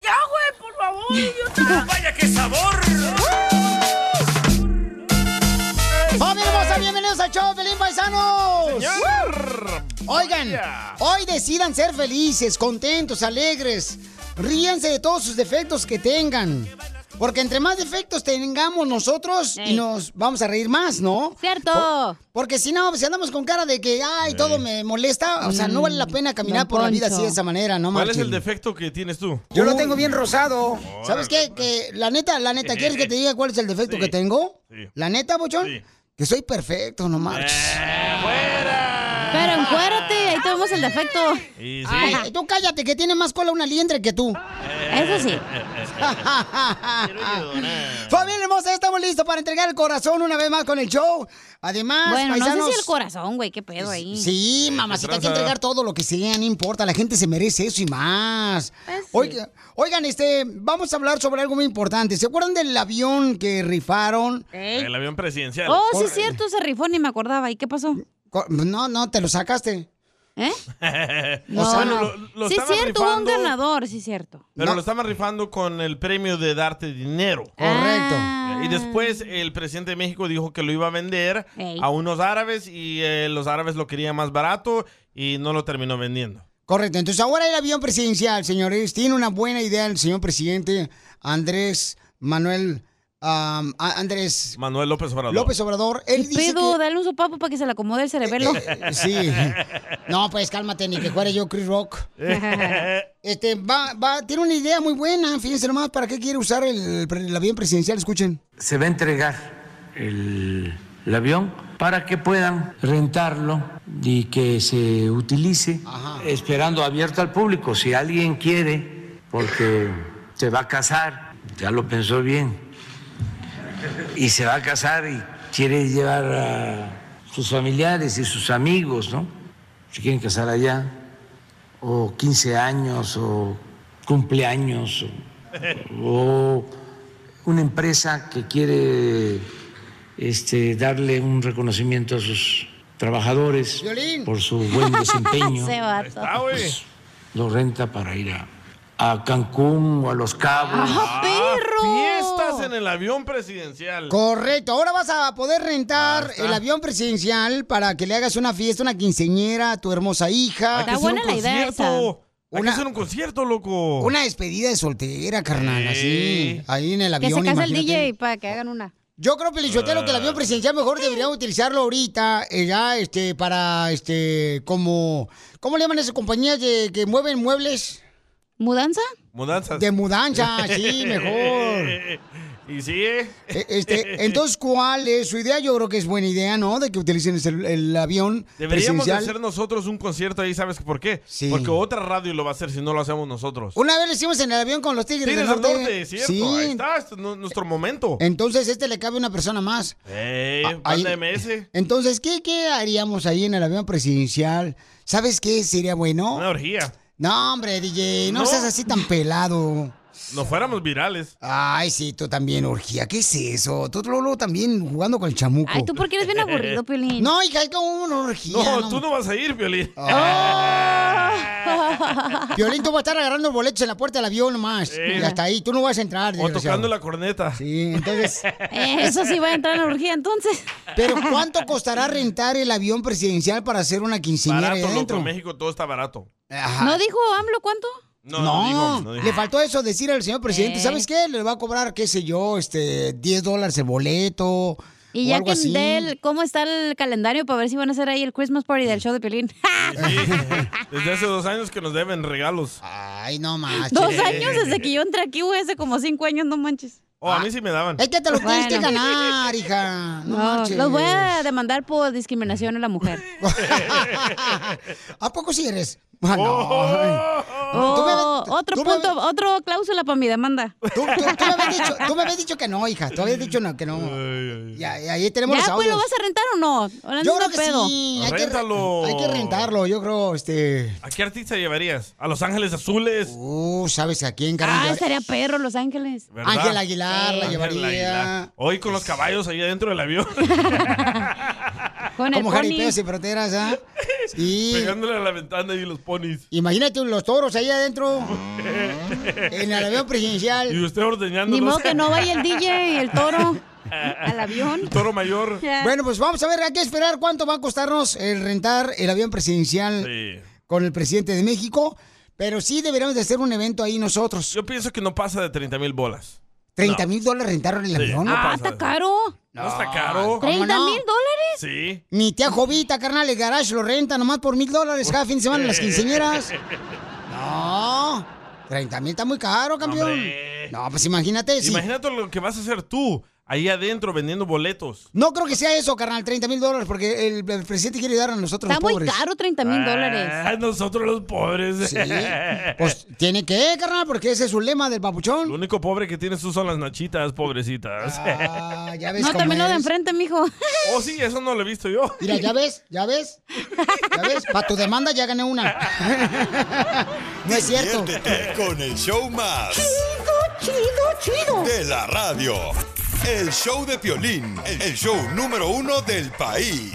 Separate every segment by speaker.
Speaker 1: Ya, güey, por favor, idiota.
Speaker 2: ¡Vaya qué sabor!
Speaker 3: ¡Familia hermosa! ¡Bienvenidos al show, Pelín Paisanos! Oigan,
Speaker 2: Vaya.
Speaker 3: hoy decidan ser felices, contentos, alegres. Ríanse de todos sus defectos que tengan. Porque entre más defectos tengamos nosotros y
Speaker 4: Ey.
Speaker 3: nos vamos a reír más, ¿no?
Speaker 4: Cierto.
Speaker 3: Por- porque si no, pues, si andamos con cara de que, ay, todo me molesta, o sea, no vale la pena caminar
Speaker 4: Don
Speaker 3: por la vida
Speaker 4: Poncho.
Speaker 3: así de esa
Speaker 4: Ah,
Speaker 3: manera, ¿no?
Speaker 5: ¿Cuál es
Speaker 3: marchen.
Speaker 5: el defecto que tienes tú?
Speaker 3: Yo lo tengo bien rosado. ¿Sabes qué? Que la neta, la neta, ¿quieres que te diga cuál es el defecto que tengo?
Speaker 5: pues. Sí. Eh,
Speaker 3: La neta, bochón, que soy perfecto, no marches.
Speaker 4: Pero encuérate, ahí tenemos el defecto.
Speaker 5: Y sí.
Speaker 3: Ay, tú cállate, que tiene más cola una liendre que tú.
Speaker 4: Eh, Eso sí.
Speaker 3: Familia hermosa, ya estamos listos para entregar el corazón una vez más con el show. Además,
Speaker 4: Bueno, no
Speaker 3: paisanos-
Speaker 4: sé si el corazón, güey, qué pedo ahí.
Speaker 3: Sí, mamacita, hay que
Speaker 5: tranza.
Speaker 3: entregar todo lo que sea, no importa, la gente se merece eso y más.
Speaker 4: Pues
Speaker 3: Oiga- oigan, este, vamos a hablar sobre algo muy importante. ¿Se acuerdan del avión que rifaron?
Speaker 4: Ey.
Speaker 5: El avión presidencial.
Speaker 4: Oh, sí, es cierto, se rifó, ni me acordaba. ¿Y qué pasó?
Speaker 3: Co- No, no, te lo sacaste.
Speaker 4: ¿Eh? No,
Speaker 5: bueno,
Speaker 4: no.
Speaker 5: lo- lo
Speaker 4: sí, es
Speaker 5: estaban
Speaker 4: cierto, hubo un
Speaker 5: rifando.
Speaker 4: ganador, sí, es cierto.
Speaker 5: Pero
Speaker 3: No.
Speaker 5: lo estaban rifando con el premio de darte dinero.
Speaker 3: Correcto.
Speaker 4: Ah.
Speaker 5: Y después el presidente de México dijo que lo iba a vender
Speaker 4: Ey.
Speaker 5: a unos árabes y eh, los árabes lo querían más barato y no lo terminó vendiendo.
Speaker 3: Correcto, entonces ahora el avión presidencial, señores, tiene una buena idea el señor presidente Andrés Manuel, am, a- Andrés
Speaker 5: Manuel López Obrador.
Speaker 3: López Obrador. Él dice
Speaker 4: Pedo,
Speaker 3: que-
Speaker 4: dale un sopapo para que se le acomode el cerebelo.
Speaker 3: Eh, Sí. No, pues cálmate, ni que fuera yo Chris Rock. Este, va, va, tiene una idea muy buena. Fíjense nomás para qué quiere usar el, el avión presidencial. Escuchen.
Speaker 6: se va a entregar el, el avión para que puedan rentarlo y que se utilice esperando abierto al público si alguien quiere porque se va a casar ya lo pensó bien y se va a casar y quiere llevar a sus familiares y sus amigos no si quieren casar allá o 15 años o cumpleaños o, o Oh. una empresa que quiere este, darle un reconocimiento a sus trabajadores
Speaker 3: Violín.
Speaker 6: por su buen desempeño, pues,
Speaker 4: Ese vato.
Speaker 5: Ah, güey.
Speaker 6: lo renta para ir a, a Cancún o a Los Cabos.
Speaker 4: ¡Ah, perro!
Speaker 5: Fiestas en el avión presidencial.
Speaker 3: Correcto. Ahora vas a poder rentar el avión presidencial para que le hagas una fiesta, una quinceñera a tu hermosa hija.
Speaker 4: Está buena la idea
Speaker 5: Hay
Speaker 3: Una-
Speaker 5: que hacer un concierto, loco.
Speaker 3: Una despedida de soltera, carnal, así.
Speaker 5: Sí.
Speaker 3: Ahí en el
Speaker 4: Que
Speaker 3: avión.
Speaker 4: se casa el
Speaker 3: imagínate.
Speaker 4: DJ para que hagan una.
Speaker 3: Yo creo, Pelichotero, que el avión presidencial mejor debería utilizarlo ahorita, eh, ya, este, para, este, como, ¿cómo le llaman a esas compañías de, que mueven muebles?
Speaker 4: ¿Mudanza?
Speaker 5: Mudanzas.
Speaker 3: De mudanza, sí, mejor.
Speaker 5: y sí, eh.
Speaker 3: Eh, Este, entonces, ¿cuál es su idea? Yo creo que es buena idea, ¿no? De que utilicen el, el avión
Speaker 5: Deberíamos de
Speaker 3: presidencial.
Speaker 5: hacer nosotros un concierto ahí, ¿sabes por qué?
Speaker 3: Sí.
Speaker 5: Porque otra radio lo va a hacer si no lo hacemos nosotros.
Speaker 3: Una vez lo hicimos en el avión con los tigres,
Speaker 5: Tigres
Speaker 3: del norte.
Speaker 5: ¿cierto?
Speaker 3: Sí.
Speaker 5: Ahí está, este es nu- nuestro momento.
Speaker 3: Entonces, este le cabe una persona más.
Speaker 5: ¡Ey!
Speaker 3: Ah, ahí-
Speaker 5: banda MS.
Speaker 3: Entonces, ¿qué, ¿qué haríamos ahí en el avión presidencial? ¿Sabes qué sería bueno?
Speaker 5: Una orgía.
Speaker 3: No, hombre, DJ, no,
Speaker 5: ¿No?
Speaker 3: seas así tan pelado.
Speaker 5: Nos fuéramos virales.
Speaker 3: Ay, sí, tú también, orgía. ¿Qué es eso? Tú, Lolo, también jugando con el chamuco.
Speaker 4: Ay, ¿tú por qué eres bien aburrido, Piolín?
Speaker 3: No, hija, es como una orgía.
Speaker 5: No, tú no vas a ir, Violín.
Speaker 3: Ah,
Speaker 4: ¡Ah!
Speaker 3: Violín, tú vas a estar agarrando boletos en la puerta del avión nomás.
Speaker 5: Eh.
Speaker 3: Y hasta ahí, tú no vas a entrar.
Speaker 5: o
Speaker 3: desgraciado.
Speaker 5: tocando la corneta.
Speaker 3: Sí, entonces...
Speaker 4: Eh, Eso sí va a entrar en la orgía, entonces.
Speaker 3: Pero ¿cuánto costará rentar el avión presidencial para hacer una quinceañera ahí
Speaker 5: Barato, loco.
Speaker 3: adentro?
Speaker 5: En México todo está barato.
Speaker 4: ¿No dijo AMLO cuánto?
Speaker 3: No, le faltó eso decir al señor presidente,
Speaker 4: Eh.
Speaker 3: ¿sabes qué? Le va a cobrar, qué sé yo, este, 10 dólares el boleto.
Speaker 4: Y
Speaker 3: o
Speaker 4: ya
Speaker 3: algo
Speaker 4: que
Speaker 3: así.
Speaker 4: dé el- cómo está el calendario para ver si van a hacer ahí el Christmas party
Speaker 3: Ah,
Speaker 4: del show de Piolín.
Speaker 5: Desde hace dos años que nos deben regalos.
Speaker 3: Ay, no
Speaker 4: Dos años desde que yo entré aquí, güey, hace como cinco años, no manches.
Speaker 5: Oh, a mí sí me daban.
Speaker 3: Es que Este te lo tienes que
Speaker 4: Bueno.
Speaker 3: ganar, hija. Ah, No,
Speaker 4: No,
Speaker 3: marches.
Speaker 4: los voy a demandar por discriminación a la mujer.
Speaker 3: ¿A poco sí eres?
Speaker 4: Oh, otro punto, otro cláusula para mi demanda.
Speaker 3: Tú, tú- tú me habías dicho, tú me habías dicho que no, hija. Tú habías dicho no, que no. Y ahí- ahí tenemos
Speaker 4: ¿Ya,
Speaker 3: los
Speaker 4: pues, lo
Speaker 3: audios.
Speaker 4: vas a rentar o no? Ahora
Speaker 3: Yo
Speaker 4: no
Speaker 3: creo
Speaker 4: está
Speaker 3: que
Speaker 4: pedo.
Speaker 3: sí. Hay que,
Speaker 5: Réntalo.
Speaker 3: hay que rentarlo, yo creo, este...
Speaker 5: ¿A qué artista llevarías? ¿A Los Ángeles Azules?
Speaker 3: Uh, ¿sabes a quién,
Speaker 4: Ah, estaría perro Los Ángeles.
Speaker 5: ¿Verdad?
Speaker 3: Ángel Aguilar la llevaría.
Speaker 5: Hoy con los caballos ahí adentro del avión.
Speaker 4: Con
Speaker 3: Como jaripeos y fronteras, ¿ah? Sí.
Speaker 5: Pegándole a la ventana y los ponis.
Speaker 3: Imagínate los toros ahí adentro. en el avión presidencial.
Speaker 5: Y usted ordeñando.
Speaker 4: Ni modo que no vaya el DJ, el toro, al avión.
Speaker 5: El toro mayor.
Speaker 3: Bueno, pues vamos a ver, hay que esperar cuánto va a costarnos el rentar el avión presidencial con el presidente de México. Pero sí deberíamos de hacer un evento ahí nosotros.
Speaker 5: Yo pienso que no pasa de 30 mil bolas.
Speaker 3: 30 mil dólares rentaron el
Speaker 5: Sí,
Speaker 3: avión.
Speaker 5: no Ah, pasa. está
Speaker 4: caro.
Speaker 5: ¿No está caro?
Speaker 3: ¿cómo no?
Speaker 4: dólares?
Speaker 5: Sí.
Speaker 3: Mi tía Jovita, carnal, el garage lo renta nomás por mil dólares cada fin de semana en las quinceañeras. No, 30 mil está muy caro, campeón. No, pues imagínate. sí.
Speaker 5: Imagínate lo que vas a hacer tú ahí adentro vendiendo boletos.
Speaker 3: No creo que sea eso, carnal, 30 mil dólares, porque el, el presidente quiere ayudar a nosotros los pobres.
Speaker 5: Ah, nosotros los pobres.
Speaker 3: Sí, pues tiene que, carnal, porque ese es su lema del papuchón.
Speaker 5: Lo único pobre que tienes tú son las nachitas, pobrecitas.
Speaker 3: Ah, ya ves
Speaker 4: No,
Speaker 3: cómo
Speaker 4: también lo de
Speaker 3: es.
Speaker 4: enfrente, mijo.
Speaker 5: Oh, sí, eso no lo he visto yo.
Speaker 3: Mira, ya ves, ya ves. Ya ves, para tu demanda ya gané una. No es cierto.
Speaker 7: Diviértete con el show más.
Speaker 3: Chido, chido, chido.
Speaker 7: De la radio. El show de Piolín. El show número uno del país.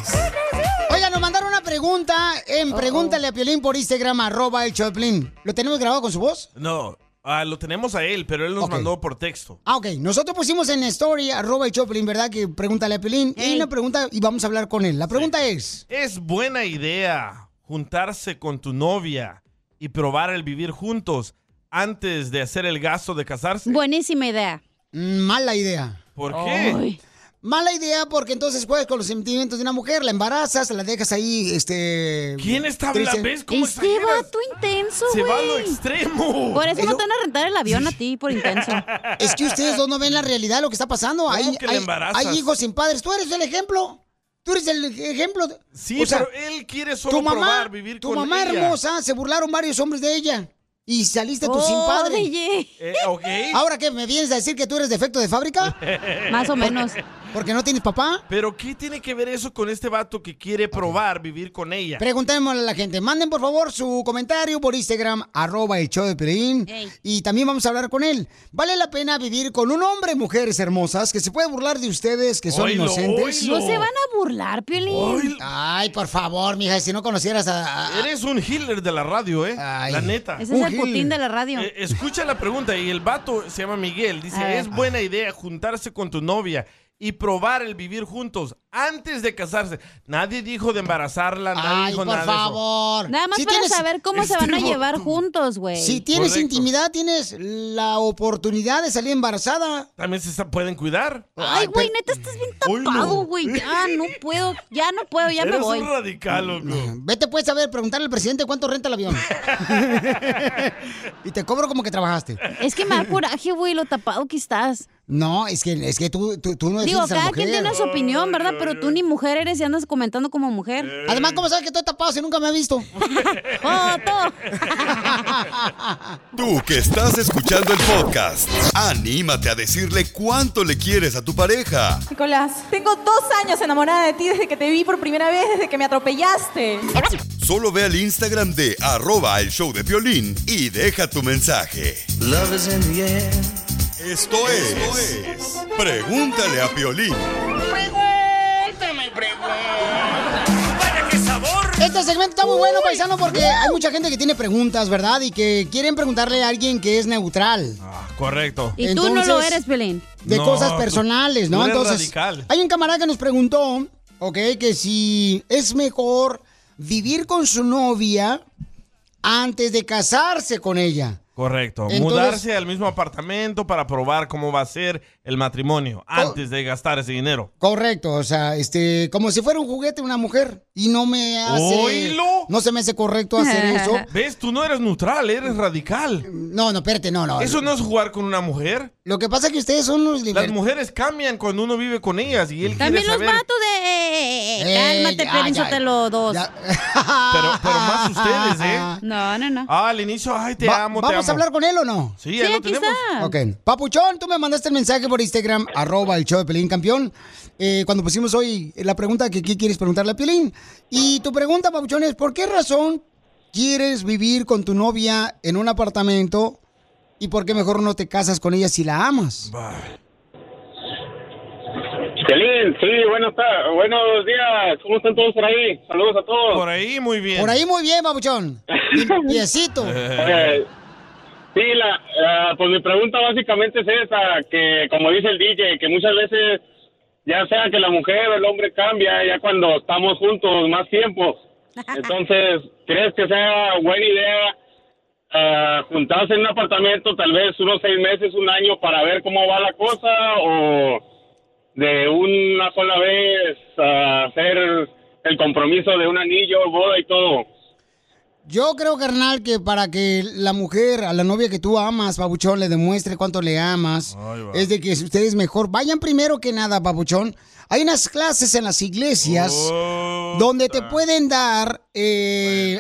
Speaker 3: Oiga, nos mandaron una pregunta
Speaker 5: Oh.
Speaker 3: en Pregúntale a Piolín por Instagram, arroba el Choplin. ¿Lo tenemos grabado con su voz?
Speaker 5: No, ah, lo tenemos a él, pero él nos mandó por texto.
Speaker 3: Ah, ok. Nosotros pusimos en story, arroba el Choplin, ¿verdad? Que Pregúntale a Piolín. Y una pregunta, y vamos a hablar con él. La pregunta es...
Speaker 5: Es buena idea juntarse con tu novia y probar el vivir juntos antes de hacer el gasto de casarse.
Speaker 4: Buenísima idea.
Speaker 3: mm, Mala idea.
Speaker 5: ¿Por qué?
Speaker 3: Mala idea porque entonces juegas con los sentimientos de una mujer, la embarazas, la dejas ahí, este...
Speaker 5: ¿Quién está
Speaker 3: triste.
Speaker 5: hablando? ¿Ves cómo
Speaker 4: Este vato intenso,
Speaker 5: Se
Speaker 4: güey.
Speaker 5: va a lo extremo.
Speaker 4: Por eso
Speaker 3: Eso-
Speaker 4: no te van a rentar el avión a ti, por intenso.
Speaker 3: Es que ustedes dos no ven la realidad, lo que está pasando. Hay,
Speaker 5: que la
Speaker 3: hay-
Speaker 5: embarazas?
Speaker 3: hay hijos sin padres. Tú eres el ejemplo. Tú eres el ejemplo. de-
Speaker 5: Sí,
Speaker 3: o sea,
Speaker 5: pero él quiere solo
Speaker 3: tu mamá,
Speaker 5: probar vivir
Speaker 3: tu
Speaker 5: con
Speaker 3: mamá
Speaker 5: ella.
Speaker 3: hermosa, se burlaron varios hombres de ella. Y saliste tú sin
Speaker 4: Oh,
Speaker 3: padre.
Speaker 4: DJ.
Speaker 5: Eh, ok.
Speaker 3: ¿Ahora qué? ¿Me vienes a decir que tú eres defecto de fábrica?
Speaker 4: Más o menos.
Speaker 3: ¿Porque no tienes papá?
Speaker 5: Pero ¿qué tiene que ver eso con este vato que quiere probar vivir con ella?
Speaker 3: Preguntémosle a la gente. Manden, por favor, su comentario por Instagram, arroba el show de Piolín.
Speaker 4: Ey.
Speaker 3: Y también vamos a hablar con él. ¿Vale la pena vivir con un hombre, mujeres hermosas, que se puede burlar de ustedes, que son
Speaker 4: Oilo,
Speaker 3: inocentes?
Speaker 4: oilo. No se van a burlar, Piolín. Oilo.
Speaker 3: Ay, por favor, mija, si no conocieras a... a-
Speaker 5: Eres un healer de la radio, ¿eh? La neta.
Speaker 4: Ese es el putín de la radio.
Speaker 5: Eh, escucha la pregunta y el vato se llama Miguel.
Speaker 4: A ver.
Speaker 5: Dice, ¿es buena idea juntarse con tu novia y probar el vivir juntos antes de casarse? Nadie dijo de embarazarla, nadie
Speaker 3: Ay,
Speaker 5: dijo
Speaker 3: por
Speaker 5: nada de eso.
Speaker 3: favor.
Speaker 4: Nada más
Speaker 3: Si
Speaker 4: para
Speaker 3: tienes- Este,
Speaker 4: saber cómo se van a llevar juntos, güey.
Speaker 3: Si tienes
Speaker 5: Correcto.
Speaker 3: intimidad, tienes la oportunidad de salir embarazada.
Speaker 5: También se está- pueden cuidar.
Speaker 4: Ay, güey, neta, estás bien tapado, güey. Ya no puedo, ya no puedo, ya me
Speaker 5: Eres
Speaker 4: voy.
Speaker 5: un radical, loco.
Speaker 3: Vete pues a ver, preguntarle al presidente cuánto renta el avión. y te cobro como que trabajaste.
Speaker 4: Es que me da coraje, güey, lo tapado que estás.
Speaker 3: No, es que, es que tú, tú, tú no
Speaker 4: Digo,
Speaker 3: defiendes a la
Speaker 4: cada quien
Speaker 3: mujer.
Speaker 4: tiene su opinión, ¿verdad? Pero tú ni mujer eres y andas comentando como
Speaker 5: Eh.
Speaker 4: mujer.
Speaker 3: Además, ¿cómo sabes que estoy tapado si nunca me ha visto?
Speaker 4: ¡Oh, todo!
Speaker 7: Tú que estás escuchando el podcast, anímate a decirle cuánto le quieres a tu pareja.
Speaker 8: Nicolás, tengo dos años enamorada de ti desde que te vi por primera vez, desde que me atropellaste.
Speaker 7: Solo ve al Instagram de arroba el show de Piolín y deja tu mensaje. Esto es, Pregúntale a Piolín.
Speaker 1: Pregúntame, pregúntame. ¡Vaya qué sabor!
Speaker 3: Este segmento está muy bueno, paisano, porque hay mucha gente que tiene preguntas, ¿verdad? Y que quieren preguntarle a alguien que es neutral.
Speaker 5: Correcto.
Speaker 4: Y tú no lo
Speaker 3: Entonces-
Speaker 4: eres, Pelín.
Speaker 3: de
Speaker 5: No,
Speaker 3: cosas
Speaker 5: tú-
Speaker 3: personales, ¿no?
Speaker 5: tú eres
Speaker 3: Entonces,
Speaker 5: radical.
Speaker 3: hay un camarada que nos preguntó, ok, que si es mejor vivir con su novia antes de casarse con ella.
Speaker 5: Correcto.
Speaker 3: Entonces-
Speaker 5: Mudarse al mismo apartamento para probar cómo va a ser el matrimonio antes de gastar ese dinero.
Speaker 3: Correcto, o sea, este, como si fuera un juguete una mujer y no me hace,
Speaker 5: ¡Oílo!
Speaker 3: no se me hace correcto hacer eso.
Speaker 5: ¿Ves? Tú no eres neutral, eres radical.
Speaker 3: No, no, espérate, no, no.
Speaker 5: Eso no es jugar con una mujer.
Speaker 3: Lo que pasa es que ustedes son los
Speaker 5: Las mujeres cambian cuando uno vive con ellas y él
Speaker 4: También
Speaker 5: quiere
Speaker 4: los
Speaker 5: saber.
Speaker 4: vatos de... eh, eh, eh,
Speaker 5: Eh,
Speaker 4: cálmate,
Speaker 5: ya,
Speaker 4: Pelín
Speaker 5: ya,
Speaker 4: Sotelo, dos.
Speaker 5: Pero, pero más ustedes, ¿eh?
Speaker 4: No, no, no.
Speaker 5: Ah, al inicio, ay, te
Speaker 3: Va-
Speaker 5: amo, te
Speaker 3: ¿Vamos a
Speaker 5: amo.
Speaker 3: hablar con él o no?
Speaker 5: Sí, ahí Sí, lo aquí tenemos. está.
Speaker 3: Ok. Papuchón, tú me mandaste el mensaje por Instagram, arroba el show de Pelín Campeón, eh, cuando pusimos hoy la pregunta que ¿qué quieres preguntarle a Pelín. Y tu pregunta, Papuchón, es ¿por qué razón quieres vivir con tu novia en un apartamento y por qué mejor no te casas con ella si la amas?
Speaker 9: Piolín, sí, buenas tar- buenos días. ¿Cómo están todos por ahí? Saludos a todos.
Speaker 5: Por ahí, muy bien.
Speaker 3: Por ahí muy bien, Papuchón. Y- Piecito.
Speaker 9: Eh, sí, la, ah, pues mi pregunta básicamente es esa, que como dice el DJ, que muchas veces, ya sea que la mujer o el hombre cambia, ya cuando estamos juntos más tiempo, entonces, ¿crees que sea buena idea ah, juntarse en un apartamento tal vez unos seis meses, un año para ver cómo va la cosa o de una sola vez ah, hacer el compromiso de un anillo, boda y todo?
Speaker 3: Yo creo, carnal, que para que la mujer, a la novia que tú amas, Papuchón, le demuestre cuánto le amas, es de que ustedes mejor vayan primero que nada, Papuchón. Hay unas clases en las iglesias donde te pueden dar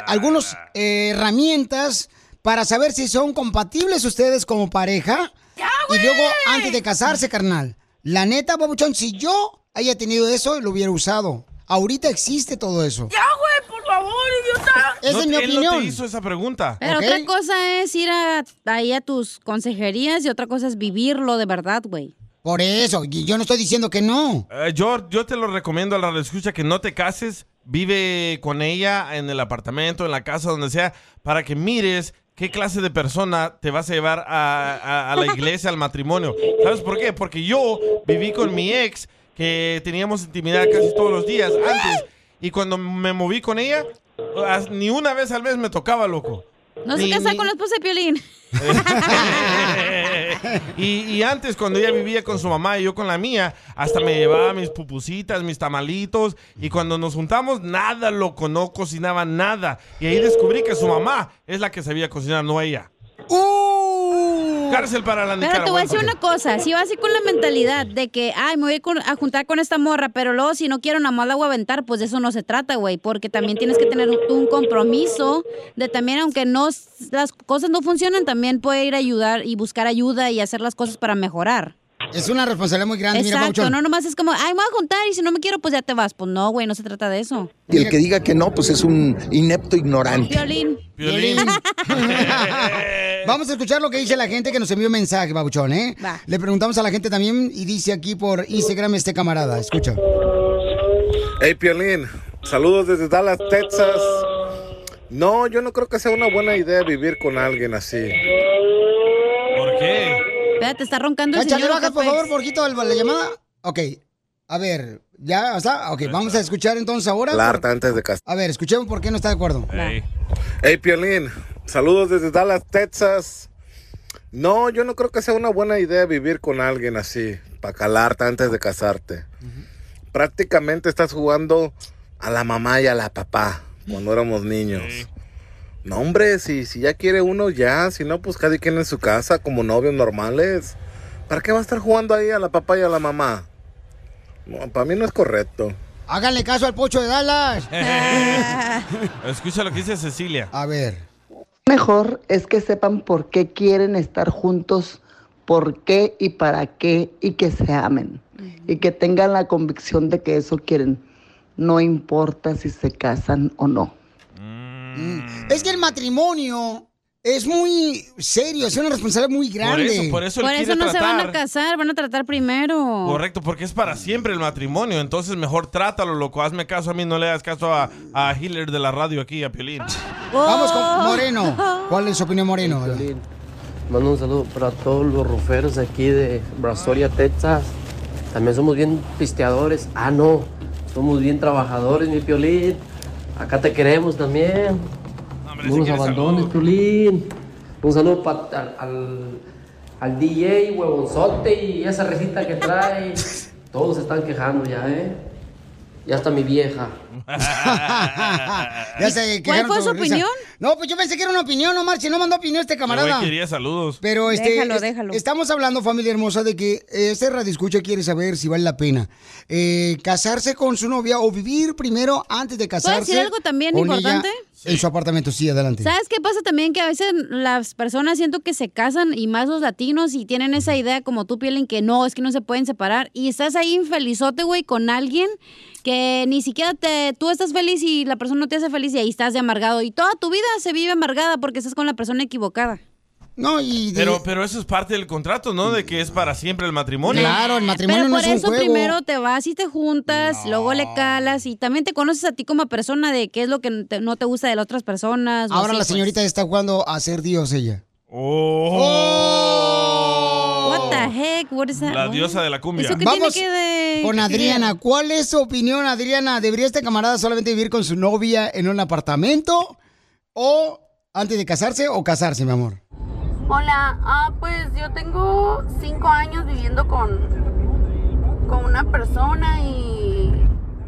Speaker 3: algunas herramientas para saber si son compatibles ustedes como pareja. Y luego, antes de casarse, carnal. La neta, Papuchón, si yo haya tenido eso, lo hubiera usado. Ahorita existe todo eso.
Speaker 1: Ya, güey, por favor, idiota.
Speaker 3: Esa
Speaker 5: No,
Speaker 3: es mi
Speaker 5: él no
Speaker 3: opinión.
Speaker 5: te hizo esa pregunta.
Speaker 4: Pero otra cosa es ir a, ahí a tus consejerías y otra cosa es vivirlo de verdad, güey.
Speaker 3: Por eso, y yo no estoy diciendo que no.
Speaker 5: Eh, yo, yo te lo recomiendo a la escucha que no te cases, vive con ella en el apartamento, en la casa, donde sea, para que mires qué clase de persona te vas a llevar a, a- a la iglesia, al matrimonio. ¿Sabes por qué? Porque yo viví con mi ex, que teníamos intimidad casi todos los días antes, y cuando me moví con ella, as- ni una vez al mes me tocaba, loco.
Speaker 4: No se
Speaker 5: Ni-
Speaker 4: casa
Speaker 5: ni-
Speaker 4: con la esposa de Piolín.
Speaker 5: y, y antes, cuando ella vivía con su mamá y yo con la mía, hasta me llevaba mis pupusitas, mis tamalitos. Y cuando nos juntamos, nada, loco, no cocinaba nada. Y ahí descubrí que su mamá es la que sabía cocinar, no ella. Cárcel para la
Speaker 4: Pero te voy a decir
Speaker 5: nicaragüense.
Speaker 4: una cosa, si vas así con la mentalidad de que, ay, me voy a, ir con- a juntar con esta morra, pero luego si no quiero nada más la voy a aventar, pues de eso no se trata, güey, porque también tienes que tener tú un compromiso de también, aunque no s- las cosas no funcionan, también poder ir a ayudar y buscar ayuda y hacer las cosas para mejorar.
Speaker 3: Es una responsabilidad muy grande, mira,
Speaker 4: Exacto,
Speaker 3: Pauchón.
Speaker 4: no nomás es como, ay, me voy a juntar y si no me quiero, pues ya te vas. Pues no, güey, no se trata de eso.
Speaker 10: Y el que diga que no, pues es un inepto ignorante.
Speaker 4: Violín.
Speaker 3: Vamos a escuchar lo que dice la gente que nos envió mensaje, Babuchón, ¿eh?
Speaker 4: Va.
Speaker 3: Le preguntamos a la gente también y dice aquí por Instagram este camarada, escucha.
Speaker 11: Hey, Piolín. Saludos desde Dallas, Texas. No, yo no creo que sea una buena idea vivir con alguien así.
Speaker 5: ¿Por qué?
Speaker 4: Espérate, está roncando el
Speaker 3: Cacha,
Speaker 4: señor.
Speaker 3: le bajas, por
Speaker 4: López.
Speaker 3: favor, Borjito, el- la llamada? Ok, a ver, ¿ya está? Ok, vamos a escuchar entonces ahora.
Speaker 11: La harta antes de casar.
Speaker 3: A ver, escuchemos por qué no está de acuerdo.
Speaker 11: Hey, Piolín. Saludos desde Dallas, Texas. No, yo no creo que sea una buena idea vivir con alguien así, para calarte antes de casarte. Prácticamente estás jugando a la mamá y a la papá cuando éramos niños. No, hombre, si, si ya quiere uno, ya. Si no, pues cada quien en su casa, como novios normales. ¿Para qué va a estar jugando ahí a la papá y a la mamá? para mí no es correcto.
Speaker 3: Háganle caso al pocho de Dallas.
Speaker 5: Escucha lo que dice Cecilia.
Speaker 3: A ver.
Speaker 12: Mejor es que sepan por qué quieren estar juntos, por qué y para qué, y que se amen. Y que tengan la convicción de que eso quieren. No importa si se casan o no.
Speaker 3: Es que el matrimonio es muy serio, es una responsabilidad muy grande.
Speaker 5: eso, por eso él
Speaker 4: Por
Speaker 5: quiere
Speaker 4: eso no se van a
Speaker 5: tratar.
Speaker 4: casar, van a tratar primero.
Speaker 5: Correcto, porque es para siempre el matrimonio. Entonces, mejor trátalo, loco. Hazme caso a mí, no le hagas caso a, a Hitler de la radio aquí, a Piolín.
Speaker 3: Vamos
Speaker 4: Oh.
Speaker 3: con Moreno. ¿Cuál es su opinión, Moreno?
Speaker 13: Mando un saludo para todos los ruferos aquí de Brasoria, Texas. También somos bien pisteadores. Ah, no. Somos bien trabajadores, mi piolín. Acá te queremos también. no los abandones, Piolín. Un saludo pa- al, al- al DJ, huevonzote y esa recita que trae. Todos se están quejando ya, ¿eh? Ya está mi vieja.
Speaker 3: Ah, Ya se quejaron
Speaker 4: fue
Speaker 3: con
Speaker 4: su
Speaker 3: risa.
Speaker 4: opinión?
Speaker 3: No, pues yo pensé que era una opinión, no marche, no mandó opinión este
Speaker 5: El
Speaker 3: camarada.
Speaker 5: güey quería saludos.
Speaker 3: Pero este,
Speaker 4: Déjalo,
Speaker 3: es-
Speaker 4: déjalo.
Speaker 3: estamos hablando, familia hermosa, de que eh, este radio escucha quiere saber si vale la pena eh, casarse con su novia o vivir primero antes de casarse.
Speaker 4: decir algo también
Speaker 3: con ella
Speaker 4: importante?
Speaker 3: En su apartamento, sí, adelante.
Speaker 4: ¿Sabes qué pasa también? Que a veces las personas siento que se casan y más los latinos y tienen esa idea como tú, Pielen, que no, es que no se pueden separar. Y estás ahí infelizote, güey, con alguien que ni siquiera te, tú estás feliz y la persona no te hace feliz y ahí estás de amargado. Y toda tu vida se vive amargada porque estás con la persona equivocada.
Speaker 3: No, y
Speaker 5: Pero, pero eso es parte del contrato, ¿no? De que es para siempre el matrimonio.
Speaker 4: Pero por eso primero te vas y te juntas, luego le calas y también te conoces a ti como persona de qué es lo que no te- no te gusta de las otras personas. o
Speaker 3: Ahora
Speaker 4: así,
Speaker 3: la
Speaker 4: pues.
Speaker 3: señorita está jugando a ser Dios ella.
Speaker 4: What the heck? What is that? Oh.
Speaker 5: La diosa de la cumbia.
Speaker 4: ¿Eso qué
Speaker 3: Vamos
Speaker 4: tiene que de-
Speaker 3: con
Speaker 4: que
Speaker 3: Adriana. ¿Cuál es su opinión, Adriana? ¿Debería este camarada solamente vivir con su novia en un apartamento? ¿O antes de casarse o casarse, mi amor?
Speaker 14: Hola, ah, pues yo tengo cinco años viviendo con, con una persona y...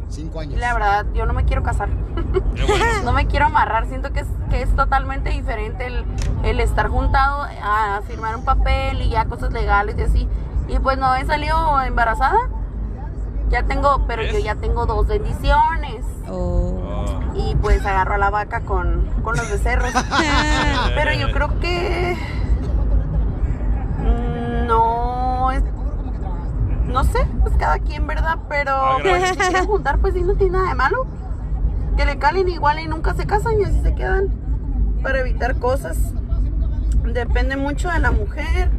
Speaker 3: Cinco años.
Speaker 14: La verdad, yo no me quiero casar. no me quiero amarrar. Siento que es, que es totalmente diferente el, el estar juntado a firmar un papel y ya cosas legales y así. Y pues no he salido embarazada. Ya tengo, pero yo ya tengo dos bendiciones. Y pues agarro a la vaca con, con los becerros. pero yo creo que... mm, No es no sé, pues cada quien, ¿verdad? Pero
Speaker 15: Ah,
Speaker 14: pues,
Speaker 15: gracias.
Speaker 14: si se quieren juntar, pues sí, no tiene nada de malo. Que le calen igual y nunca se casan y así se quedan para evitar cosas. Depende mucho de la mujer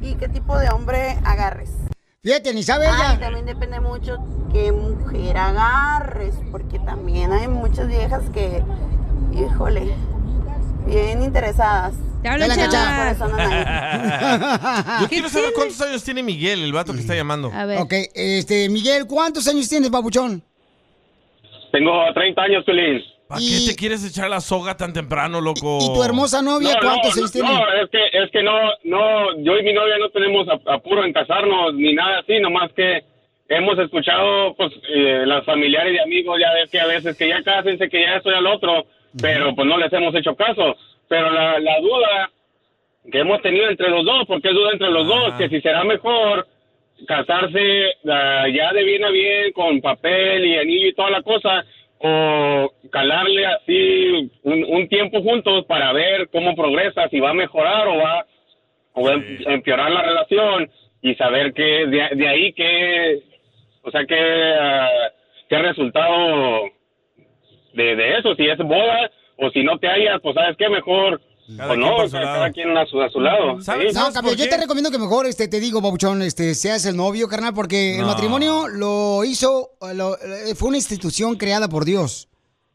Speaker 14: y qué tipo de hombre agarres.
Speaker 3: Fíjate, ni sabe ella.
Speaker 14: Ah, y también depende mucho qué mujer agarres, porque también hay muchas viejas que, híjole, bien interesadas.
Speaker 4: Te
Speaker 5: hablan,
Speaker 14: Por
Speaker 5: chava.
Speaker 14: eso andan ahí.
Speaker 5: Yo quiero saber cuántos años tiene Miguel, el vato que está llamando.
Speaker 3: Ok, este, Miguel, ¿cuántos años tienes, babuchón?
Speaker 9: Tengo 30 años, Pelín.
Speaker 5: ¿Para qué te quieres echar la soga tan temprano, loco?
Speaker 3: ¿Y tu hermosa novia cuántos años tiene?
Speaker 9: Oh. No, es que, es que no, no, yo y mi novia no tenemos ap- apuro en casarnos ni nada así, nomás que hemos escuchado, pues, eh, las familiares y amigos ya ves que a veces que ya cásense, que ya estoy al otro, pero pues no les hemos hecho caso. Pero la, la duda que hemos tenido entre los dos, porque es duda entre los dos, que si será mejor casarse ah, ya de bien a bien con papel y anillo y toda la cosa o calarle así un, un tiempo juntos para ver cómo progresa, si va a mejorar o va, o va a empeorar la relación y saber que de, de ahí que, o sea, que ah, qué resultado de, de eso, si es boda o si no te hallas, pues sabes qué mejor. o
Speaker 5: quien
Speaker 9: no,
Speaker 5: por su
Speaker 9: cada,
Speaker 5: lado.
Speaker 9: cada quien a su, a su lado.
Speaker 5: ¿Sabes-
Speaker 9: sí.
Speaker 3: No, cambio, yo te recomiendo que mejor, este, te digo, Babuchón, este, seas el novio, carnal, porque el
Speaker 9: No.
Speaker 3: matrimonio lo hizo, lo- eh, fue una institución creada por Dios,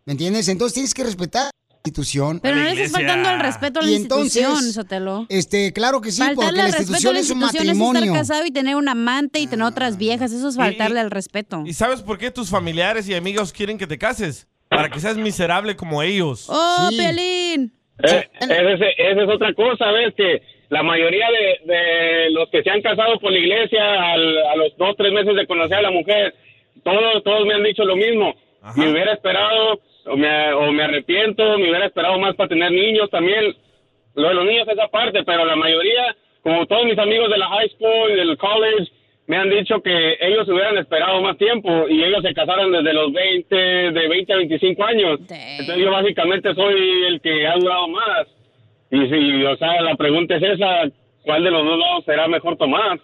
Speaker 3: ¿me entiendes? Entonces tienes que respetar la institución.
Speaker 4: Pero no le estás faltando el respeto a la
Speaker 3: Y
Speaker 4: institución,
Speaker 3: entonces,
Speaker 4: Sotelo.
Speaker 3: Este, claro que sí, porque
Speaker 4: faltarle
Speaker 3: la
Speaker 4: el respeto a
Speaker 3: institución
Speaker 4: la
Speaker 3: es un
Speaker 4: institución es estar
Speaker 3: matrimonio.
Speaker 4: casado y tener un amante y tener otras viejas. Eso es faltarle al respeto.
Speaker 5: ¿Y sabes por qué tus familiares y amigos quieren que te cases? Para que seas miserable como ellos.
Speaker 4: ¡Oh, Piolín!
Speaker 9: Eh, ese- ese- esa es otra cosa, ¿ves? Que la mayoría de, de los que se han casado por la iglesia al- a los dos, tres meses de conocer a la mujer, todos, todos me han dicho lo mismo. Me hubiera esperado, o me, o me arrepiento, me hubiera esperado más para tener niños también. Lo de los niños es aparte, pero la mayoría, como todos mis amigos de la high school, del college, me han dicho que ellos hubieran esperado más tiempo y ellos se casaron desde los 20, de 20 a 25 años. Entonces yo básicamente soy el que ha durado más. Y si, o sea, la pregunta es esa, ¿cuál de los dos lados será mejor tomar?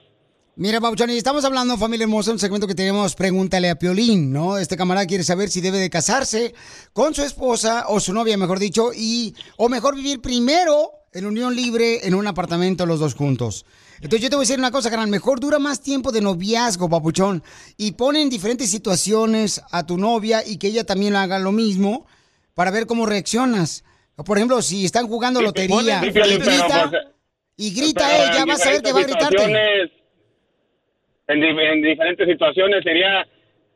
Speaker 3: Mira, Babuchón, y estamos hablando, familia hermosa, un segmento que tenemos, pregúntale a Piolín, ¿no? Este camarada quiere saber si debe de casarse con su esposa o su novia, mejor dicho, y o mejor vivir primero en unión libre en un apartamento los dos juntos. Entonces yo te voy a decir una cosa, carnal, mejor dura más tiempo de noviazgo, papuchón, y pone en diferentes situaciones a tu novia y que ella también haga lo mismo para ver cómo reaccionas. Por ejemplo, si están jugando lotería,
Speaker 9: Sí, sí, sí,
Speaker 3: le
Speaker 9: pero,
Speaker 3: grita,
Speaker 9: pues,
Speaker 3: y grita
Speaker 9: pero en
Speaker 3: ella, vas a ver que va a
Speaker 9: diferentes
Speaker 3: gritarte.
Speaker 9: situaciones- En, di- en diferentes situaciones sería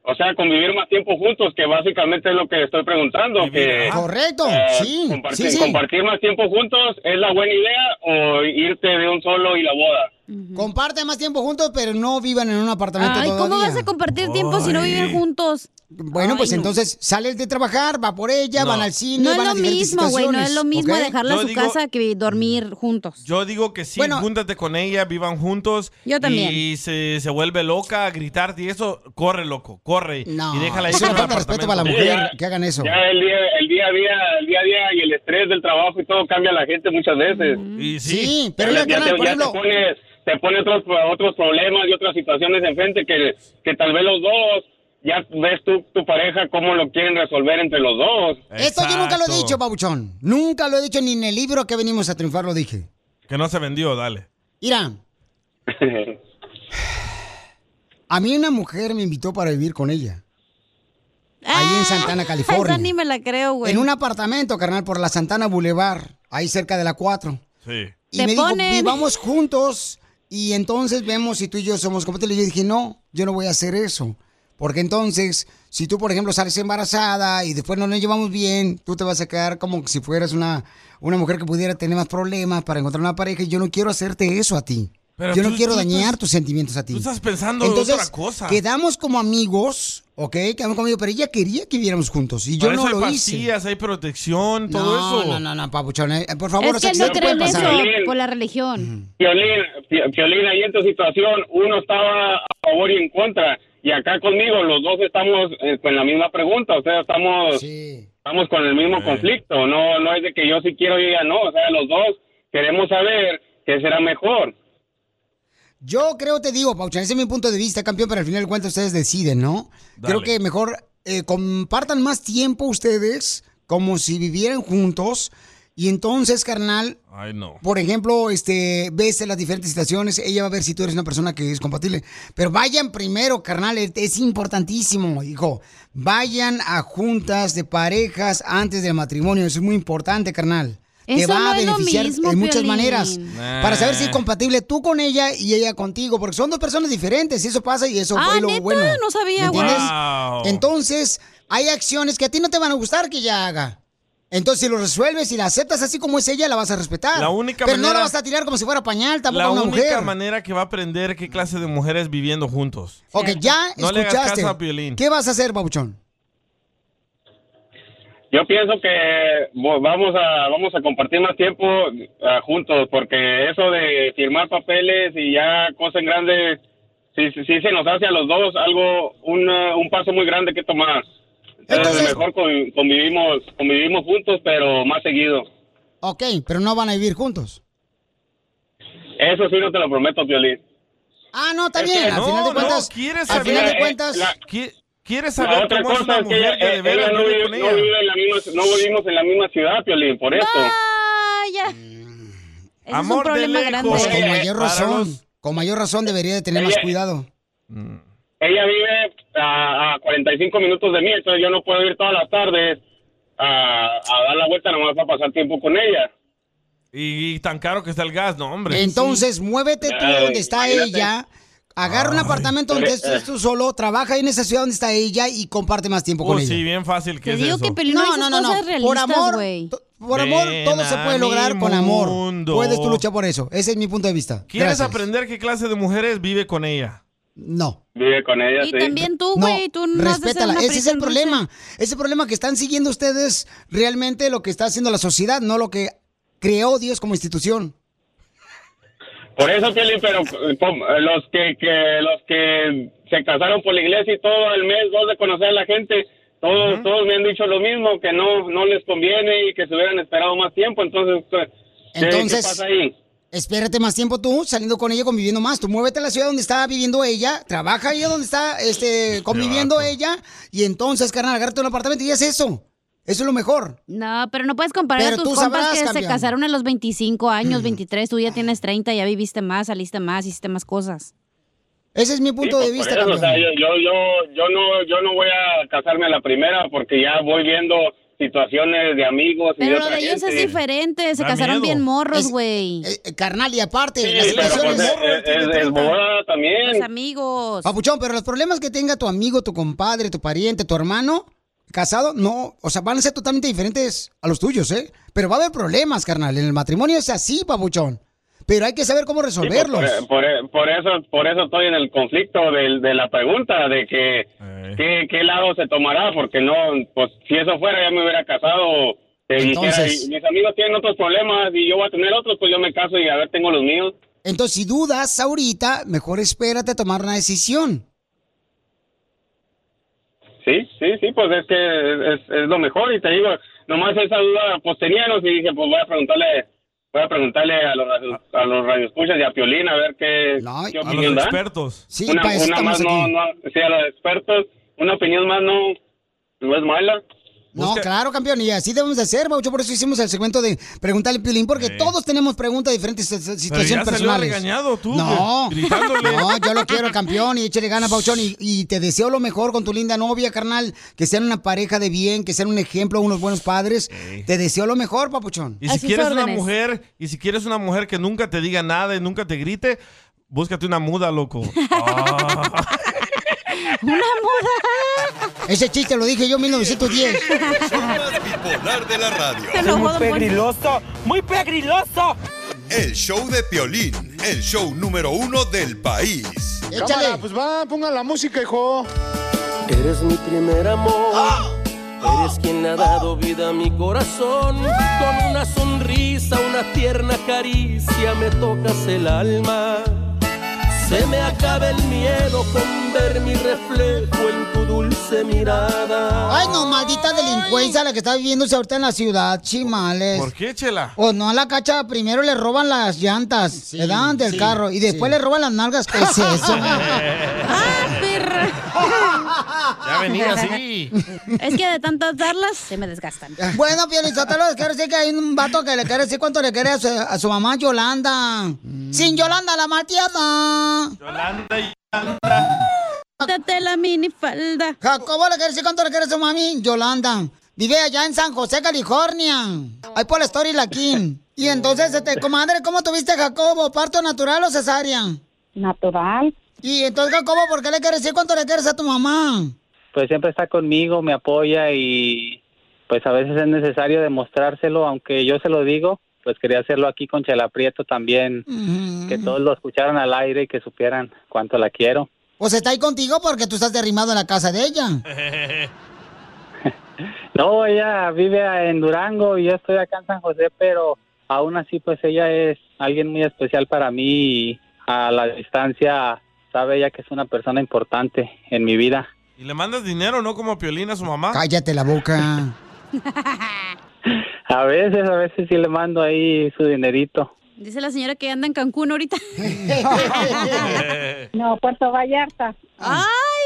Speaker 9: o sea, convivir más tiempo juntos, que básicamente es lo que estoy preguntando. Que,
Speaker 3: Correcto,
Speaker 9: eh,
Speaker 3: sí,
Speaker 9: Compartir,
Speaker 3: sí, sí.
Speaker 9: compartir más tiempo juntos es la buena idea o irte de un solo y la boda.
Speaker 3: Comparten más tiempo juntos, pero no vivan en un apartamento
Speaker 4: Ay, ¿cómo
Speaker 3: todavía.
Speaker 4: vas a compartir tiempo si no viven
Speaker 3: Ay.
Speaker 4: juntos?
Speaker 3: Bueno, pues entonces sales de trabajar, va por ella,
Speaker 5: No.
Speaker 3: van al cine,
Speaker 4: No es
Speaker 3: van a
Speaker 4: lo
Speaker 3: diferentes
Speaker 4: mismo, güey, no es lo
Speaker 3: situaciones,
Speaker 4: mismo
Speaker 3: ¿ok? Mm.
Speaker 4: dejarla
Speaker 5: Yo
Speaker 4: en su
Speaker 5: digo-
Speaker 4: casa que dormir juntos.
Speaker 5: Yo digo que sí,
Speaker 4: Bueno.
Speaker 5: júntate con ella, vivan juntos.
Speaker 4: Yo también.
Speaker 5: Y se, se vuelve loca a gritarte y eso, corre, loco, corre.
Speaker 3: No,
Speaker 5: y déjala ir
Speaker 3: eso es
Speaker 5: al
Speaker 3: falta de respeto para la
Speaker 5: apartamento.
Speaker 3: mujer que hagan eso.
Speaker 9: Ya el día, el día a día, el día a día y el estrés del trabajo y todo cambia a la gente muchas veces.
Speaker 5: Y
Speaker 3: sí. Mm. Sí, pero mira,
Speaker 9: ya,
Speaker 3: carnal,
Speaker 9: te,
Speaker 3: por
Speaker 9: ya
Speaker 3: ejemplo-
Speaker 9: te pones, te pone otros, otros problemas y otras situaciones enfrente que, que tal vez los dos ya ves tú, tu pareja cómo lo quieren resolver entre los dos.
Speaker 3: Esto yo nunca lo he dicho, Pabuchón. Nunca lo he dicho ni en el libro que venimos a triunfar lo dije.
Speaker 5: Que no se vendió, dale.
Speaker 3: Mira, a mí una mujer me invitó para vivir con ella. Ahí
Speaker 4: Ah,
Speaker 3: en Santana, California.
Speaker 4: Esa ni me la creo, güey.
Speaker 3: En un apartamento, carnal, por la Santana Boulevard, ahí cerca de la 4.
Speaker 5: Sí.
Speaker 3: Y
Speaker 4: Te
Speaker 3: me
Speaker 4: ponen.
Speaker 3: dijo, vivamos juntos y entonces vemos si tú y yo somos compatibles. Yo dije, no, yo no voy a hacer eso. Porque entonces, si tú, por ejemplo, sales embarazada y después no nos llevamos bien, tú te vas a quedar como si fueras una, una mujer que pudiera tener más problemas para encontrar una pareja. Y yo no quiero hacerte eso a ti.
Speaker 5: Pero
Speaker 3: yo no
Speaker 5: tú-
Speaker 3: quiero
Speaker 5: tú
Speaker 3: dañar
Speaker 5: estás-
Speaker 3: tus sentimientos a ti.
Speaker 5: tú estás pensando en
Speaker 3: Entonces,
Speaker 5: otra cosa.
Speaker 3: Quedamos como amigos, ¿ok? Quedamos como amigos, pero ella quería que viviéramos juntos y yo
Speaker 5: Para eso
Speaker 3: no
Speaker 5: hay
Speaker 3: lo hice.
Speaker 5: pastillas, hay protección, todo
Speaker 3: No,
Speaker 5: eso.
Speaker 3: no, no, no, papuchón. eh, Por favor,
Speaker 4: es que
Speaker 3: no
Speaker 4: no
Speaker 3: se
Speaker 4: creen
Speaker 3: puede
Speaker 4: eso pues,
Speaker 3: pasar.
Speaker 4: por la religión.
Speaker 9: Piolín, Pi- Piolín, ahí en tu situación, uno estaba a favor y en contra. Y acá conmigo, los dos estamos eh, con la misma pregunta. O sea, estamos, estamos con el mismo conflicto. No, no es de que yo sí quiero y ella no. O sea, los dos queremos saber qué será mejor.
Speaker 3: Yo creo, te digo, Pauchan, ese es mi punto de vista, campeón, pero al final de cuentas ustedes deciden, ¿no?
Speaker 15: Dale.
Speaker 3: Creo que mejor eh, compartan más tiempo ustedes, como si vivieran juntos, y entonces, carnal,
Speaker 5: Ay, no.
Speaker 3: por ejemplo, este, ves las diferentes situaciones, ella va a ver si tú eres una persona que es compatible. Pero vayan primero, carnal, es- es importantísimo, hijo. Vayan a juntas de parejas antes del matrimonio, eso es muy importante, carnal. Te
Speaker 4: Eso
Speaker 3: va
Speaker 4: no
Speaker 3: a
Speaker 4: es lo
Speaker 3: beneficiar
Speaker 4: mismo,
Speaker 3: en muchas
Speaker 4: Piolín.
Speaker 3: maneras.
Speaker 4: Nah.
Speaker 3: Para saber si es compatible tú con ella y ella contigo, porque son dos personas diferentes y eso pasa y eso
Speaker 4: Ah,
Speaker 3: fue lo
Speaker 4: ¿neta?
Speaker 3: bueno.
Speaker 4: No sabía,
Speaker 3: ¿me
Speaker 4: güey.
Speaker 3: entiendes?
Speaker 4: Wow.
Speaker 3: Entonces, hay acciones que a ti no te van a gustar que ella haga. Entonces, si lo resuelves y la aceptas así como es ella, la vas a respetar.
Speaker 5: La única
Speaker 3: Pero no la
Speaker 5: manera-
Speaker 3: vas a tirar como si fuera pañal, tampoco
Speaker 5: La
Speaker 3: a una
Speaker 5: única
Speaker 3: mujer.
Speaker 5: manera que va a aprender qué clase de mujeres viviendo juntos.
Speaker 3: Ok, ya
Speaker 5: No le hagas
Speaker 3: escuchaste.
Speaker 5: caso a Piolín.
Speaker 3: ¿Qué vas a hacer, babuchón?
Speaker 9: Yo pienso que bo- vamos a vamos a compartir más tiempo ah, juntos porque eso de firmar papeles y ya cosas en grande si, si, si se nos hace a los dos algo una- un paso muy grande que tomar. Entonces, mejor con- convivimos convivimos juntos pero más seguido.
Speaker 3: Ok, pero no van a vivir juntos.
Speaker 9: Eso sí no te lo prometo, Piolín.
Speaker 3: Ah, no, está
Speaker 9: Es que
Speaker 3: bien. Al
Speaker 9: no,
Speaker 3: final de
Speaker 9: no,
Speaker 3: cuentas.
Speaker 5: ¿quieres
Speaker 3: al
Speaker 5: saber?
Speaker 3: final
Speaker 5: Eh,
Speaker 3: de cuentas.
Speaker 5: la- qui- ¿Quieres
Speaker 9: La
Speaker 5: saber
Speaker 9: otra
Speaker 5: cómo es
Speaker 9: cosa
Speaker 5: una
Speaker 9: es que
Speaker 5: mujer que
Speaker 9: ella-
Speaker 5: de veras
Speaker 9: ella no
Speaker 5: vive
Speaker 9: vive-
Speaker 5: con
Speaker 9: no
Speaker 5: ella?
Speaker 9: vive en la misma- no vivimos en la misma ciudad, Piolín, por eso.
Speaker 4: Vaya. Ese es un problema grande.
Speaker 3: Pues con mayor
Speaker 9: Para
Speaker 3: razón.
Speaker 9: los-
Speaker 3: Con mayor razón debería de tener más
Speaker 9: Ella-
Speaker 3: cuidado.
Speaker 9: ella vive a, a 45 minutos de mí, entonces yo no puedo ir todas las tardes a, a dar la vuelta nomás para pasar tiempo con ella.
Speaker 5: Y, y tan caro que está el gas, no, hombre.
Speaker 3: Entonces, muévete tú
Speaker 5: Ay,
Speaker 3: donde está
Speaker 5: Ah, imagínate.
Speaker 3: ella. Agarra un apartamento donde
Speaker 5: Eh,
Speaker 3: estés
Speaker 5: eh.
Speaker 3: tú solo, trabaja ahí en esa ciudad donde está ella y comparte más tiempo
Speaker 5: Oh,
Speaker 3: con
Speaker 5: sí,
Speaker 3: ella.
Speaker 5: bien fácil que
Speaker 4: Te
Speaker 5: es
Speaker 4: digo
Speaker 5: eso.
Speaker 4: que Pelín no, no, no,
Speaker 3: Por amor,
Speaker 4: güey.
Speaker 3: Por amor,
Speaker 5: Ven
Speaker 3: todo se
Speaker 5: a
Speaker 3: puede
Speaker 5: mi
Speaker 3: lograr con amor.
Speaker 5: mundo.
Speaker 3: Puedes tú luchar por eso. Ese es mi punto de vista.
Speaker 5: ¿Quieres
Speaker 3: Gracias.
Speaker 5: aprender qué clase de mujeres vive con ella?
Speaker 3: No.
Speaker 9: Vive con ella,
Speaker 4: Y
Speaker 9: sí.
Speaker 4: también tú, güey, tú no has de ser
Speaker 3: respétala.
Speaker 4: una
Speaker 3: Ese es el
Speaker 4: prisión dulce.
Speaker 3: problema. Ese problema que están siguiendo ustedes realmente lo que está haciendo la sociedad, no lo que creó Dios como institución.
Speaker 9: Por eso, Piolín, pero eh, com- eh, los que, que- los que se casaron por la iglesia y todo al mes, dos de conocer a la gente, todos, todos me han dicho lo mismo, que no, no les conviene y que se hubieran esperado más tiempo, entonces, ¿qué- ¿qué
Speaker 3: Entonces,
Speaker 9: pasa ahí?
Speaker 3: Espérate más tiempo tú, saliendo con ella, conviviendo más. Tú muévete a la ciudad donde está viviendo ella, trabaja ahí donde está este, conviviendo ella, y entonces, carnal, agárrate un apartamento y haz eso. Eso es lo mejor.
Speaker 4: No, pero no puedes comparar
Speaker 3: Pero
Speaker 4: a tus
Speaker 3: tú
Speaker 4: compas
Speaker 3: sabrás,
Speaker 4: que se
Speaker 3: campeón.
Speaker 4: casaron a los 25 años, 23, tú ya tienes 30, ya viviste más, saliste más, hiciste más cosas.
Speaker 3: Ese es mi
Speaker 9: Sí, pues, por eso, o sea, yo, yo, yo, yo no, yo no voy a casarme a la primera porque ya voy viendo si situaciones de amigos y de
Speaker 4: Pero lo
Speaker 9: otra
Speaker 4: de ellos
Speaker 9: gente.
Speaker 4: es diferente, se
Speaker 9: Da
Speaker 4: casaron
Speaker 9: miedo.
Speaker 4: bien morros,
Speaker 9: Es-
Speaker 4: güey.
Speaker 3: eh, carnal, y aparte,
Speaker 9: Sí, pero pues, es, es, es boda también.
Speaker 4: Los amigos.
Speaker 3: Papuchón, pero los problemas que tenga tu amigo, tu compadre, tu pariente, tu hermano, casado, no, o sea, van a ser totalmente diferentes a los tuyos, ¿eh? Pero va a haber problemas, carnal. En el matrimonio es así, papuchón. Pero hay que saber cómo
Speaker 9: Sí, pues,
Speaker 3: resolverlos.
Speaker 9: por, por- por eso, por eso estoy en el conflicto del- de, la pregunta de que qué, qué lado se tomará, porque no, pues si eso fuera ya me hubiera casado. Te dijera,
Speaker 3: Entonces-
Speaker 9: "Y mis amigos tienen otros problemas y yo voy a tener otros, pues yo me caso y a ver tengo los míos.
Speaker 3: Entonces, si dudas ahorita, mejor espérate a tomar una decisión.
Speaker 9: Sí, sí, sí, pues es que es, es lo mejor y te digo, nomás esa duda pues teníamos y dije, pues voy a preguntarle, voy a preguntarle a los radio- a los radioescuchas y a Piolín a ver qué, qué
Speaker 5: A
Speaker 9: opinión
Speaker 5: los
Speaker 9: dan.
Speaker 5: expertos. pues,
Speaker 9: una, una más no, no, sí, a los expertos, una opinión más no, no es mala.
Speaker 3: No, claro, campeón, y así debemos de hacer, Baucho. Por eso hicimos el segmento de Preguntarle a Piolín, porque todos tenemos preguntas de diferentes si- situaciones
Speaker 5: ya salió
Speaker 3: personales.
Speaker 5: regañado tú,
Speaker 3: no,
Speaker 5: que- gritándole.
Speaker 3: no, yo lo quiero, campeón, y échale ganas, Bauchón. Y, y te deseo lo mejor con tu linda novia, carnal. Que sean una pareja de bien, que sean un ejemplo, unos buenos padres. Te deseo lo mejor, papuchón.
Speaker 5: Y si quieres una mujer, y si quieres una mujer que nunca te diga nada y nunca te grite, búscate una muda, loco. Ah.
Speaker 3: Una muda. Ese chiste lo dije yo en 1910.
Speaker 7: Bipolar de la radio.
Speaker 3: Te lo Soy muy jodo, pues.
Speaker 7: muy pegriloso. El show de Piolín, el show número uno del país.
Speaker 15: Cámara, pues va, ponga la música, hijo. Eres mi primer amor.
Speaker 3: ¡Ah!
Speaker 16: Eres quien ha dado vida a mi corazón. Con una sonrisa, una tierna caricia me tocas el alma. Se me acaba el miedo con ver mi reflejo en tu dulce mirada.
Speaker 3: Ay, no, maldita delincuencia la que está viviéndose ahorita en la ciudad, chimales.
Speaker 5: ¿Por qué, Chela?
Speaker 3: O no a la cacha, primero le roban las llantas, le dan del
Speaker 5: sí,
Speaker 3: carro y después le roban las nalgas. ¿Qué es eso?
Speaker 1: Ah,
Speaker 5: Ya venía así.
Speaker 3: Es que de tantas darlas se me desgastan. Bueno, Pielizotelo, les quiero decir que hay un vato que le quiere decir cuánto le quiere a su, a su mamá Yolanda.
Speaker 5: Mm.
Speaker 3: Sin Yolanda la malteada.
Speaker 5: Yolanda y
Speaker 3: Date la minifalda. Jacobo le quiere decir cuánto le quiere a su mami Yolanda. Vive allá en San José, California. Ahí por la Story Laquín. Y entonces, este, comadre, ¿cómo tuviste a Jacobo? ¿Parto natural o cesárea? Natural. Y entonces, Jacobo, ¿por qué le quieres decir cuánto le quieres a tu mamá?
Speaker 17: pues siempre está conmigo, me apoya y pues a veces es necesario demostrárselo, aunque yo se lo digo, pues quería hacerlo aquí con Chela Prieto también, que
Speaker 3: Mm.
Speaker 17: todos lo escucharan al aire y que supieran cuánto la quiero.
Speaker 3: Pues está ahí contigo porque tú estás derrimado en la casa de ella.
Speaker 17: No, ella vive a- en Durango y yo estoy acá en San José, pero aún así pues ella es alguien muy especial para mí y a la distancia sabe ella que es una persona importante en mi vida.
Speaker 5: ¿Y le mandas dinero, no como a Piolín a su mamá?
Speaker 3: Cállate la boca.
Speaker 17: A veces, a veces sí le mando ahí su dinerito.
Speaker 4: Dice la señora que anda en Cancún ahorita.
Speaker 5: Eh.
Speaker 18: No, Puerto Vallarta.
Speaker 4: Ay,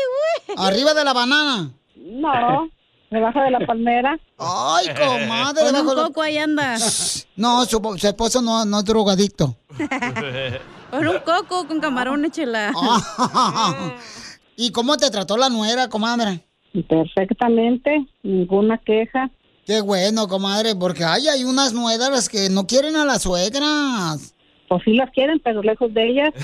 Speaker 4: güey.
Speaker 3: Arriba de la banana.
Speaker 18: No, debajo de la palmera.
Speaker 3: Ay, comadre.
Speaker 4: Con un
Speaker 3: debajo de-
Speaker 4: coco ahí anda.
Speaker 3: No, su, su esposo no, no es drogadicto.
Speaker 4: Con un coco, con camarones, chela.
Speaker 3: ¿Y cómo te trató la nuera, comadre?
Speaker 18: Perfectamente, ninguna queja.
Speaker 3: Qué bueno, comadre, porque ay, hay unas nueras que no quieren a las suegras.
Speaker 18: Pues sí las quieren, pero lejos de ellas.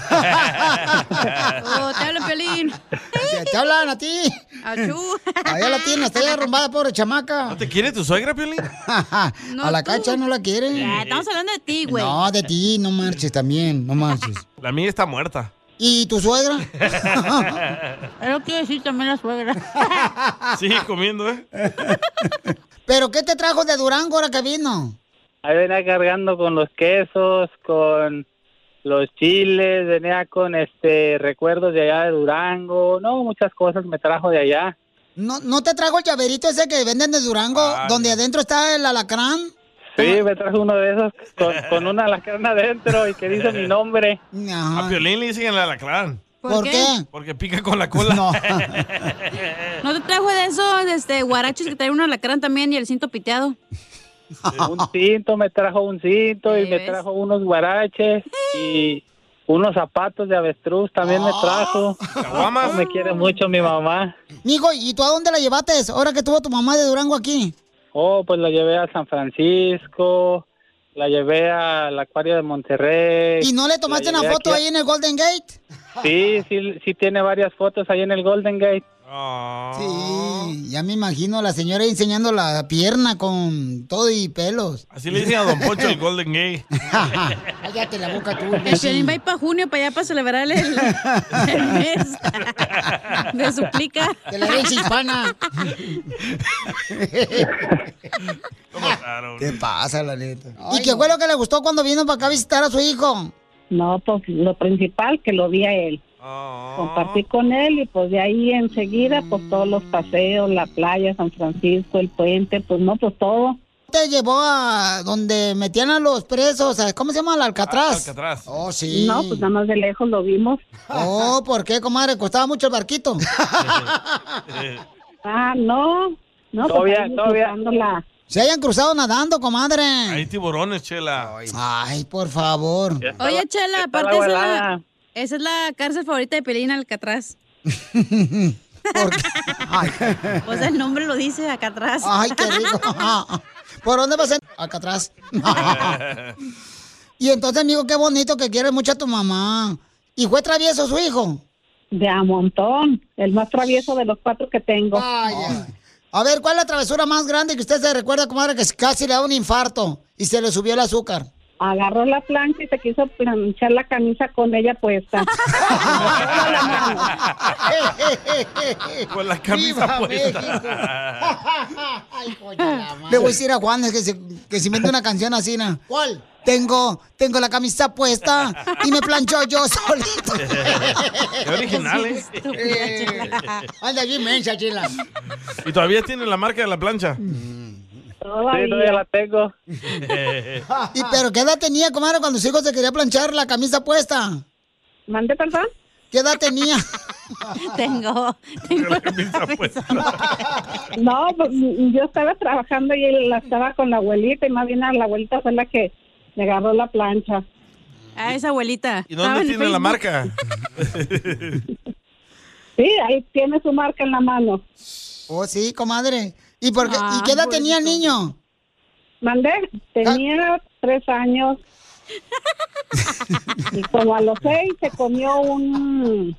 Speaker 4: Oh, te hablan, Piolín.
Speaker 3: Te, te hablan a ti.
Speaker 4: Achú.
Speaker 3: Allá la tienes, está ya arrumbada, pobre chamaca.
Speaker 5: ¿No te quiere tu suegra, Piolín?
Speaker 3: a la
Speaker 5: tú.
Speaker 3: cacha no la quieren.
Speaker 5: Ya, estamos
Speaker 4: hablando de ti,
Speaker 5: güey.
Speaker 3: No, de ti, no marches también, no marches.
Speaker 5: La mía está muerta.
Speaker 3: ¿Y tu suegra?
Speaker 4: Pero quiero decir también la suegra.
Speaker 5: Sigue comiendo, ¿eh?
Speaker 3: ¿Pero qué te trajo de Durango ahora que vino?
Speaker 17: Ahí venía cargando con los quesos, con los chiles, venía con este recuerdos de allá de Durango, no, muchas cosas me trajo de allá.
Speaker 3: ¿No, no te trajo el llaverito ese que venden de Durango,
Speaker 17: Ah,
Speaker 3: donde adentro está el alacrán?
Speaker 17: Sí, me trajo uno de esos con, con una lacrana adentro y que dice mi nombre.
Speaker 5: A Piolín le dicen el alacrán.
Speaker 4: ¿Por ¿Por qué? qué?
Speaker 5: Porque pica con la cola.
Speaker 3: No.
Speaker 4: ¿No te trajo de esos este, guarachos que traen un alacrán también y el cinto piteado?
Speaker 17: Un cinto, me trajo un cinto y
Speaker 4: Sí,
Speaker 17: me
Speaker 4: ¿ves?
Speaker 17: trajo unos guaraches y unos zapatos de avestruz también me trajo. Me quiere mucho mi mamá.
Speaker 3: Mijo, ¿y tú a dónde la llevaste ahora que tuvo tu mamá de Durango aquí?
Speaker 17: Oh, pues la llevé a San Francisco, la llevé al Acuario de Monterrey.
Speaker 3: ¿Y no le tomaste
Speaker 17: la
Speaker 3: una
Speaker 17: llevé
Speaker 3: foto
Speaker 17: aquí
Speaker 3: ahí en el Golden Gate?
Speaker 17: a- Sí, sí, sí tiene varias fotos ahí en el Golden Gate.
Speaker 3: Ah. Sí, ya me imagino a la señora ahí enseñando la pierna con todo y pelos.
Speaker 5: Así le dicen a Don Poncho el Golden Gay.
Speaker 3: Cállate la boca tú.
Speaker 4: El Piolín va a ir para junio para allá para celebrar el, el mes. Me suplica.
Speaker 3: De la herencia hispana. ¿Qué pasa, la neta? ¿Y qué fue lo que le gustó cuando vino para acá a visitar a su hijo?
Speaker 18: No, pues lo principal que lo vi a él.
Speaker 5: Oh.
Speaker 18: Compartí con él y pues de ahí enseguida
Speaker 5: Mm.
Speaker 18: pues todos los paseos, la playa, San Francisco, el puente, pues no, pues todo.
Speaker 3: Te llevó a donde metían a los presos, a- ¿cómo se llama? ¿La Alcatraz?
Speaker 5: Alcatraz.
Speaker 3: Oh, sí.
Speaker 18: No, pues nada más de lejos lo vimos.
Speaker 3: Oh, ¿por qué, comadre? Costaba mucho el barquito.
Speaker 18: Ah, no. No, pues
Speaker 3: Todavía,
Speaker 18: ahí
Speaker 3: todavía.
Speaker 18: disfrutándola.
Speaker 3: Se hayan cruzado nadando, comadre.
Speaker 5: Hay tiburones, chela.
Speaker 3: Ay, por favor.
Speaker 4: Oye, Chela, aparte esa es, la, esa es la cárcel favorita de Piolín Alcatraz. O sea, el nombre lo dice acá
Speaker 18: Ah,
Speaker 4: atrás.
Speaker 3: Ay, qué rico. ¿Por dónde vas? en- Acá atrás. Y entonces, amigo, qué bonito que quieres mucho a tu mamá. ¿Y fue travieso su hijo?
Speaker 18: De a montón. El más travieso de los cuatro que tengo.
Speaker 3: A ver, ¿cuál es la travesura más grande que usted se recuerda, comadre, que casi le da un infarto y se le subió el azúcar?
Speaker 18: Agarró la plancha y se quiso planchar la camisa con ella puesta.
Speaker 5: Con la camisa
Speaker 3: ¡Viva
Speaker 5: puesta.
Speaker 3: Le voy a decir a Juan que se, que se invente una canción así, ¿no? ¿Cuál? Tengo, tengo la camisa puesta y me plancho yo solito.
Speaker 5: Qué original, ¿eh?
Speaker 3: Eh, Anda allí, mensa, chila.
Speaker 5: ¿eh? ¿Y todavía tiene la marca de la plancha?
Speaker 3: Todavía. Sí, todavía la
Speaker 17: tengo.
Speaker 3: ¿Y pero qué edad tenía, comadre, cuando su hijo se quería planchar la camisa puesta?
Speaker 18: ¿Mande, perdón?
Speaker 3: ¿Qué edad tenía?
Speaker 4: tengo,
Speaker 18: No, pues mm, yo estaba trabajando y él la estaba con la abuelita y más bien a la abuelita fue la que le agarró la plancha.
Speaker 4: Ah, esa abuelita.
Speaker 5: ¿Y dónde tiene la marca?
Speaker 18: Sí, ahí tiene su marca en la mano.
Speaker 3: Oh, sí, comadre. ¿Y, por qué, ¿y qué edad tenía el niño? Ah.
Speaker 18: Mandé, tenía tres años. Y como a los seis se comió un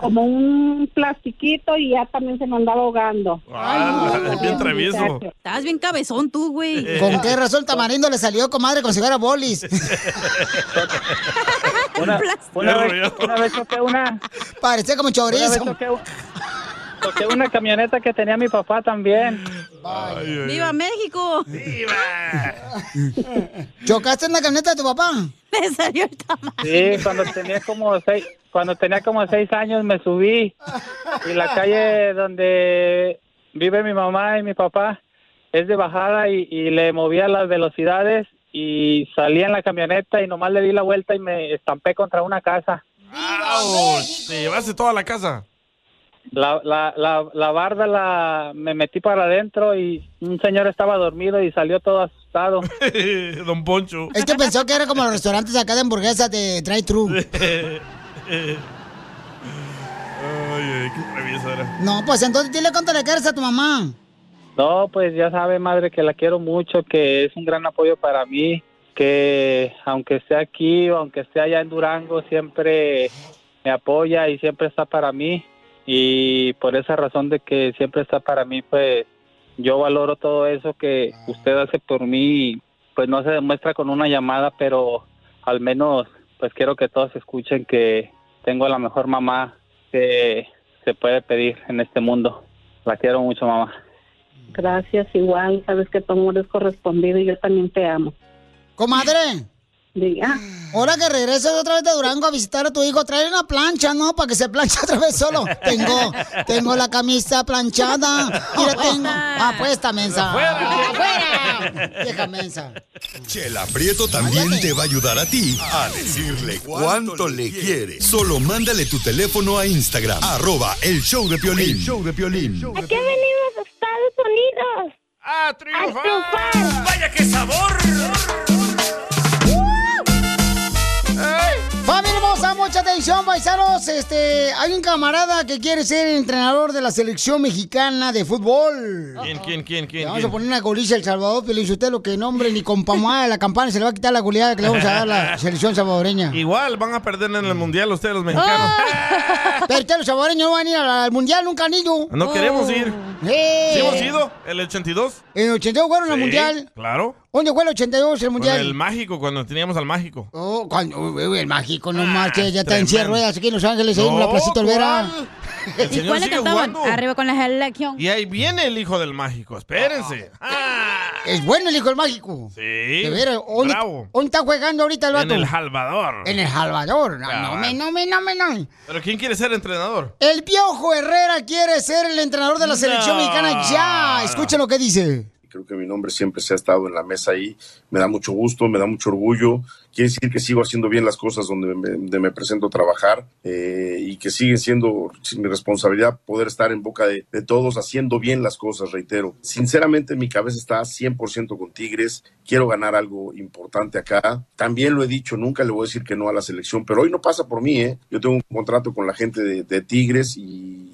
Speaker 18: como un plastiquito y ya también se me andaba ahogando.
Speaker 5: Ah, bien travieso.
Speaker 4: Estabas bien cabezón tú, güey.
Speaker 3: ¿Con qué razón el tamarindo le salió, comadre, como si fuera bolis?
Speaker 17: Una, una vez, una vez toqué una,
Speaker 3: Parecía como
Speaker 17: Una vez
Speaker 3: chorizo.
Speaker 17: toqué un- toqué una camioneta que tenía mi papá también.
Speaker 4: ¡Viva México!
Speaker 3: ¿Chocaste en la camioneta de tu papá?
Speaker 4: Me salió el
Speaker 17: Sí, cuando tenía como seis, cuando tenía como seis años me subí y la calle donde vive mi mamá y mi papá es de bajada y, y le movía las velocidades y salí en la camioneta y nomás le di la vuelta y me estampé contra una casa.
Speaker 5: Ouch, Te llevaste toda la casa.
Speaker 17: La, la, la, la barda la me metí para adentro y un señor estaba dormido y salió todo asustado.
Speaker 5: Don Poncho.
Speaker 3: Es que pensó que era como los restaurantes acá de hamburguesas de Try True.
Speaker 5: Ay, ay, qué traviesa era.
Speaker 3: No, pues entonces dile cuánto le quieres a tu mamá.
Speaker 17: No, pues ya sabe, madre, que la quiero mucho, que es un gran apoyo para mí, que aunque esté aquí o aunque esté allá en Durango, siempre me apoya y siempre está para mí. Y por esa razón de que siempre está para mí, pues yo valoro todo eso que usted hace por mí. y, Pues no se demuestra con una llamada, pero al menos, pues quiero que todos escuchen que tengo a la mejor mamá que se puede pedir en este mundo. La quiero mucho, mamá.
Speaker 18: Gracias, igual, sabes que tu amor es correspondido y yo también te amo.
Speaker 3: Comadre. Oh,
Speaker 18: Diga.
Speaker 3: Ahora que regreses otra vez de Durango a visitar a tu hijo, trae una plancha, ¿no? Para que se planche otra vez solo. Tengo, tengo la camisa planchada. Y la tengo. Apuesta, mensa. ¡Fuera! Vieja mensa.
Speaker 7: Chela Prieto también te va a ayudar a ti a decirle cuánto le quiere. Solo mándale tu teléfono a Instagram, arroba el show de Piolín. show de Piolín.
Speaker 1: ¿A qué venimos a Estados Unidos?
Speaker 5: ¡A
Speaker 1: triunfar! ¡Vaya qué sabor!
Speaker 3: ¡Familia hermosa! mucha atención, paisanos. Este, hay un camarada que quiere ser entrenador de la selección mexicana de fútbol.
Speaker 5: ¿Quién,
Speaker 3: Oh,
Speaker 5: quién, quién,
Speaker 3: Le
Speaker 5: quién?
Speaker 3: vamos a
Speaker 5: quién?
Speaker 3: poner una goliza El Salvador, Piolín Sotelo, que nombre ni con pomada de la campana se le va a quitar la goleada que le vamos a dar a la selección Mm. salvadoreña.
Speaker 5: Igual van a perder en el mundial ustedes los mexicanos.
Speaker 3: Pero ustedes los salvadoreños no van a ir al al mundial nunca han ido.
Speaker 5: No queremos ir.
Speaker 3: ¡Eh!
Speaker 5: ¿Sí hemos ido? ¿El 82?
Speaker 3: En el 82 fueron al
Speaker 5: Sí,
Speaker 3: mundial.
Speaker 5: Claro.
Speaker 3: ¿Dónde fue el 82 el
Speaker 5: Con
Speaker 3: mundial?
Speaker 5: el mágico, cuando teníamos al mágico. Ah,
Speaker 3: Oh, cuando, uy, uy, el mágico no marche, ya está en
Speaker 5: tremendo.
Speaker 3: silla de ruedas aquí en Los Ángeles, ahí en la
Speaker 5: No,
Speaker 3: Placita Olvera.
Speaker 5: El
Speaker 4: ¿Y
Speaker 5: señor
Speaker 4: cuál le
Speaker 5: sigue
Speaker 4: cantaban?
Speaker 5: jugando.
Speaker 4: Arriba con la selección.
Speaker 5: Y ahí viene el hijo del mágico, espérense.
Speaker 3: Es bueno el hijo del mágico.
Speaker 5: Sí.
Speaker 3: De veras, ¿dónde,
Speaker 5: Bravo.
Speaker 3: dónde está jugando ahorita el
Speaker 5: En
Speaker 3: vato?
Speaker 5: el Salvador.
Speaker 3: En el Salvador. No,
Speaker 5: Cabal.
Speaker 3: no, me, no, me, no, me, no.
Speaker 5: Pero ¿quién quiere ser entrenador?
Speaker 3: El Piojo Herrera quiere ser el entrenador de la selección
Speaker 19: No.
Speaker 3: mexicana ya. Escuchen lo que dice.
Speaker 19: creo que mi nombre siempre se ha estado en la mesa ahí. Me da mucho gusto, me da mucho orgullo. Quiere decir que sigo haciendo bien las cosas donde me, donde me presento a trabajar eh, y que sigue siendo mi responsabilidad poder estar en boca de, de todos haciendo bien las cosas, reitero. Sinceramente, mi cabeza está 100% con Tigres. Quiero ganar algo importante acá. También lo he dicho, nunca le voy a decir que no a la selección, pero hoy no pasa por mí. ¿eh? Yo tengo un contrato con la gente de, de Tigres y,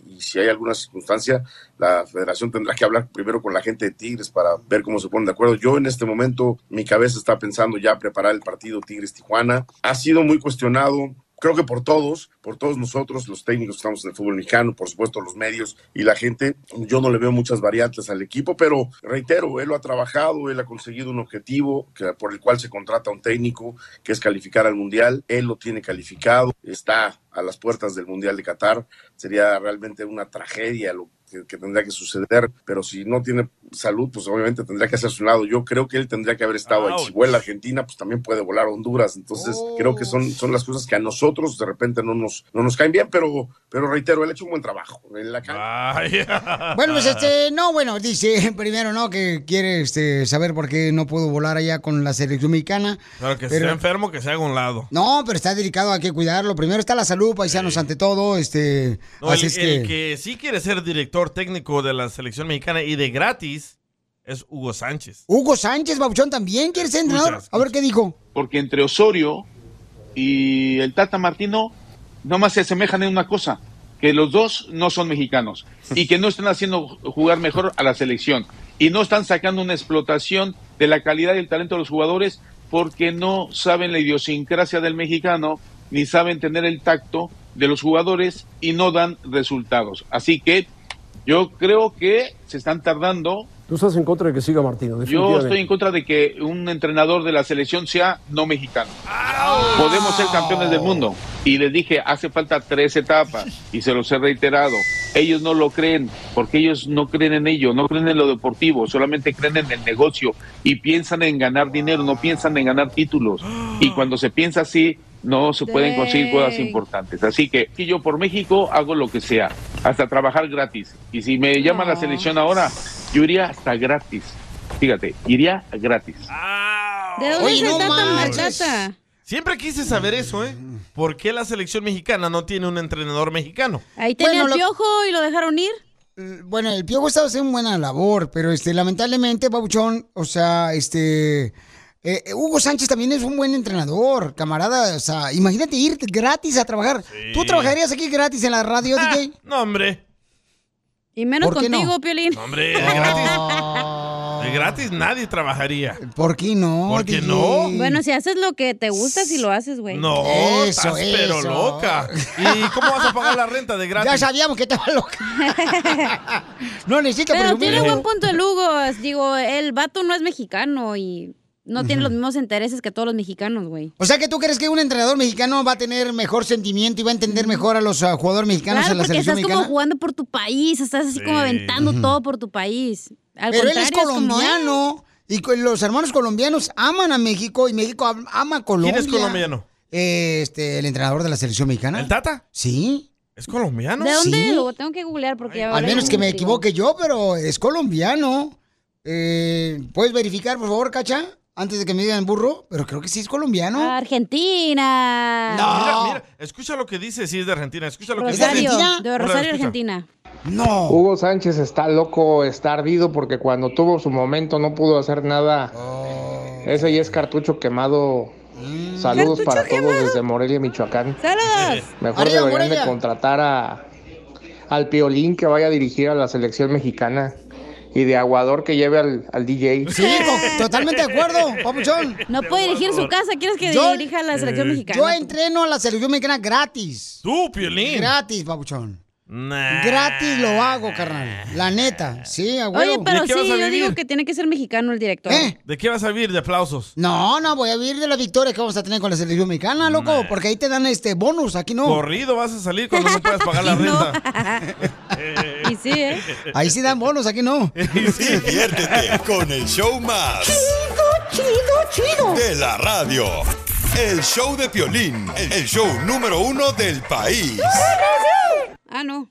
Speaker 19: y si hay alguna circunstancia, la federación tendrá que hablar primero con la gente de Tigres para ver cómo se ponen de acuerdo. Yo en este momento, mi cabeza está pensando ya preparar el partido Tigres-Tijuana. Ha sido muy cuestionado. Creo que por todos, por todos nosotros, los técnicos que estamos en el fútbol mexicano, por supuesto los medios y la gente, yo no le veo muchas variantes al equipo, pero reitero, él lo ha trabajado, él ha conseguido un objetivo que- por el cual se contrata un técnico, que es calificar al Mundial, él lo tiene calificado, está a las puertas del Mundial de Qatar, sería realmente una tragedia lo que, que tendría que suceder, pero si no tiene salud, pues obviamente tendría que hacer su lado. Yo creo que él tendría que haber estado
Speaker 20: Ouch.
Speaker 19: ahí. Si vuela a Argentina, pues también puede volar a Honduras. Entonces, creo que son, son las cosas que a nosotros de repente no nos, no nos caen bien, pero, pero reitero, él ha hecho un buen trabajo en la cancha.
Speaker 3: Bueno, pues este, no, bueno, dice primero, ¿no? Que quiere este, saber por qué no pudo volar allá con la selección mexicana.
Speaker 5: Pero que
Speaker 3: Pero-
Speaker 5: sea enfermo, que se haga a un lado.
Speaker 3: No, pero está delicado, hay que cuidarlo. Primero está la salud, paisanos, ante todo. Este,
Speaker 5: No, el,
Speaker 3: así es que...
Speaker 5: el que sí quiere ser director técnico de la selección mexicana y de gratis es Hugo Sánchez.
Speaker 3: Hugo Sánchez, Babuchón, también quiere ser entrenador. A ver qué dijo.
Speaker 21: porque entre Osorio y el Tata Martino nomás se asemejan en una cosa, que los dos no son mexicanos y que no están haciendo jugar mejor a la selección y no están sacando una explotación de la calidad y el talento de los jugadores porque no saben la idiosincrasia del mexicano ni saben tener el tacto de los jugadores y no dan resultados. Así que yo creo que se están tardando
Speaker 15: Tú estás en contra de que siga Martino,
Speaker 21: yo
Speaker 15: definitivamente.
Speaker 21: estoy en contra de que un entrenador de la selección sea no mexicano. Podemos ser campeones del mundo. Y les dije, hace falta tres etapas. Y se los he reiterado. Ellos no lo creen, porque ellos no creen en ello, no creen en lo deportivo, solamente creen en el negocio y piensan en ganar dinero, no piensan en ganar títulos. Y cuando se piensa así, no se pueden conseguir cosas importantes. Así que que yo por México hago lo que sea, hasta trabajar gratis. Y si me llama la selección ahora, yo iría hasta gratis. Fíjate, iría gratis.
Speaker 4: ¿De dónde
Speaker 5: Oye,
Speaker 4: es el
Speaker 5: no
Speaker 4: Tata
Speaker 5: manches.
Speaker 4: Martata?
Speaker 5: Siempre quise saber eso, ¿eh? ¿Por qué la selección mexicana no tiene un entrenador mexicano?
Speaker 4: Ahí tenía
Speaker 3: Bueno,
Speaker 4: el
Speaker 3: lo-
Speaker 4: piojo y lo dejaron ir.
Speaker 3: Bueno, el Piojo está haciendo buena labor, pero este, lamentablemente, Babuchón, o sea, este. eh, eh, Hugo Sánchez también es un buen entrenador, camarada. O sea, imagínate ir gratis a trabajar. ¿Tú trabajarías aquí gratis en la radio, DJ?
Speaker 5: No, hombre.
Speaker 4: Y menos
Speaker 3: ¿Por qué
Speaker 4: contigo,
Speaker 3: no?
Speaker 4: Piolín.
Speaker 5: No, hombre, de gratis. De gratis nadie trabajaría.
Speaker 3: ¿Por qué no?
Speaker 5: ¿Por qué
Speaker 3: DJ?
Speaker 5: no?
Speaker 4: Bueno, si haces lo que te gusta, si lo haces, güey.
Speaker 5: No, estás
Speaker 3: eh.
Speaker 5: pero loca. ¿Y cómo vas a pagar la renta de gratis?
Speaker 3: Ya sabíamos que estaba loca. no necesito
Speaker 4: Pero
Speaker 3: presumir. ¿eh?
Speaker 4: tiene buen punto el Hugo. Digo, el vato no es mexicano y no tiene los mismos intereses que todos los mexicanos, güey.
Speaker 3: O sea que tú crees que un entrenador mexicano va a tener mejor sentimiento y va a entender mejor a los ah, jugadores mexicanos
Speaker 4: Claro,
Speaker 3: en la
Speaker 4: porque estás
Speaker 3: selección mexicana.
Speaker 4: como jugando por tu país, estás así como
Speaker 3: Sí.
Speaker 4: aventando todo por tu país. Al
Speaker 3: Pero él es
Speaker 4: contrario, como,
Speaker 3: colombiano y co- los hermanos colombianos aman a México y México am- ama a Colombia.
Speaker 5: ¿Quién es colombiano?
Speaker 3: Eh, Este, el entrenador de la selección mexicana. ¿El
Speaker 5: Tata?
Speaker 3: Sí.
Speaker 5: ¿Es colombiano?
Speaker 4: ¿De dónde?
Speaker 3: Sí.
Speaker 4: Lo tengo que googlear porque ya
Speaker 3: Al menos que me equivoque yo, pero es colombiano. Eh, ¿Puedes verificar, por favor, Cacha? Antes de que me digan burro, pero creo que sí es colombiano.
Speaker 4: Ah, Argentina.
Speaker 5: Mira, mira, escucha lo que dice si es de Argentina. Escucha lo que dice.
Speaker 4: Rosario, de
Speaker 5: Ahora,
Speaker 4: Rosario,
Speaker 5: escucha.
Speaker 4: Argentina.
Speaker 3: No.
Speaker 22: Hugo Sánchez está loco, está ardido porque cuando tuvo su momento no pudo hacer nada. Ese ya es cartucho quemado. Saludos
Speaker 3: Oh. Mm. Cartucho
Speaker 22: para todos desde Morelia, Michoacán.
Speaker 4: ¡Saludos!
Speaker 22: Mejor
Speaker 3: Arriba,
Speaker 22: deberían
Speaker 3: Morelia.
Speaker 22: de contratar a al Piolín que vaya a dirigir a la selección mexicana y de Aguador que lleve al, al DJ.
Speaker 3: Sí, to- totalmente de acuerdo, papuchón.
Speaker 4: No puede dirigir su casa, ¿quieres que
Speaker 3: Yo-
Speaker 4: dirija la selección
Speaker 5: Eh.
Speaker 4: mexicana?
Speaker 3: Yo entreno a la selección mexicana gratis.
Speaker 5: Tú, Piolín.
Speaker 3: Gratis, papuchón.
Speaker 5: Nah.
Speaker 3: Gratis lo hago, carnal. La neta. Sí, a huevo. ¿Eh?
Speaker 4: Oye, pero
Speaker 5: ¿De
Speaker 4: sí,
Speaker 5: qué vas a
Speaker 4: yo
Speaker 5: vivir?
Speaker 4: digo que tiene que ser mexicano el director.
Speaker 5: ¿De qué vas a vivir? ¿De aplausos?
Speaker 3: No, no, voy a vivir de las victorias que vamos a tener con la selección mexicana, loco, porque ahí te dan este bonus, aquí no.
Speaker 5: Corrido vas a salir cuando no puedas pagar la renta.
Speaker 4: Y sí, ¿eh?
Speaker 3: Ahí sí dan bonos, aquí no.
Speaker 7: Diviértete con el show más. Chido, chido, chido. De la radio. El show de Piolín, el show número uno del país.
Speaker 4: Ah, no.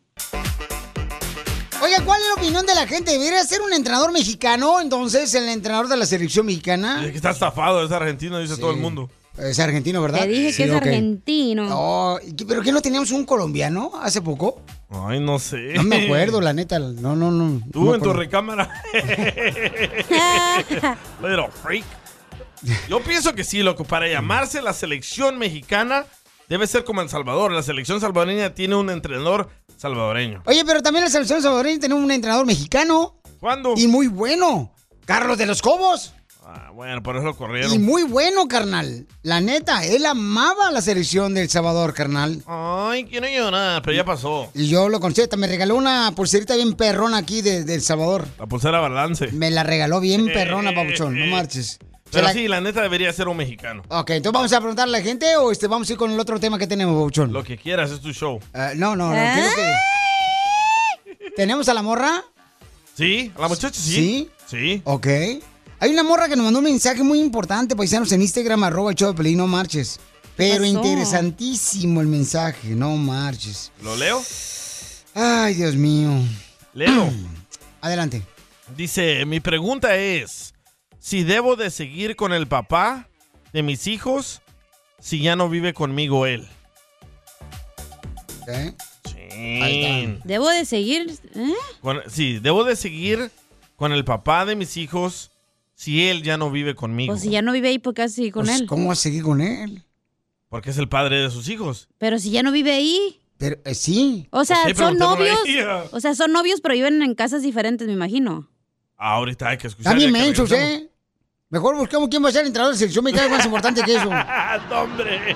Speaker 3: Oiga, ¿cuál es la opinión de la gente? ¿Debería ser un entrenador mexicano, entonces, el entrenador de la selección mexicana?
Speaker 5: Es que está estafado, es argentino, dice todo el mundo.
Speaker 3: Es argentino, ¿verdad?
Speaker 4: Te dije
Speaker 3: Sí,
Speaker 4: que es
Speaker 3: ok.
Speaker 4: argentino.
Speaker 3: No, ¿Pero qué no teníamos un colombiano hace poco?
Speaker 5: Ay, no sé.
Speaker 3: No me acuerdo, la neta. No, no, no.
Speaker 5: Tú
Speaker 3: no me
Speaker 5: en tu
Speaker 3: acuerdo.
Speaker 5: recámara. Little freak. Yo pienso que sí, loco. Para llamarse la selección mexicana, debe ser como en Salvador. La selección salvadoreña tiene un entrenador salvadoreño.
Speaker 3: Oye, pero también la selección salvadoreña tenía un entrenador mexicano.
Speaker 5: ¿Cuándo?
Speaker 3: Y muy bueno. Carlos de los Cobos.
Speaker 5: Ah, bueno, por eso lo
Speaker 3: Y
Speaker 5: corrieron.
Speaker 3: muy bueno, carnal. La neta, él amaba la selección del Salvador, carnal.
Speaker 5: Ay, quiero llorar, pero ya pasó.
Speaker 3: Y yo lo conocí, hasta me regaló una pulserita bien perrona aquí de, de El Salvador.
Speaker 5: La pulsera balance.
Speaker 3: Me la regaló bien perrona, papuchón, no marches. Se
Speaker 5: Pero
Speaker 3: la-
Speaker 5: sí, la neta debería ser un mexicano.
Speaker 3: Ok, entonces vamos a preguntarle a la gente o este, vamos a ir con el otro tema que tenemos, papuchón.
Speaker 5: Lo que quieras, es tu show.
Speaker 3: Eh, no, no, no, quiero que... ¿Tenemos a la morra?
Speaker 5: ¿Sí? ¿A la muchacha sí? Sí.
Speaker 3: Ok. Hay una morra que nos mandó un mensaje muy importante, paisanos, en Instagram, arroba el show de Pelín, no marches. Pero
Speaker 5: pasó?
Speaker 3: interesantísimo el mensaje, no marches.
Speaker 5: ¿Lo leo?
Speaker 3: Ay, Dios mío.
Speaker 5: Leo.
Speaker 3: Adelante.
Speaker 5: Dice, mi pregunta es, si debo de seguir con el papá de mis hijos si ya no vive conmigo él. Chin.
Speaker 4: Debo de seguir. ¿eh?
Speaker 5: Con- sí, debo de seguir con el papá de mis hijos si él ya no vive conmigo.
Speaker 4: O si ya no vive ahí, ¿por qué vas a seguir con él?
Speaker 3: Pues, ¿Cómo vas a seguir con él?
Speaker 5: Porque es el padre de sus hijos.
Speaker 4: Pero si ya no vive ahí.
Speaker 3: Pero, eh, sí.
Speaker 4: O sea,
Speaker 5: Pues Sí, pero
Speaker 4: son
Speaker 5: no tengo
Speaker 4: novios.
Speaker 5: idea.
Speaker 4: O sea, son novios, pero viven en casas diferentes, me imagino.
Speaker 5: Ah, Ahorita hay que escuchar.
Speaker 3: Está bien
Speaker 5: ya que
Speaker 3: mensos,
Speaker 5: regresemos.
Speaker 3: ¿eh? Mejor buscamos quién va a ser el entrenador de selección mexicana, más importante que eso.
Speaker 5: ¡Hombre!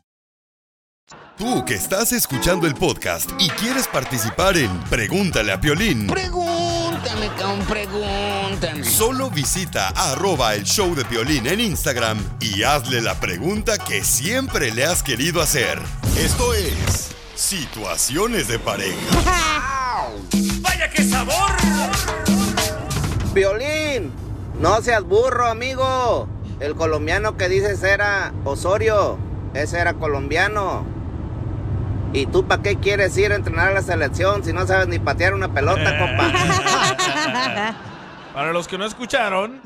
Speaker 7: Tú que estás escuchando el podcast y quieres participar en Pregúntale a Piolín.
Speaker 6: Pregúntame, cabrón, pregúntame.
Speaker 7: Solo visita arroba el show de Piolín en Instagram y hazle la pregunta que siempre le has querido hacer. Esto es situaciones de pareja.
Speaker 23: ¡Vaya qué sabor!
Speaker 24: Violín, no seas burro, amigo. El colombiano que dices era Osorio, ese era colombiano. ¿Y tú para qué quieres ir a entrenar a la selección si no sabes ni patear una
Speaker 5: Eh.
Speaker 24: pelota, compa?
Speaker 5: Para los que no escucharon,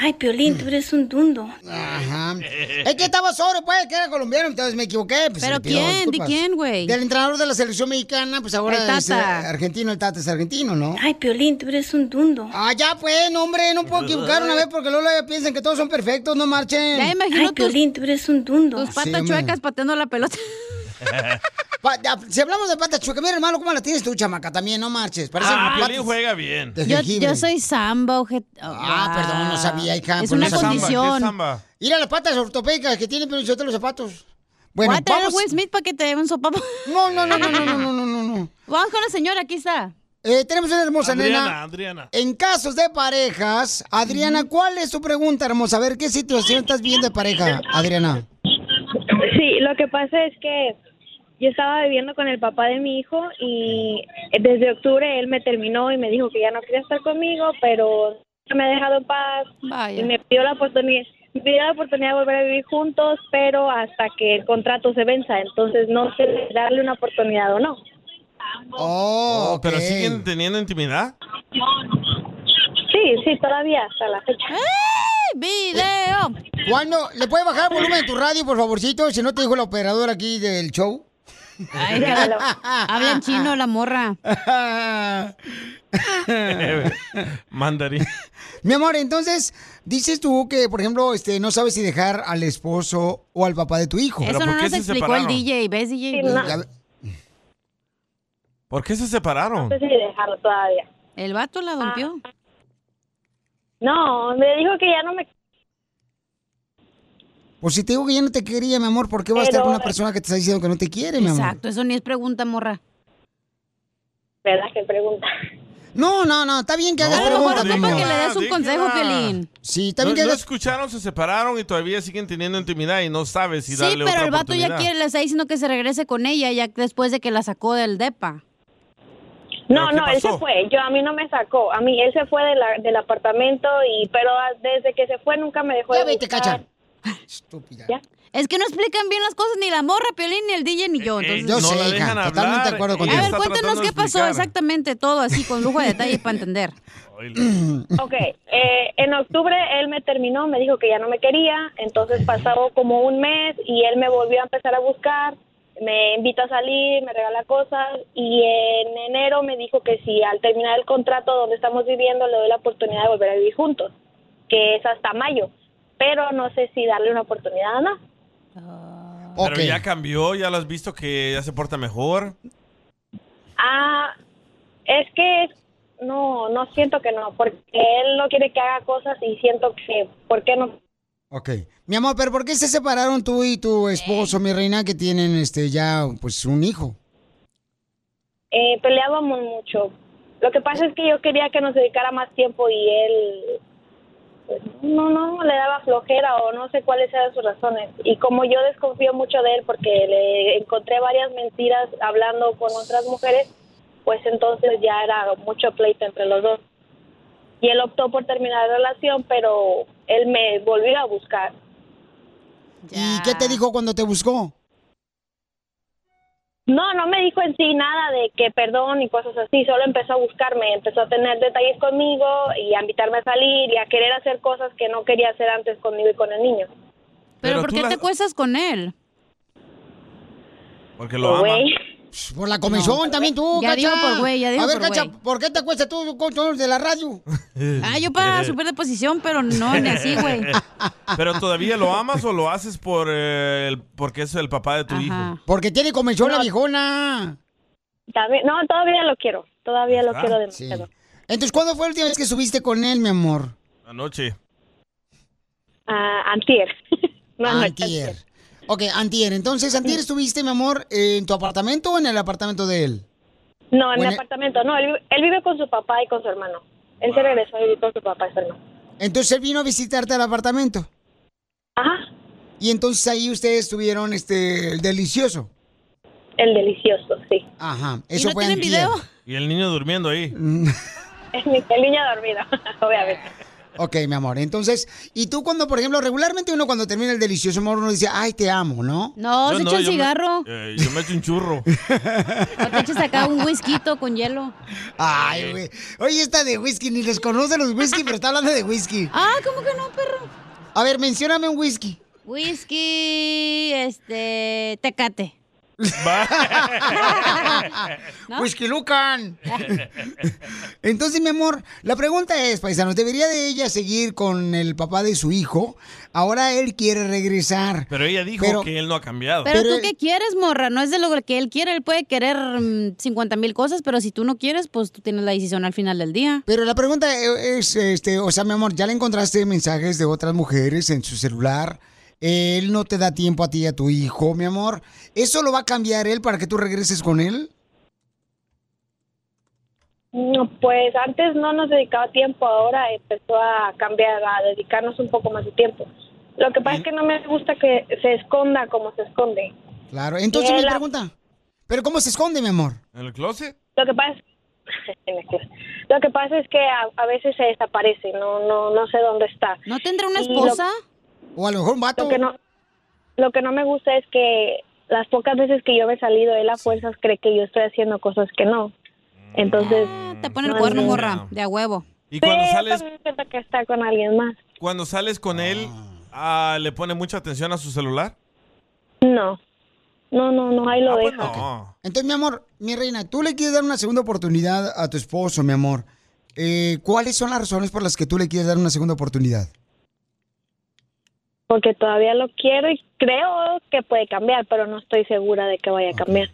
Speaker 3: Ay, Piolín, tú eres un dundo. Ajá. Es que estaba sobre, pues, que era colombiano, entonces me equivoqué. pues,
Speaker 4: ¿Pero
Speaker 3: le pido
Speaker 4: quién? ¿De
Speaker 3: disculpas.
Speaker 4: quién, güey?
Speaker 3: Del entrenador de la selección mexicana, pues ahora
Speaker 4: El
Speaker 3: es eh,
Speaker 4: Tata.
Speaker 3: argentino, el Tata es argentino, ¿no? Ay, Piolín, tú eres un dundo. Ah, ya, pues, no, hombre, no puedo equivocar una vez porque luego luego piensan que todos son perfectos, no marchen.
Speaker 4: Ya imagino Ay, tus- Piolín, tú eres un dundo. Tus patas chuecas
Speaker 3: pateando la pelota. si hablamos de patas chuecas, mira, hermano, ¿cómo la tienes tú, chamaca? También, no marches. Parece
Speaker 5: ah,
Speaker 3: patas-
Speaker 5: Piolín juega bien.
Speaker 3: De
Speaker 4: Yo,
Speaker 3: jengibre.
Speaker 4: yo soy samba, ojet-
Speaker 3: Ah, perdón, no sabía, hija.
Speaker 4: Es
Speaker 3: pues,
Speaker 4: una
Speaker 3: no sabía.
Speaker 4: condición.
Speaker 3: Mira las patas ortopédicas que tiene, pero yo te los zapatos. Bueno,
Speaker 4: Voy a traer
Speaker 3: vamos-
Speaker 4: a Will Smith para que te dé un sopapo.
Speaker 3: No, no, no, no, no, no, no, no, no.
Speaker 4: Vamos con la señora, aquí está.
Speaker 3: Eh, tenemos una hermosa
Speaker 4: Adriana,
Speaker 3: nena.
Speaker 5: Adriana.
Speaker 3: En casos de parejas, Adriana, ¿cuál es tu pregunta, hermosa? A ver, ¿qué situación estás viendo de pareja, Adriana?
Speaker 25: Sí, lo que pasa es que yo estaba viviendo con el papá de mi hijo y desde octubre él me terminó y me dijo que ya no quería estar conmigo, pero me ha dejado en paz y me pidió la oportunidad me pidió la oportunidad de volver a vivir juntos, pero hasta que el contrato se venza, entonces no sé si darle una oportunidad o no.
Speaker 3: Oh,
Speaker 5: ¿Pero siguen teniendo intimidad?
Speaker 25: Sí, sí, todavía hasta la fecha.
Speaker 4: ¡Video!
Speaker 3: ¿Cuándo? ¿Le puedes bajar el volumen de tu radio, por favorcito? Si no te dijo la operadora aquí del show.
Speaker 4: Ay, déjalo. Habla en chino la morra.
Speaker 5: Mandarín.
Speaker 3: Mi amor, entonces, dices tú que, por ejemplo, este, no sabes si dejar al esposo o al papá de tu hijo.
Speaker 4: Eso no nos explicó el DJ, ¿ves, DJ?
Speaker 3: Ya-
Speaker 5: ¿Por qué se separaron?
Speaker 4: Pues,
Speaker 25: No sé si dejarlo todavía. Ah.
Speaker 4: ¿El vato la dompió?
Speaker 25: No, me dijo que ya no me
Speaker 3: Pues si te digo que ya no te quería, mi amor, ¿por qué vas a estar con una persona que te está diciendo que no te quiere, mi amor?
Speaker 4: Exacto, eso ni es pregunta, morra.
Speaker 25: ¿Verdad que pregunta?
Speaker 3: No, no, no, está bien que hagas
Speaker 5: No,
Speaker 3: preguntas, mi
Speaker 5: dígala,
Speaker 3: amor.
Speaker 4: que le des un
Speaker 5: dígala.
Speaker 4: consejo, Piolín.
Speaker 3: Sí,
Speaker 5: No,
Speaker 3: también que
Speaker 5: no
Speaker 3: hagas...
Speaker 5: escucharon, se separaron y todavía siguen teniendo intimidad y no sabes si
Speaker 4: Sí,
Speaker 5: darle
Speaker 4: pero
Speaker 5: otra
Speaker 4: el vato ya
Speaker 5: oportunidad.
Speaker 4: quiere, le está diciendo que se regrese con ella ya después de que la sacó del depa.
Speaker 25: No,
Speaker 4: ¿Pero
Speaker 25: no,
Speaker 4: qué
Speaker 25: él se
Speaker 4: pasó?
Speaker 25: fue. Pues, Yo a mí no me sacó. A mí él se fue de la- del apartamento y pero a- desde que se fue nunca me dejó. Ya vete, cacha.
Speaker 4: Es que no explican bien las cosas ni la morra, Piolín, ni el DJ, ni yo. entonces-
Speaker 3: yo no sé, la hija, dejan totalmente hablar, de acuerdo
Speaker 4: A
Speaker 3: contigo.
Speaker 4: ver,
Speaker 3: ella está
Speaker 4: cuéntenos
Speaker 3: tratando de
Speaker 4: qué pasó
Speaker 3: explicar.
Speaker 4: exactamente todo, así con lujo de detalle para entender.
Speaker 25: Ok, eh, en octubre él me terminó, me dijo que ya no me quería, entonces pasó como un mes y él me volvió a empezar a buscar, me invita a salir, me regala cosas y en enero me dijo que si al terminar el contrato donde estamos viviendo le doy la oportunidad de volver a vivir juntos, que es hasta mayo, pero no sé si darle una oportunidad o no.
Speaker 5: Pero ya cambió, ya lo has visto que ya se porta mejor.
Speaker 25: Ah, es que es- no, no siento que no, porque él no quiere que haga cosas y siento que, ¿por qué no?
Speaker 3: Ok. Mi amor, pero ¿por qué se separaron tú y tu esposo, mi reina, que tienen este ya pues un hijo?
Speaker 25: Eh, peleábamos mucho. Lo que pasa es que yo quería que nos dedicara más tiempo y él, pues, no, no, le daba flojera o no sé cuáles eran sus razones. Y como yo desconfío mucho de él porque le encontré varias mentiras hablando con otras mujeres, pues entonces ya era mucho pleito entre los dos. Y él optó por terminar la relación, pero él me volvió a buscar.
Speaker 3: ¿Y qué te dijo cuando te buscó?
Speaker 25: No, no me dijo en sí nada de que perdón y cosas así, solo empezó a buscarme, empezó a tener detalles conmigo y a invitarme a salir y a querer hacer cosas que no quería hacer antes conmigo y con el niño.
Speaker 4: Pero,
Speaker 25: Pero
Speaker 4: ¿por
Speaker 25: tú
Speaker 4: qué
Speaker 25: la-
Speaker 4: te cuestas con él?
Speaker 5: Porque lo ama.
Speaker 3: Por la comisión también tú,
Speaker 4: Ya
Speaker 3: Cacha.
Speaker 4: digo por güey, ya digo
Speaker 3: A ver,
Speaker 4: por
Speaker 3: Cacha,
Speaker 4: güey.
Speaker 3: ¿por qué te acuestas tú con todos de la radio?
Speaker 4: Ah, yo para super de posición, pero no, ni así, güey.
Speaker 5: Pero todavía lo amas o lo haces por eh, el- porque es el papá de tu hijo.
Speaker 3: Porque tiene comisión la viejona.
Speaker 25: También, no, todavía lo quiero, todavía lo
Speaker 5: Ah,
Speaker 25: quiero demasiado.
Speaker 3: Entonces, ¿cuándo fue la última vez que subiste con él, mi amor?
Speaker 5: Anoche.
Speaker 25: Ah, antier. No, no,
Speaker 3: antier. Ok, Antier. Entonces, Antier, ¿estuviste, mi amor, eh, en tu apartamento o en el apartamento de él?
Speaker 25: No, en mi
Speaker 3: Bueno. eh.
Speaker 25: apartamento, no, él, vi- él vive con su papá y con su hermano. Él se regresó a vivir con su papá y su hermano.
Speaker 3: Entonces, él vino a visitarte al apartamento.
Speaker 25: Ajá.
Speaker 3: Y entonces ahí ustedes tuvieron este, el delicioso. Ah.
Speaker 25: El delicioso, sí.
Speaker 3: Ajá. Eso
Speaker 25: no
Speaker 3: fue Mm.
Speaker 25: tienen
Speaker 3: antier.
Speaker 25: video?
Speaker 5: Y el niño durmiendo ahí.
Speaker 25: El niño dormido, obviamente.
Speaker 3: Ok, mi amor. Entonces, ¿y tú cuando, por ejemplo, regularmente uno cuando termina el delicioso, amor, uno dice, ay, te amo, ¿no?
Speaker 4: No, se echa un cigarro.
Speaker 5: Eh, yo me echo un churro.
Speaker 4: O te echas acá un whisky con hielo.
Speaker 3: Ay, güey. Oye, esta de whisky, ni les conoce los whisky, pero está hablando de whisky.
Speaker 4: Ah, ¿cómo que no, perro?
Speaker 3: A ver, mencióname un whisky.
Speaker 4: Whisky, este, tecate.
Speaker 3: Whisky Lucan. Entonces, mi amor, la pregunta es, paisanos, ¿debería de ella seguir con el papá de su hijo? Ahora él quiere regresar.
Speaker 5: Pero ella dijo
Speaker 4: Pero-
Speaker 5: que él no ha cambiado.
Speaker 4: Pero, tú qué quieres, morra, no es de lo que él quiere, él puede querer 50 mil cosas, pero si tú no quieres, pues tú tienes la decisión al final del día.
Speaker 3: Pero la pregunta es, este, o sea, mi amor, ¿ya le encontraste mensajes de otras mujeres en su celular? Él no te da tiempo a ti y a tu hijo, mi amor. ¿Eso lo va a cambiar él para que tú regreses con él?
Speaker 25: No, Pues antes no nos dedicaba tiempo, ahora empezó a cambiar, a dedicarnos un poco más de tiempo. Lo que pasa es que no me gusta que se esconda como se esconde.
Speaker 3: Claro. Entonces,
Speaker 25: Él
Speaker 3: mi
Speaker 25: la-
Speaker 3: pregunta, ¿pero cómo se esconde, mi amor?
Speaker 5: ¿En el closet?
Speaker 25: Lo que pasa en el closet. lo que pasa es que a, a veces se desaparece, no no no sé dónde está.
Speaker 4: ¿No tendrá una
Speaker 25: Y lo-
Speaker 4: esposa?
Speaker 3: O a lo mejor un vato.
Speaker 25: Lo que no, lo que no me gusta es que las pocas veces que yo me he salido, él a fuerzas cree que yo estoy haciendo cosas que no. Entonces...
Speaker 4: Ah, Te pone el cuerno, morra, de a huevo.
Speaker 5: Y cuando
Speaker 25: Sí,
Speaker 5: sales-
Speaker 25: también siento que está con alguien más.
Speaker 5: Cuando sales con él, ah, ¿le pone mucha atención a su celular?
Speaker 25: No. No, no, no, ahí lo
Speaker 5: Ah, pues
Speaker 25: dejo.
Speaker 5: no.
Speaker 3: Entonces, mi amor, mi reina, tú le quieres dar una segunda oportunidad a tu esposo, mi amor. Eh, ¿Cuáles son las razones por las que tú le quieres dar una segunda oportunidad?
Speaker 25: Porque todavía lo quiero y creo que puede cambiar, pero no estoy segura de que vaya a cambiar.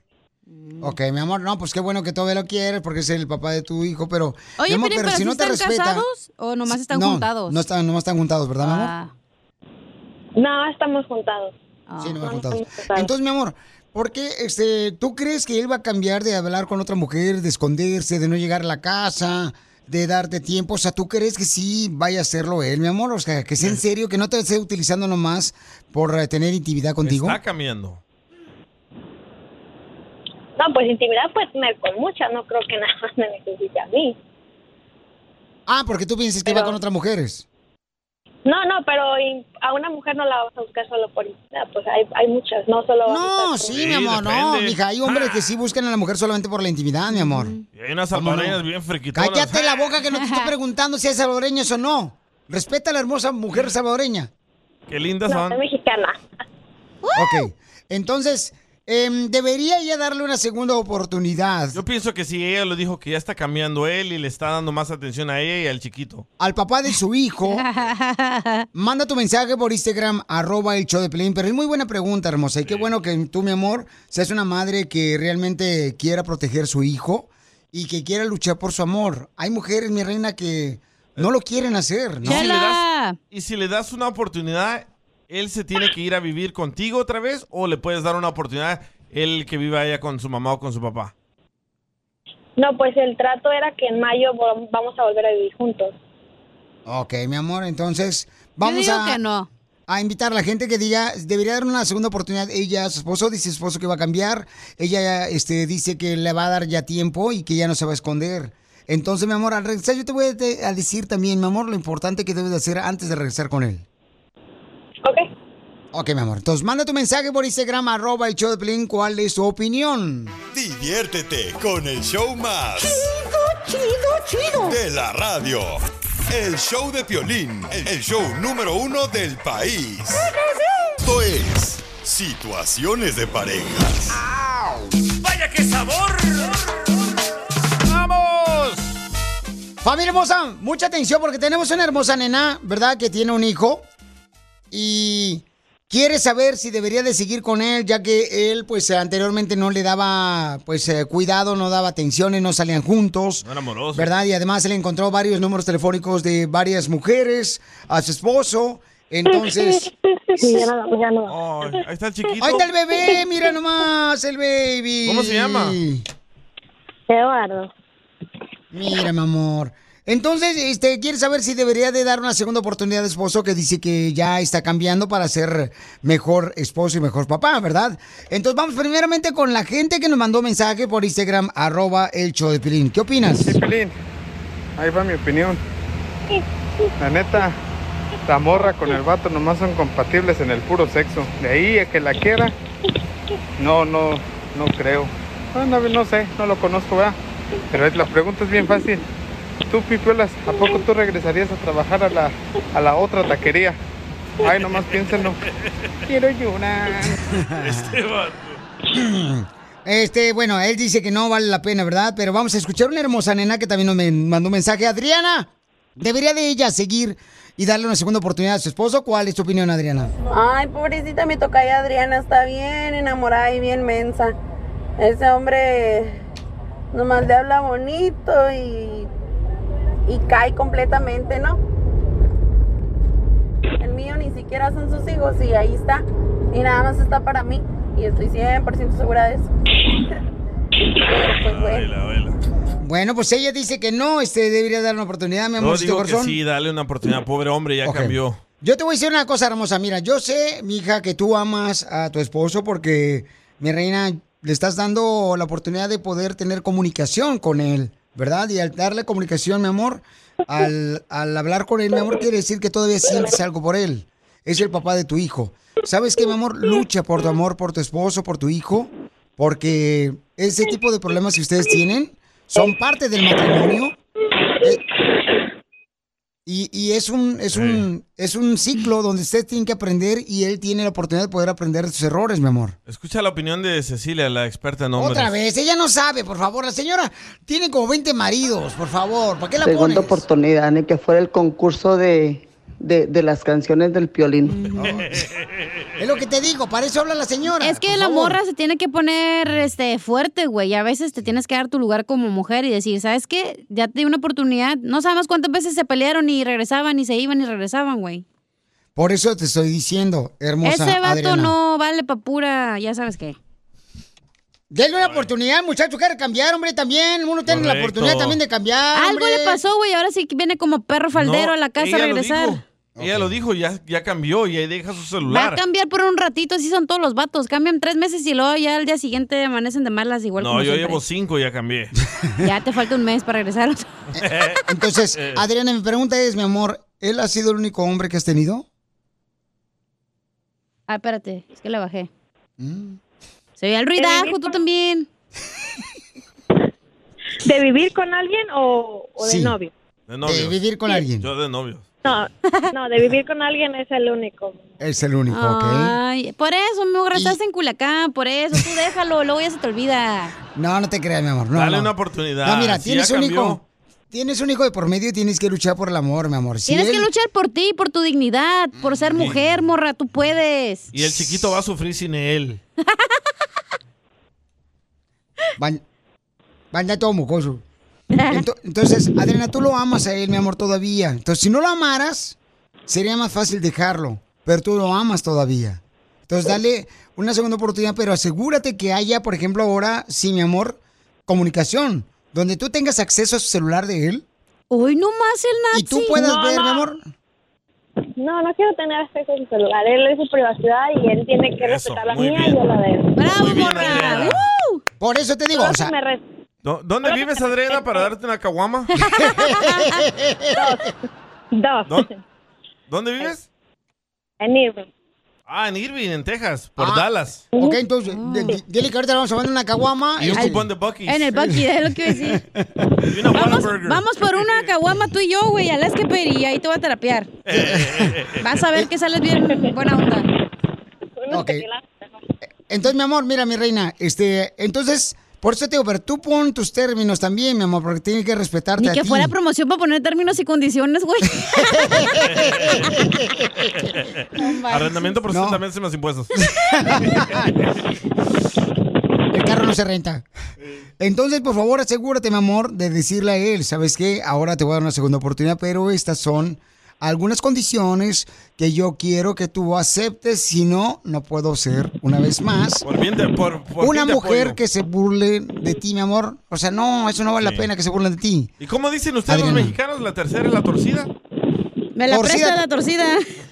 Speaker 25: Mm.
Speaker 3: Ok, mi amor, no, pues qué bueno que todavía lo quieres porque es el papá de tu hijo, pero. mi
Speaker 4: Oye,
Speaker 3: amor,
Speaker 4: Piolín, pero, si
Speaker 3: te
Speaker 4: están
Speaker 3: respeta-
Speaker 4: casados o nomás están
Speaker 3: No,
Speaker 4: juntados? Ah.
Speaker 3: No están, nomás están juntados, ¿verdad, mi amor?
Speaker 25: No, estamos juntados.
Speaker 3: Sí, nomás juntados. Entonces, mi amor, ¿por qué este, tú crees que él va a cambiar de hablar con otra mujer, de esconderse, de no llegar a la casa, de darte tiempo? O sea, ¿tú crees que sí vaya a hacerlo él, mi amor? O sea, que sea en serio, que no te esté utilizando nomás por eh, tener intimidad contigo.
Speaker 5: Está cambiando.
Speaker 25: No, pues intimidad puede tener con muchas, no creo que nada más me necesite a mí.
Speaker 3: Ah, porque tú piensas que va con otras mujeres.
Speaker 25: No, no, pero in- a una mujer no la vas a buscar solo por intimidad, pues hay, hay muchas, no solo... vas a
Speaker 3: No,
Speaker 25: buscar por-
Speaker 3: sí, mi amor, no, mija. Hay hombres que sí buscan a la mujer solamente por la intimidad, mi amor.
Speaker 5: Y hay unas salvadoreñas bien friquitonas.
Speaker 3: Cállate la boca que no te estoy preguntando si es salvadoreño o no. Respeta a la hermosa mujer salvadoreña.
Speaker 5: Qué lindas son.
Speaker 25: mexicana.
Speaker 3: Ok. Entonces, em, debería ella darle una segunda oportunidad
Speaker 5: Yo pienso que si ella lo dijo que ya está cambiando él y le está dando más atención a ella y al chiquito.
Speaker 3: al papá de su hijo. Manda tu mensaje por Instagram, arroba el show de Pelín. Pero es muy buena pregunta, hermosa. Y qué bueno que tú, mi amor, seas una madre que realmente quiera proteger a su hijo y que quiera luchar por su amor. Hay mujeres, mi reina, que no lo quieren hacer,
Speaker 5: Y
Speaker 3: ¿no?
Speaker 5: si, le das, y si le das una oportunidad, ¿él se tiene que ir a vivir contigo otra vez o le puedes dar una oportunidad él que viva allá con su mamá o con su papá?
Speaker 25: No, pues el trato era que en mayo vo- vamos a volver a vivir juntos.
Speaker 3: Ok, mi amor, entonces vamos
Speaker 25: digo
Speaker 3: a,
Speaker 25: que no.
Speaker 3: a invitar a la gente que diga, debería dar una segunda oportunidad ella a su esposo, dice su esposo que va a cambiar, ella este, dice que le va a dar ya tiempo y que ya no se va a esconder. Entonces, mi amor, al regresar yo te voy a, te- a decir también, mi amor, lo importante que debes de hacer antes de regresar con él. Ok. Ok, mi amor. Entonces, manda tu mensaje por Instagram, arroba el show de Pelín, cuál es tu opinión.
Speaker 7: Diviértete con el show más. Chido, chido, chido. De la radio. El show de Piolín, el show número uno del país. Esto es Situaciones de Parejas.
Speaker 23: ¡Vaya qué sabor! ¡Vamos!
Speaker 3: Familia hermosa, mucha atención porque tenemos una hermosa nena, ¿verdad? Que tiene un hijo y quiere saber si debería de seguir con él, ya que él, pues, anteriormente no le daba, pues, eh, cuidado, no daba atenciones, no salían juntos.
Speaker 5: No era amoroso.
Speaker 3: ¿Verdad? Y además se le encontró varios números telefónicos de varias mujeres, a su esposo. Entonces.
Speaker 25: Sí, ya no, ya no.
Speaker 5: Ay, ahí está el chiquito.
Speaker 3: Ahí está el bebé, mira nomás, el baby.
Speaker 5: ¿Cómo se llama?
Speaker 25: Eduardo.
Speaker 3: Mira, mi amor. Entonces, este, quiere saber si debería de dar una segunda oportunidad de esposo que dice que ya está cambiando para ser mejor esposo y mejor papá, ¿verdad? Entonces, vamos primeramente con la gente que nos mandó mensaje por Instagram, arroba el show de Pilín. ¿Qué opinas?
Speaker 8: Ahí va mi opinión. La neta, la morra con el vato nomás son compatibles en el puro sexo. De ahí a que la quiera, no, no, no creo. Bueno, no sé, no lo conozco, ¿verdad? Pero es- la pregunta es bien fácil. Tú, Pipiuelas, ¿a poco tú regresarías a trabajar a la, a la otra taquería? Ay, nomás piénsenlo. Quiero llorar.
Speaker 23: Este vato.
Speaker 3: Este, bueno, él dice que no vale la pena, ¿verdad? Pero vamos a escuchar una hermosa nena que también nos men- mandó un mensaje. Adriana, ¿debería de ella seguir y darle una segunda oportunidad a su esposo? ¿Cuál es tu opinión, Adriana?
Speaker 10: Ay, pobrecita, mi tocaya Adriana está bien enamorada y bien mensa. Ese hombre nomás le habla bonito y, y cae completamente, ¿no? El mío ni siquiera son sus hijos y ahí está. Y nada más está para mí. Y estoy 100% segura de eso.
Speaker 7: Pues
Speaker 3: Bueno, pues ella dice que no, este, debería darle una oportunidad, mi
Speaker 5: No
Speaker 3: amor,
Speaker 5: digo que
Speaker 3: corazón. Mm.
Speaker 5: sí, dale una oportunidad, pobre hombre, ya cambió.
Speaker 3: Yo te voy a decir una cosa hermosa. Mira, yo sé, mija, que tú amas a tu esposo porque, mi reina, le estás dando la oportunidad de poder tener comunicación con él, ¿verdad? Y al darle comunicación, mi amor, al, al hablar con él, mi amor, quiere decir que todavía sientes algo por él. Es el papá de tu hijo. ¿Sabes qué, mi amor? Lucha por tu amor, por tu esposo, por tu hijo, porque ese tipo de problemas que ustedes tienen son parte del matrimonio y, y es un, es un, es un ciclo donde usted tiene que aprender y él tiene la oportunidad de poder aprender de sus errores, mi amor.
Speaker 5: Escucha la opinión de Cecilia, la experta en hombres.
Speaker 3: Otra vez, ella no sabe, por favor. La señora tiene como 20 maridos, por favor. ¿Para qué la
Speaker 11: Segunda
Speaker 3: pones?
Speaker 11: oportunidad, ni que fuera el concurso de, de, de las canciones del
Speaker 3: Mm.
Speaker 11: piolín.
Speaker 3: Es lo que te digo, para eso habla la señora.
Speaker 4: Es que
Speaker 3: por
Speaker 4: la
Speaker 3: favor.
Speaker 4: morra se tiene que poner este fuerte, güey. A veces te tienes que dar tu lugar como mujer y decir, ¿sabes qué? Ya te di una oportunidad. No sabemos cuántas veces se pelearon y regresaban y se iban y regresaban, güey.
Speaker 3: Por eso te estoy diciendo, hermosa.
Speaker 4: Ese vato
Speaker 3: Adriana.
Speaker 4: no vale pa' pura, ya sabes qué.
Speaker 3: Denle una oportunidad, muchacho, quiere cambiar, hombre, también. Uno tiene la
Speaker 4: Correcto.
Speaker 3: oportunidad también de cambiar.
Speaker 4: Algo le pasó, güey. Ahora sí que viene como perro faldero
Speaker 5: No,
Speaker 4: a la casa a
Speaker 5: ella lo
Speaker 4: regresar.
Speaker 5: dijo. Ella lo dijo, ya, ya cambió y ahí deja su
Speaker 4: Va a
Speaker 5: celular.
Speaker 4: cambiar por un ratito, así son todos los vatos. Cambian tres meses y luego ya al día siguiente amanecen de malas igual
Speaker 5: No,
Speaker 4: como
Speaker 5: yo
Speaker 4: siempre.
Speaker 5: llevo cinco Eh. y ya cambié.
Speaker 4: Ya te falta un mes para regresar.
Speaker 3: Entonces,
Speaker 5: Eh,
Speaker 3: Adriana, mi pregunta es, mi amor, ¿él ha sido el único hombre que has tenido?
Speaker 4: Ah, espérate, es que la bajé. Mm. Se veía el ruidajo, tú también.
Speaker 10: ¿De vivir con alguien o, o de
Speaker 5: Sí.
Speaker 10: novio?
Speaker 5: De novio.
Speaker 3: De vivir con alguien.
Speaker 5: Yo de novio.
Speaker 10: No, no, de vivir con alguien es el único.
Speaker 3: Es el único, ¿ok?
Speaker 4: Ay, por eso, mi amor, estás en Culiacán, por eso, tú déjalo, luego ya se te olvida.
Speaker 3: No, no te creas, mi amor. No,
Speaker 5: Dale
Speaker 3: no.
Speaker 5: una oportunidad.
Speaker 3: No, mira,
Speaker 5: Si
Speaker 3: tienes
Speaker 5: ya
Speaker 3: un
Speaker 5: cambió,
Speaker 3: hijo. Tienes un hijo de por medio y tienes que luchar por el amor, mi amor. Si
Speaker 4: Tienes que
Speaker 3: él-
Speaker 4: luchar por ti, por tu dignidad, por ser mujer, morra, tú puedes.
Speaker 5: Y el chiquito va a sufrir sin él.
Speaker 3: Van, van ya todo mocoso. Ento- Entonces, Adriana, tú lo amas a él, mi amor, todavía. Entonces, si no lo amaras, sería más fácil dejarlo. Pero tú lo amas todavía. Entonces, dale una segunda oportunidad, pero asegúrate que haya, por ejemplo, ahora, sí, mi amor, comunicación. Donde tú tengas acceso a su celular de él.
Speaker 4: Uy, no más el
Speaker 3: Y tú puedas ver, mi amor.
Speaker 10: No, no quiero tener acceso a su celular. Él es su privacidad y él tiene que respetar la mía y yo la de él.
Speaker 4: ¡Bravo, Uh.
Speaker 5: Adriana.
Speaker 3: Por eso te digo, o sea...
Speaker 5: ¿Dó- ¿Dónde vives, Adriana, para darte una caguama?
Speaker 10: Dos.
Speaker 5: ¿Dó- ¿Dónde vives?
Speaker 10: En
Speaker 25: pues,
Speaker 10: Irving.
Speaker 5: Ah, en Irving, en Texas, por
Speaker 3: Ah,
Speaker 5: Dallas.
Speaker 3: Ok, entonces, di- di- dile que ahorita le vamos a mandar una caguama.
Speaker 5: Y un
Speaker 3: este,
Speaker 5: cupón de Bucky's.
Speaker 4: En el Bucky, es lo que iba a decir. vamos, vamos por una caguama tú y yo, güey, a las que y ahí te voy a terapiar. Vas a ver que sales bien buena onda.
Speaker 3: Ok. Entonces, mi amor, mira, mi reina, este, entonces, por eso te digo, pero tú pon tus términos también, mi amor, porque tienes que respetarte
Speaker 4: Ni
Speaker 3: a
Speaker 4: que
Speaker 3: ti.
Speaker 4: fuera promoción para poner términos y condiciones, güey.
Speaker 5: Arrendamiento por
Speaker 3: No.
Speaker 5: 60 meses más impuestos.
Speaker 3: El carro no se renta. Entonces, por favor, asegúrate, mi amor, de decirle a él, ¿sabes qué? Ahora te voy a dar una segunda oportunidad, pero estas son algunas condiciones que yo quiero que tú aceptes, si no, no puedo ser una vez más
Speaker 5: Por bien de- por- por
Speaker 3: una
Speaker 5: bien de
Speaker 3: mujer
Speaker 5: apoyo.
Speaker 3: que se burle de ti, mi amor. O sea, no, eso no vale la pena que se burlen de ti.
Speaker 5: ¿Y cómo dicen ustedes los mexicanos? ¿La tercera es la torcida?
Speaker 4: Me la presta la torcida.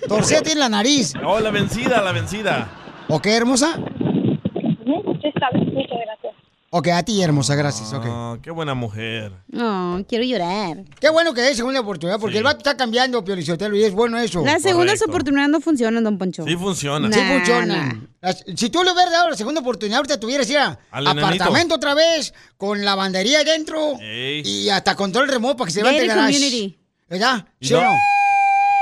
Speaker 3: Torcida tiene la nariz.
Speaker 5: Oh, la vencida, la vencida.
Speaker 3: ¿Ok, hermosa?
Speaker 10: Sí, está bien. Muchas gracias.
Speaker 3: Ok, a ti, hermosa, gracias. ok.
Speaker 5: Ah, qué buena mujer.
Speaker 4: No, quiero llorar.
Speaker 3: Qué bueno que es segunda oportunidad, porque
Speaker 5: Sí.
Speaker 3: el vato está cambiando, Piolizotelo, y es bueno eso.
Speaker 4: Las segundas oportunidades no funcionan, don Poncho.
Speaker 5: Sí funciona.
Speaker 3: Sí
Speaker 4: Nah,
Speaker 3: funciona.
Speaker 4: nah.
Speaker 3: Las- Si tú le hubieras dado la segunda oportunidad, ahorita tuvieras ir a
Speaker 4: Al
Speaker 3: apartamento
Speaker 4: enanito.
Speaker 3: otra vez, con lavandería dentro y hasta control remoto para que se levante el
Speaker 4: Gated
Speaker 3: garage.
Speaker 4: community.
Speaker 3: ¿Verdad?
Speaker 5: Y
Speaker 3: ¿Sí o
Speaker 5: no-
Speaker 3: no?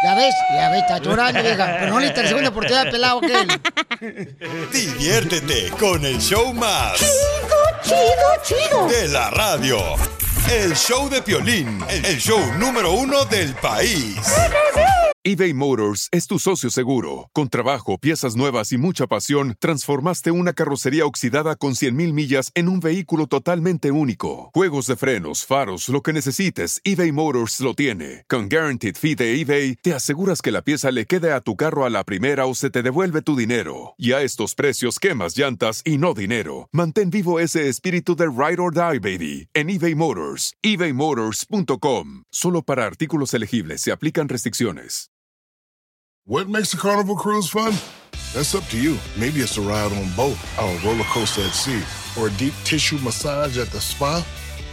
Speaker 3: Ya ves, ya ves, está llorando, vieja. Pero no le interesa segunda oportunidad, pelado aquel.
Speaker 7: Diviértete con el show más. Chido, chido, chido. De la radio. El show de Piolín, el el show número uno del país.
Speaker 26: eBay Motors es tu socio seguro. Con trabajo, piezas nuevas y mucha pasión, transformaste una carrocería oxidada con 100.000 millas en un vehículo totalmente único. Juegos de frenos, faros, lo que necesites, eBay Motors lo tiene. Con Guaranteed Fee de eBay, te aseguras que la pieza le quede a tu carro a la primera o se te devuelve tu dinero. Y a estos precios, quemas llantas y no dinero. Mantén vivo ese este espíritu de Ride or Die, baby, en eBay Motors. ebaymotors.com. Solo para artículos elegibles se aplican restricciones.
Speaker 27: What makes a carnival cruise fun? That's up to you. Maybe it's a ride on boat, a roller coaster at sea, or a deep tissue massage at the spa.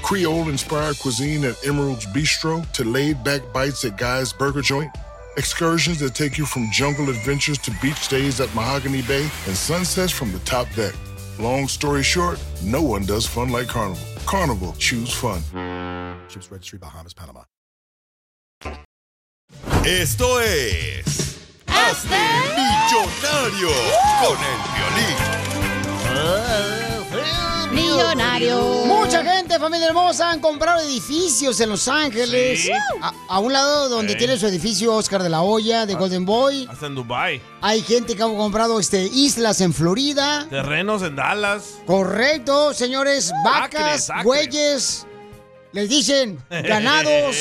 Speaker 27: Creole inspired cuisine at Emerald's Bistro to laid back bites at Guy's Burger Joint. Excursions that take you from jungle adventures to beach days at Mahogany Bay and sunsets from the top deck. Long story short, no one does fun like Carnival. Carnival, choose fun. Ships Registry, Bahamas, Panama.
Speaker 7: Esto es. ¡Hazte millonario! Con el violín.
Speaker 4: Millonario.
Speaker 3: Mucha gente, familia hermosa, han comprado edificios en Los Ángeles.
Speaker 5: Sí.
Speaker 3: A, a un lado donde
Speaker 5: Sí. Ah.
Speaker 3: tiene su edificio Oscar de la Hoya, de Golden Boy.
Speaker 5: Hasta en Dubai.
Speaker 3: Hay gente que ha comprado este, islas en Florida.
Speaker 5: Terrenos en Dallas.
Speaker 3: Correcto, señores.
Speaker 5: Acres,
Speaker 3: Vacas,
Speaker 5: acres.
Speaker 3: bueyes. Les dicen ganados.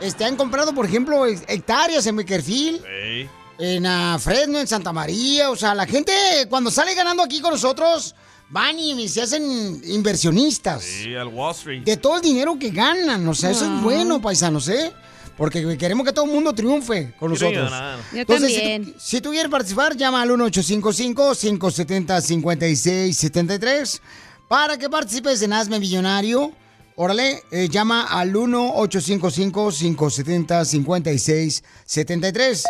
Speaker 3: este, han comprado, por ejemplo, he- hectáreas en Bakersfield.
Speaker 5: Ey.
Speaker 3: en ah, Fresno, en Santa María. O sea, la gente cuando sale ganando aquí con nosotros, van y se hacen inversionistas.
Speaker 5: Sí, al Wall Street.
Speaker 3: De todo el dinero que ganan. O sea, eso es bueno, paisanos, ¿eh? Porque queremos que todo el mundo triunfe con
Speaker 5: Quiero
Speaker 3: nosotros.
Speaker 5: ganar.
Speaker 4: Yo
Speaker 3: si tú-
Speaker 4: también.
Speaker 3: Si, tú quieres participar, llama al 1-855-570-5673 para que participes en Hazme Millonario. Órale, eh, llama al 1-855-570-5673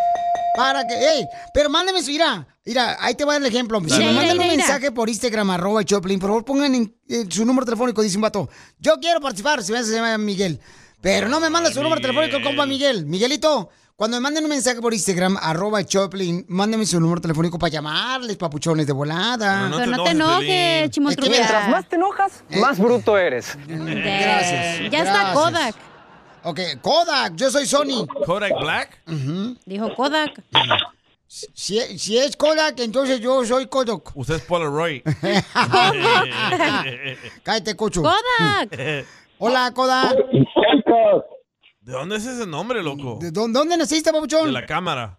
Speaker 3: para que... ¡Ey! Pero mándame su... Mira, mira, ahí te voy a dar el ejemplo. Si
Speaker 4: Dale,
Speaker 3: me
Speaker 4: dale.
Speaker 3: mandan un
Speaker 4: Mira, mira.
Speaker 3: mensaje por Instagram, arroba el Choplin, por favor pongan en, eh, su número telefónico, dice un vato. Yo quiero participar, si me hace, se llama Miguel. Pero no me manda su número telefónico,
Speaker 4: Miguel.
Speaker 3: compa Miguel. Miguelito, cuando me manden un mensaje por Instagram, arroba el Choplin, mándenme su número telefónico para llamarles, papuchones de volada. Eh.
Speaker 4: Pero no te enojes,
Speaker 3: Es que mientras más
Speaker 4: te enojas.
Speaker 3: Más
Speaker 22: bruto eres.
Speaker 3: Gracias.
Speaker 4: Ya está
Speaker 3: gracias.
Speaker 4: Kodak.
Speaker 3: Ok, Kodak, yo soy Sony.
Speaker 5: ¿Kodak Black?
Speaker 4: Dijo Kodak.
Speaker 3: Si, si es Kodak, entonces yo soy Kodak.
Speaker 5: Usted es Polaroid.
Speaker 3: Cállate, cocho.
Speaker 5: ¿De
Speaker 3: Hola, Kodak.
Speaker 5: dónde es ese nombre, loco?
Speaker 3: ¿De dónde, dónde naciste,
Speaker 5: De
Speaker 3: papuchón?
Speaker 5: la cámara.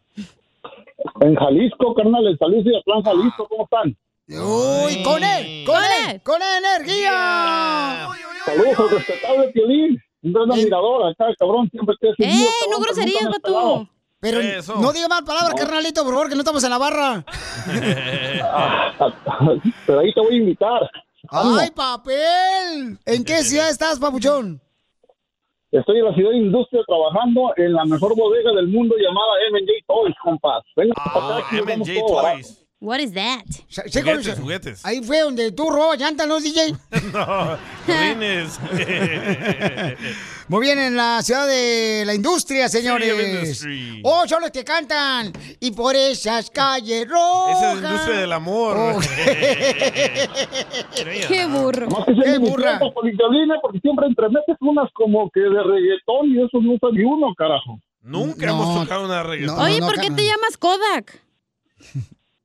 Speaker 28: En Jalisco, carnales, Salud y Atlán, Jalisco, ¿cómo están?
Speaker 3: Uy, con él, con él, con energía.
Speaker 28: Saludos al respetable Piolín, un gran admirador acá, cabrón, siempre te he seguido.
Speaker 3: ¡Ey, Eh. no groserías, vato! Pero
Speaker 28: Eso.
Speaker 3: no diga mal palabras, carnalito, por favor, que no estamos en la barra.
Speaker 28: Pero ahí te voy a invitar. Ánimo.
Speaker 3: ¡Ay, papel! ¿En qué ciudad estás, papuchón?
Speaker 28: Estoy en la ciudad de industria trabajando en la mejor bodega del mundo llamada M&J Toys, compás. Venga,
Speaker 5: Ah,
Speaker 28: para acá, aquí nos vamos todo barato.
Speaker 4: What is that?
Speaker 3: Sí, con- Ahí fue donde tú robas llantas, ¿no, DJ?
Speaker 5: no, Godines.
Speaker 3: Muy bien, en la ciudad de la industria,
Speaker 5: City of
Speaker 3: señores.
Speaker 5: Industry.
Speaker 3: ¡Oh, son los que cantan! Y por esas calles rojas.
Speaker 5: Esa es la industria del amor.
Speaker 3: Oh.
Speaker 28: Qué
Speaker 4: burro.
Speaker 28: Más que
Speaker 3: ¡Qué
Speaker 28: sea mi
Speaker 3: burra!
Speaker 28: tiempo, Policablina, porque siempre entremetes unas como que de reggaetón y eso no usa ni uno, carajo.
Speaker 5: Nunca hemos tocado una reggaetón.
Speaker 4: Oye, ¿por qué te llamas Kodak?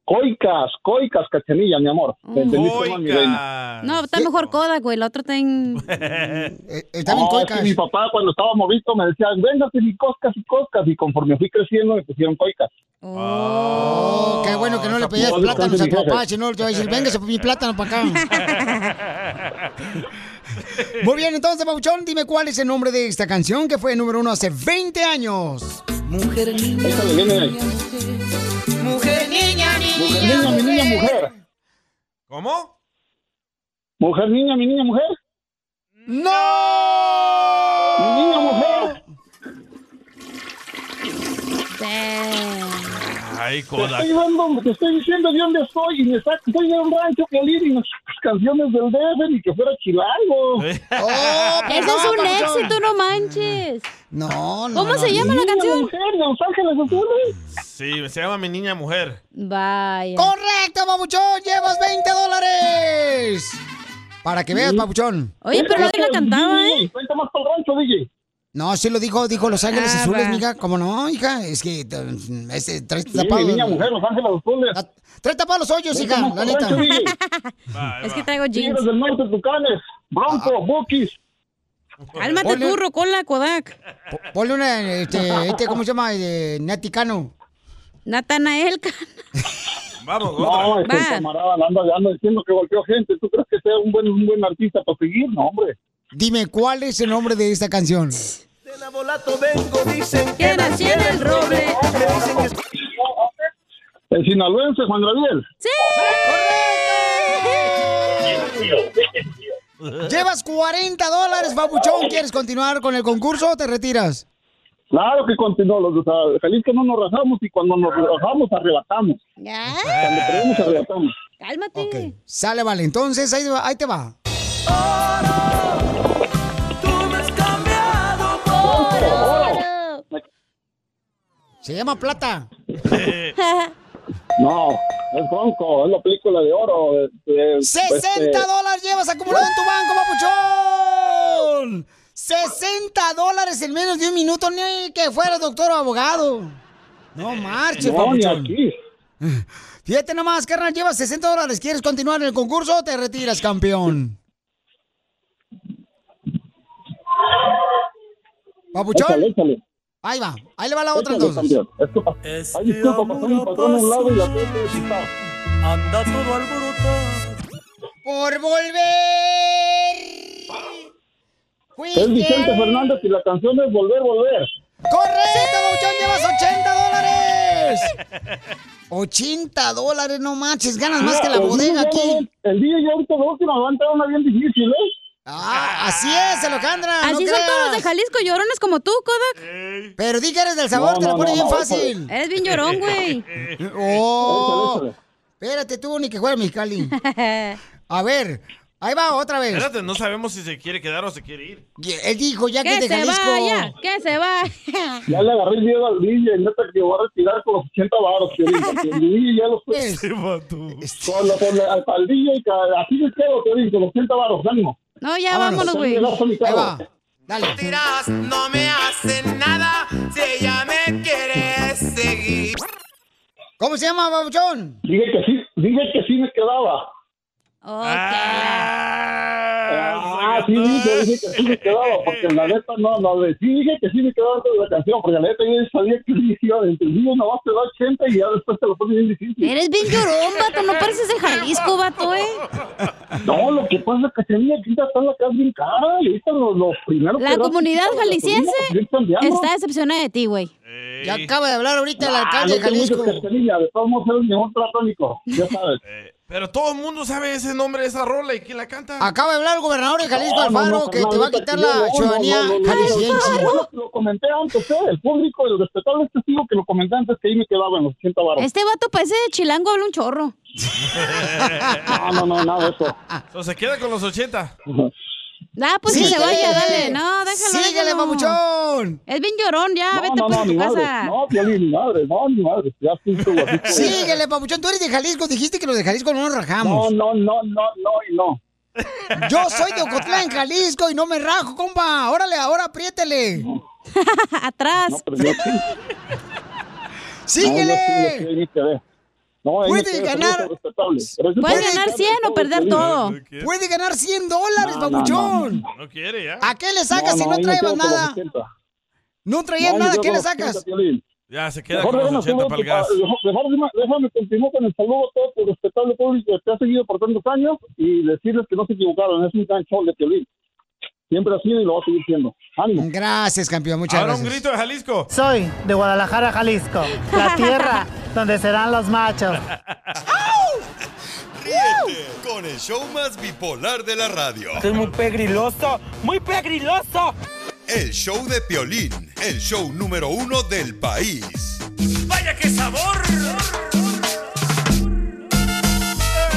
Speaker 28: Coicas, coicas, cachanilla, mi amor.
Speaker 4: Mm.
Speaker 28: Te entendiste mal, mi reina.
Speaker 4: No, está mejor Kodak, güey. El otro está en.
Speaker 28: No, es que mi papá cuando estaba movito me decía, véngase mi coscas y coscas, y conforme fui creciendo me pusieron coicas.
Speaker 3: Oh, qué bueno que no le pedías
Speaker 28: Capaz,
Speaker 3: plátanos a tu
Speaker 28: descanse,
Speaker 3: papá,
Speaker 28: mi
Speaker 3: si no te va a decir, véngase mi plátano para acá. Muy bien, entonces, Pauchón, dime cuál es el nombre de esta canción que fue número uno hace 20 años. Mujer niña.
Speaker 1: Mujer, niña,
Speaker 28: Mujer, niña, mi niña, mujer.
Speaker 5: ¿Cómo?
Speaker 28: Mujer, niña, mi niña, mujer.
Speaker 3: ¡No!
Speaker 28: Mi niña, mujer.
Speaker 5: Ay,
Speaker 28: Te
Speaker 5: Kodak.
Speaker 28: estoy, dando, te estoy diciendo de dónde soy y me sa- soy de un rancho que y me sacas canciones del DF y que fuera chilango.
Speaker 3: Oh,
Speaker 4: Eso es un éxito, no manches.
Speaker 3: No, no.
Speaker 4: ¿Cómo
Speaker 5: no,
Speaker 4: se llama la
Speaker 5: niña
Speaker 4: canción?
Speaker 5: Sí, se llama Mi Niña Mujer.
Speaker 4: Vaya.
Speaker 3: ¡Correcto, papuchón! ¡Llevas 20 dólares! Para que veas, papuchón.
Speaker 4: Oye, pero nadie la cantaba, ¿eh?
Speaker 3: Cuenta más para rancho, DJ. No, sí lo dijo, dijo Los Ángeles
Speaker 4: Ah,
Speaker 3: Azules,
Speaker 4: va.
Speaker 3: mija. ¿Cómo no, hija? Es que mm, este, traes
Speaker 4: Sí,
Speaker 3: tapado.
Speaker 4: mi niña mujer,
Speaker 3: Los Ángeles Azules. Traes tapado los hoyos,
Speaker 4: Cuenta
Speaker 3: hija,
Speaker 4: más
Speaker 3: la
Speaker 4: para
Speaker 3: neta.
Speaker 4: rancho, DJ. Es que traigo jeans.
Speaker 3: Tigres del norte, tucanes, bronco, bookies.
Speaker 4: Cálmate tú, Rocola, Kodak.
Speaker 3: Ponle una, este, este, ¿cómo se llama? Eh, Naticano.
Speaker 4: Natanael.
Speaker 5: Vamos,
Speaker 28: No, es que el
Speaker 4: Va.
Speaker 28: camarada le anda, anda diciendo que golpeó gente. ¿Tú crees que sea un buen, un buen artista para seguir? No, hombre.
Speaker 3: Dime, ¿cuál es el nombre de esta canción?
Speaker 6: vengo, dicen
Speaker 4: que nací en el roble.
Speaker 28: El sinaloense, Juan Gabriel.
Speaker 4: ¡Sí!
Speaker 3: Llevas 40 dólares, babuchón. ¿Quieres continuar con el concurso o te retiras?
Speaker 28: Claro que continuó. Los de Sa- Jalisco no nos rajamos y cuando nos rajamos, arrebatamos. Cuando queremos, arrebatamos.
Speaker 4: Cálmate.
Speaker 3: Sale, vale. Entonces, ahí, ahí te va. Se llama Plata.
Speaker 28: No, es bronco, es la película de oro. eh, eh,
Speaker 3: 60
Speaker 28: este,
Speaker 3: dólares llevas acumulado en tu banco, papuchón. 60 dólares en menos de un minuto, ni que fuera doctor o abogado. No marches,
Speaker 28: No, ni
Speaker 3: papuchón.
Speaker 28: aquí.
Speaker 3: Fíjate nomás, carnal, llevas 60 dólares. ¿Quieres continuar en el concurso o te retiras, campeón? Papuchón.
Speaker 28: Échale, échale.
Speaker 3: Ahí va, ahí le va la otra
Speaker 28: Échale,
Speaker 3: entonces.
Speaker 28: campeón. Es que pues. pa- Ay, disculpa, pasó un pasó un lado y la
Speaker 3: Anda todo alborotado. Por volver.
Speaker 28: Pues Es Vicente Fernández y la canción es Volver, Volver.
Speaker 3: ¡Correcto, Bauchón! ¡Llevas 80 dólares! 80 dólares, no manches. Ganas más que la
Speaker 28: Ah, El
Speaker 3: bodega
Speaker 28: día
Speaker 3: aquí.
Speaker 28: ya- El día ya ahorita de última va a entrar una bien difícil, ¿eh?
Speaker 3: Ah, así es, Alejandra. no
Speaker 4: Así son
Speaker 3: creas.
Speaker 4: todos los de Jalisco, llorones como tú, Kodak.
Speaker 3: Pero di que eres del sabor, No, te la no, pone no, bien no, fácil.
Speaker 4: Eres bien llorón, güey.
Speaker 3: Oh, espérate tú, ni que juegue Mexicali. A ver, ahí va otra vez.
Speaker 5: Espérate, no sabemos si se quiere quedar o se quiere ir.
Speaker 3: Él dijo ya que
Speaker 4: Que
Speaker 3: es de
Speaker 4: se
Speaker 3: Jalisco.
Speaker 4: vaya, que se vaya.
Speaker 28: Ya le agarré el miedo al DJ, neta que voy a retirar con los 80 baros, Piolín, porque el DJ ya los
Speaker 4: Este.
Speaker 28: Con los con la- al DJ, ca- así me quedo, Piolín, con los 80 baros, ánimo.
Speaker 4: No,
Speaker 3: Ah,
Speaker 4: ya
Speaker 28: Vámonos,
Speaker 4: vámonos, güey.
Speaker 28: ya está mi carro.
Speaker 3: Dale.
Speaker 6: Tiras, no me hacen nada si ella me quiere seguir.
Speaker 3: ¿Cómo se llama, Babuchón?
Speaker 28: Dije que sí, dije que sí me quedaba. Ah, sí, dije, dije que sí me quedaba, porque la neta no, no, de- sí dije que sí me quedaba antes de la canción, porque la neta yo sabía que el DJ iba a decir, el DJ nomás te da 80 y ya después te lo pone bien difícil.
Speaker 4: Eres bien llorón, vato. No pareces de Jalisco, vato, eh.
Speaker 28: No, lo que pasa es que tenía que está la casa bien cara y ahorita los, los primeros
Speaker 4: La
Speaker 28: pedazos
Speaker 4: comunidad
Speaker 28: para la
Speaker 4: jalisciense
Speaker 28: gasolina, pues, bien cambiaron.
Speaker 4: está decepcionada de ti, güey.
Speaker 3: Ya acaba de hablar ahorita el
Speaker 28: Ah,
Speaker 3: alcalde de
Speaker 28: no te
Speaker 3: Jalisco.
Speaker 28: gusta Castañeda, de todos modos eres mejor platónico, ya sabes.
Speaker 5: Pero todo el mundo sabe ese nombre de esa rola y quién la canta.
Speaker 3: Acaba de hablar el gobernador de Jalisco, Alfaro, que te va a quitar la ciudadanía jalisciense.
Speaker 28: Bueno, lo comenté antes, ¿eh? el público, el respetable testigo que lo comenté antes, que ahí me quedaba en los 80 baros.
Speaker 4: Este vato parece de chilango, habla un chorro.
Speaker 28: No, no, no, nada de eso.
Speaker 5: Entonces se queda con los 80.
Speaker 4: Ah, pues que
Speaker 5: Sí.
Speaker 4: se vaya, dale. No, déjalo.
Speaker 3: Síguele,
Speaker 4: déjalo.
Speaker 3: papuchón.
Speaker 4: Es bien llorón, ya. Ah, Vete
Speaker 28: no,
Speaker 4: por
Speaker 28: no, mi
Speaker 4: tu
Speaker 28: madre,
Speaker 4: casa.
Speaker 28: no, Piolín, mi madre, no, mi madre, ya estoy guapito.
Speaker 3: Síguele, papuchón. Tú eres de Jalisco, dijiste que los de Jalisco no nos rajamos.
Speaker 28: No, no, no, no, no y no.
Speaker 3: Yo soy de Ocotlán, Jalisco, y no me rajo, compa. Órale, ahora apriétele.
Speaker 4: Atrás.
Speaker 28: Pero yo sí. No, yo sí, yo
Speaker 3: Síguele.
Speaker 28: sí, ahí me quedé. No, ahí me
Speaker 3: Puede
Speaker 28: quedé, soy
Speaker 3: ganar-
Speaker 28: un respetable. Pero
Speaker 4: Puedes
Speaker 28: eso puede
Speaker 4: ganar
Speaker 28: ganar
Speaker 4: 100 o
Speaker 28: todo,
Speaker 4: perder
Speaker 28: Piolín.
Speaker 4: todo.
Speaker 3: Puede ganar 100 dólares,
Speaker 28: No, no,
Speaker 3: papuchón.
Speaker 5: No quiere, ya.
Speaker 3: ¿A qué le sacas si no,
Speaker 28: ahí me
Speaker 3: traebas
Speaker 28: quedo con los
Speaker 3: nada?
Speaker 28: 80.
Speaker 3: No traías
Speaker 28: No, yo
Speaker 3: nada,
Speaker 28: creo
Speaker 3: ¿qué
Speaker 28: que
Speaker 3: le
Speaker 28: los 80,
Speaker 3: sacas?
Speaker 28: Piolín.
Speaker 5: Ya, se queda
Speaker 28: Mejor
Speaker 5: con los
Speaker 28: déjame,
Speaker 5: 80 para el gas.
Speaker 28: déjame, déjame continuar con el saludo a todo tu respetable público que te ha seguido por tantos años y decirles que no se equivocaron, es un gran show de Piolín. Siempre ha sido y lo va a seguir siendo. Ánimo.
Speaker 3: Gracias, campeón. Muchas
Speaker 5: Ahora un
Speaker 3: gracias.
Speaker 5: grito de Jalisco.
Speaker 17: Soy de Guadalajara, Jalisco, la tierra donde serán los machos.
Speaker 7: Ríete con el show más bipolar de la radio.
Speaker 17: Es muy pegriloso, muy pegriloso.
Speaker 7: El show de Piolín, el show número uno del país.
Speaker 29: ¡Vaya qué sabor!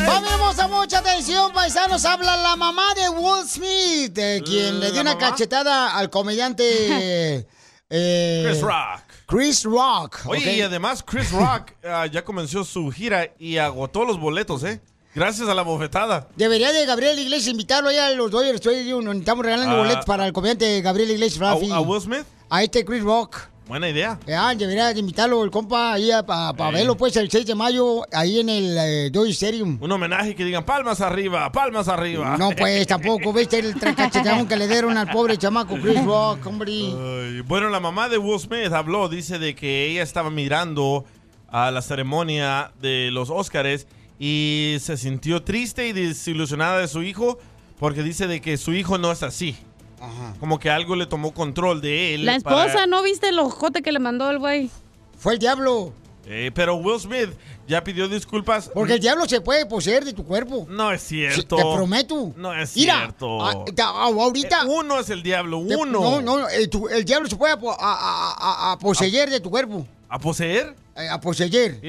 Speaker 3: Familia hermosa, mucha atención, paisanos. Habla la mamá de Will Smith, eh, quien le dio una cachetada al comediante eh,
Speaker 5: Chris Rock.
Speaker 3: Chris Rock.
Speaker 5: Oye,
Speaker 3: ¿ok?
Speaker 5: y además Chris Rock ah, ya comenzó su gira y agotó los boletos, ¿eh? Gracias a la bofetada.
Speaker 3: Debería de Gabriel Iglesias invitarlo allá a los Dodgers Stadium. donde Estamos regalando
Speaker 5: Ah.
Speaker 3: boletos para el comediante Gabriel Iglesias.
Speaker 5: ¿A,
Speaker 3: Rafi.
Speaker 5: a Will Smith?
Speaker 3: A este Chris Rock.
Speaker 5: Buena idea.
Speaker 3: Ah, debería de invitarlo el compa ahí a, pa- pa'
Speaker 5: Ey.
Speaker 3: verlo pues el 6 de mayo ahí en el eh, Dodger Stadium.
Speaker 5: Un homenaje que digan palmas arriba, palmas arriba.
Speaker 3: No, pues tampoco, viste el tracachetón que le dieron al pobre chamaco Chris Rock, hombre.
Speaker 5: Ay, bueno, la mamá de Will Smith habló, dice de que ella estaba mirando a la ceremonia de los Óscares y se sintió triste y desilusionada de su hijo porque dice de que su hijo no es así. Como que algo le tomó control de él.
Speaker 4: La
Speaker 5: para-
Speaker 4: esposa, ¿no viste el ojote que le mandó el güey?
Speaker 3: Fue el diablo.
Speaker 5: Eh, pero Will Smith ya pidió disculpas.
Speaker 3: Porque el diablo se puede poseer de tu cuerpo.
Speaker 5: No es cierto.
Speaker 3: Te prometo.
Speaker 5: No es
Speaker 3: Mira,
Speaker 5: cierto. Eh,
Speaker 3: a- ta- a- ahorita.
Speaker 5: uno es el diablo,
Speaker 3: te-
Speaker 5: uno.
Speaker 3: No, no, el, tu- el diablo se puede a, a- a- a poseer de tu cuerpo.
Speaker 5: ¿A poseer?
Speaker 3: Eh, A poseer.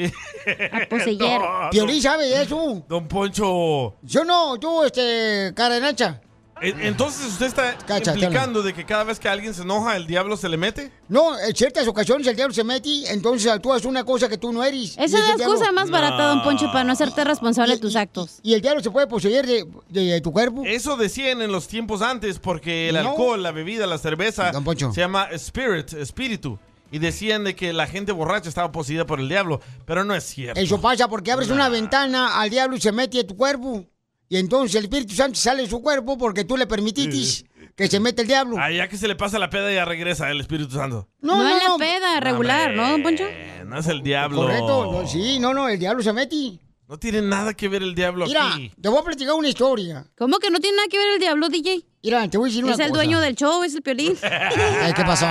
Speaker 5: A
Speaker 3: poseer. Piolín sabe eso.
Speaker 5: Don Poncho.
Speaker 3: Yo no, tú, este, cara de nacha.
Speaker 5: E- Entonces usted está
Speaker 3: Cacha,
Speaker 5: implicando de que cada vez que alguien se enoja, el diablo se le mete.
Speaker 3: No, en ciertas ocasiones el diablo se mete, entonces tú haces una cosa que tú no eres.
Speaker 4: Esa es la excusa más barata, don Poncho, para no
Speaker 3: hacerte responsable de tus actos. Ah. Y el diablo se puede poseer de, de- de tu cuerpo.
Speaker 5: Ah, Eso decían en los tiempos antes porque el
Speaker 3: No.
Speaker 5: alcohol, la bebida, la cerveza se llama spirit, espíritu. Y decían de que la gente borracha estaba poseída por el diablo, pero no es cierto.
Speaker 3: Eso pasa porque abres
Speaker 5: Nah.
Speaker 3: una ventana al diablo y se mete en tu cuerpo. Y entonces el Espíritu Santo sale de su cuerpo porque tú le permitiste que se mete el diablo.
Speaker 5: Ah, ya que se le pasa la peda ya regresa el Espíritu Santo.
Speaker 3: No, no,
Speaker 4: en la
Speaker 3: no.
Speaker 4: peda regular, ¿no, don Poncho?
Speaker 5: Eh, no es el diablo.
Speaker 3: Correcto, no, sí, no, no, el diablo se mete.
Speaker 5: No tiene nada que ver el diablo
Speaker 3: Mira,
Speaker 5: aquí.
Speaker 3: te voy a platicar una historia.
Speaker 4: ¿Cómo que no tiene nada que ver el diablo, DJ?
Speaker 3: Mira, te voy a decir
Speaker 4: es
Speaker 3: una
Speaker 4: el
Speaker 3: cosa.
Speaker 4: dueño del show, es el piolín.
Speaker 3: Ay, ¿qué pasó?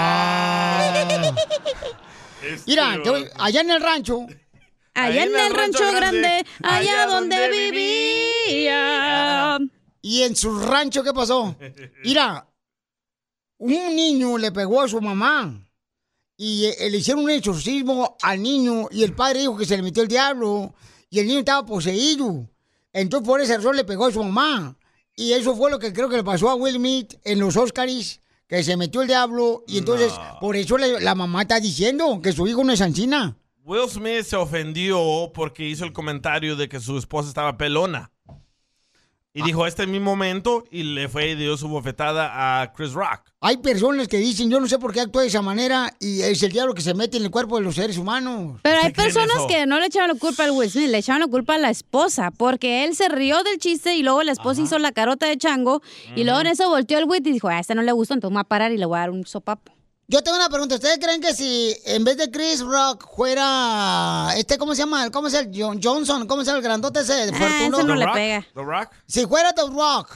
Speaker 3: Mira, te voy- allá en el rancho.
Speaker 4: Allá en el rancho grande, allá donde vivía.
Speaker 3: ¿Y en su rancho qué pasó? Mira, un niño le pegó a su mamá y eh, le hicieron un exorcismo al niño y el padre dijo que se le metió el diablo y el niño estaba poseído. Entonces por esa razón le pegó a su mamá. Y eso fue lo que creo que le pasó a Will Smith en los Oscars, que se metió el diablo y entonces por eso le- la mamá está diciendo que su hijo no es ancina.
Speaker 5: Will Smith se ofendió porque hizo el comentario de que su esposa estaba pelona. Y
Speaker 3: Ah.
Speaker 5: dijo, este es mi momento, y le fue y dio su bofetada a Chris Rock.
Speaker 3: Hay personas que dicen, yo no sé por qué actúa de esa manera y es el diablo que se mete en el cuerpo de los seres humanos.
Speaker 4: Pero hay
Speaker 3: creen
Speaker 4: personas
Speaker 3: eso?
Speaker 4: que no le echaron la culpa al Will Smith, le echaron la culpa a la esposa, porque él se rió del chiste y luego la esposa hizo la carota de chango y luego en eso volteó el Will y dijo, a este no le gustó, entonces me va a parar y le voy a dar un sopapo.
Speaker 3: Yo tengo una pregunta. ¿Ustedes creen que si en vez de Chris Rock fuera este, ¿cómo se llama? ¿Cómo se llama? John- Johnson, ¿cómo se llama el grandote
Speaker 4: Ah,
Speaker 3: ese? fuertuno?
Speaker 5: The Rock, The Rock.
Speaker 3: Si fuera The Rock,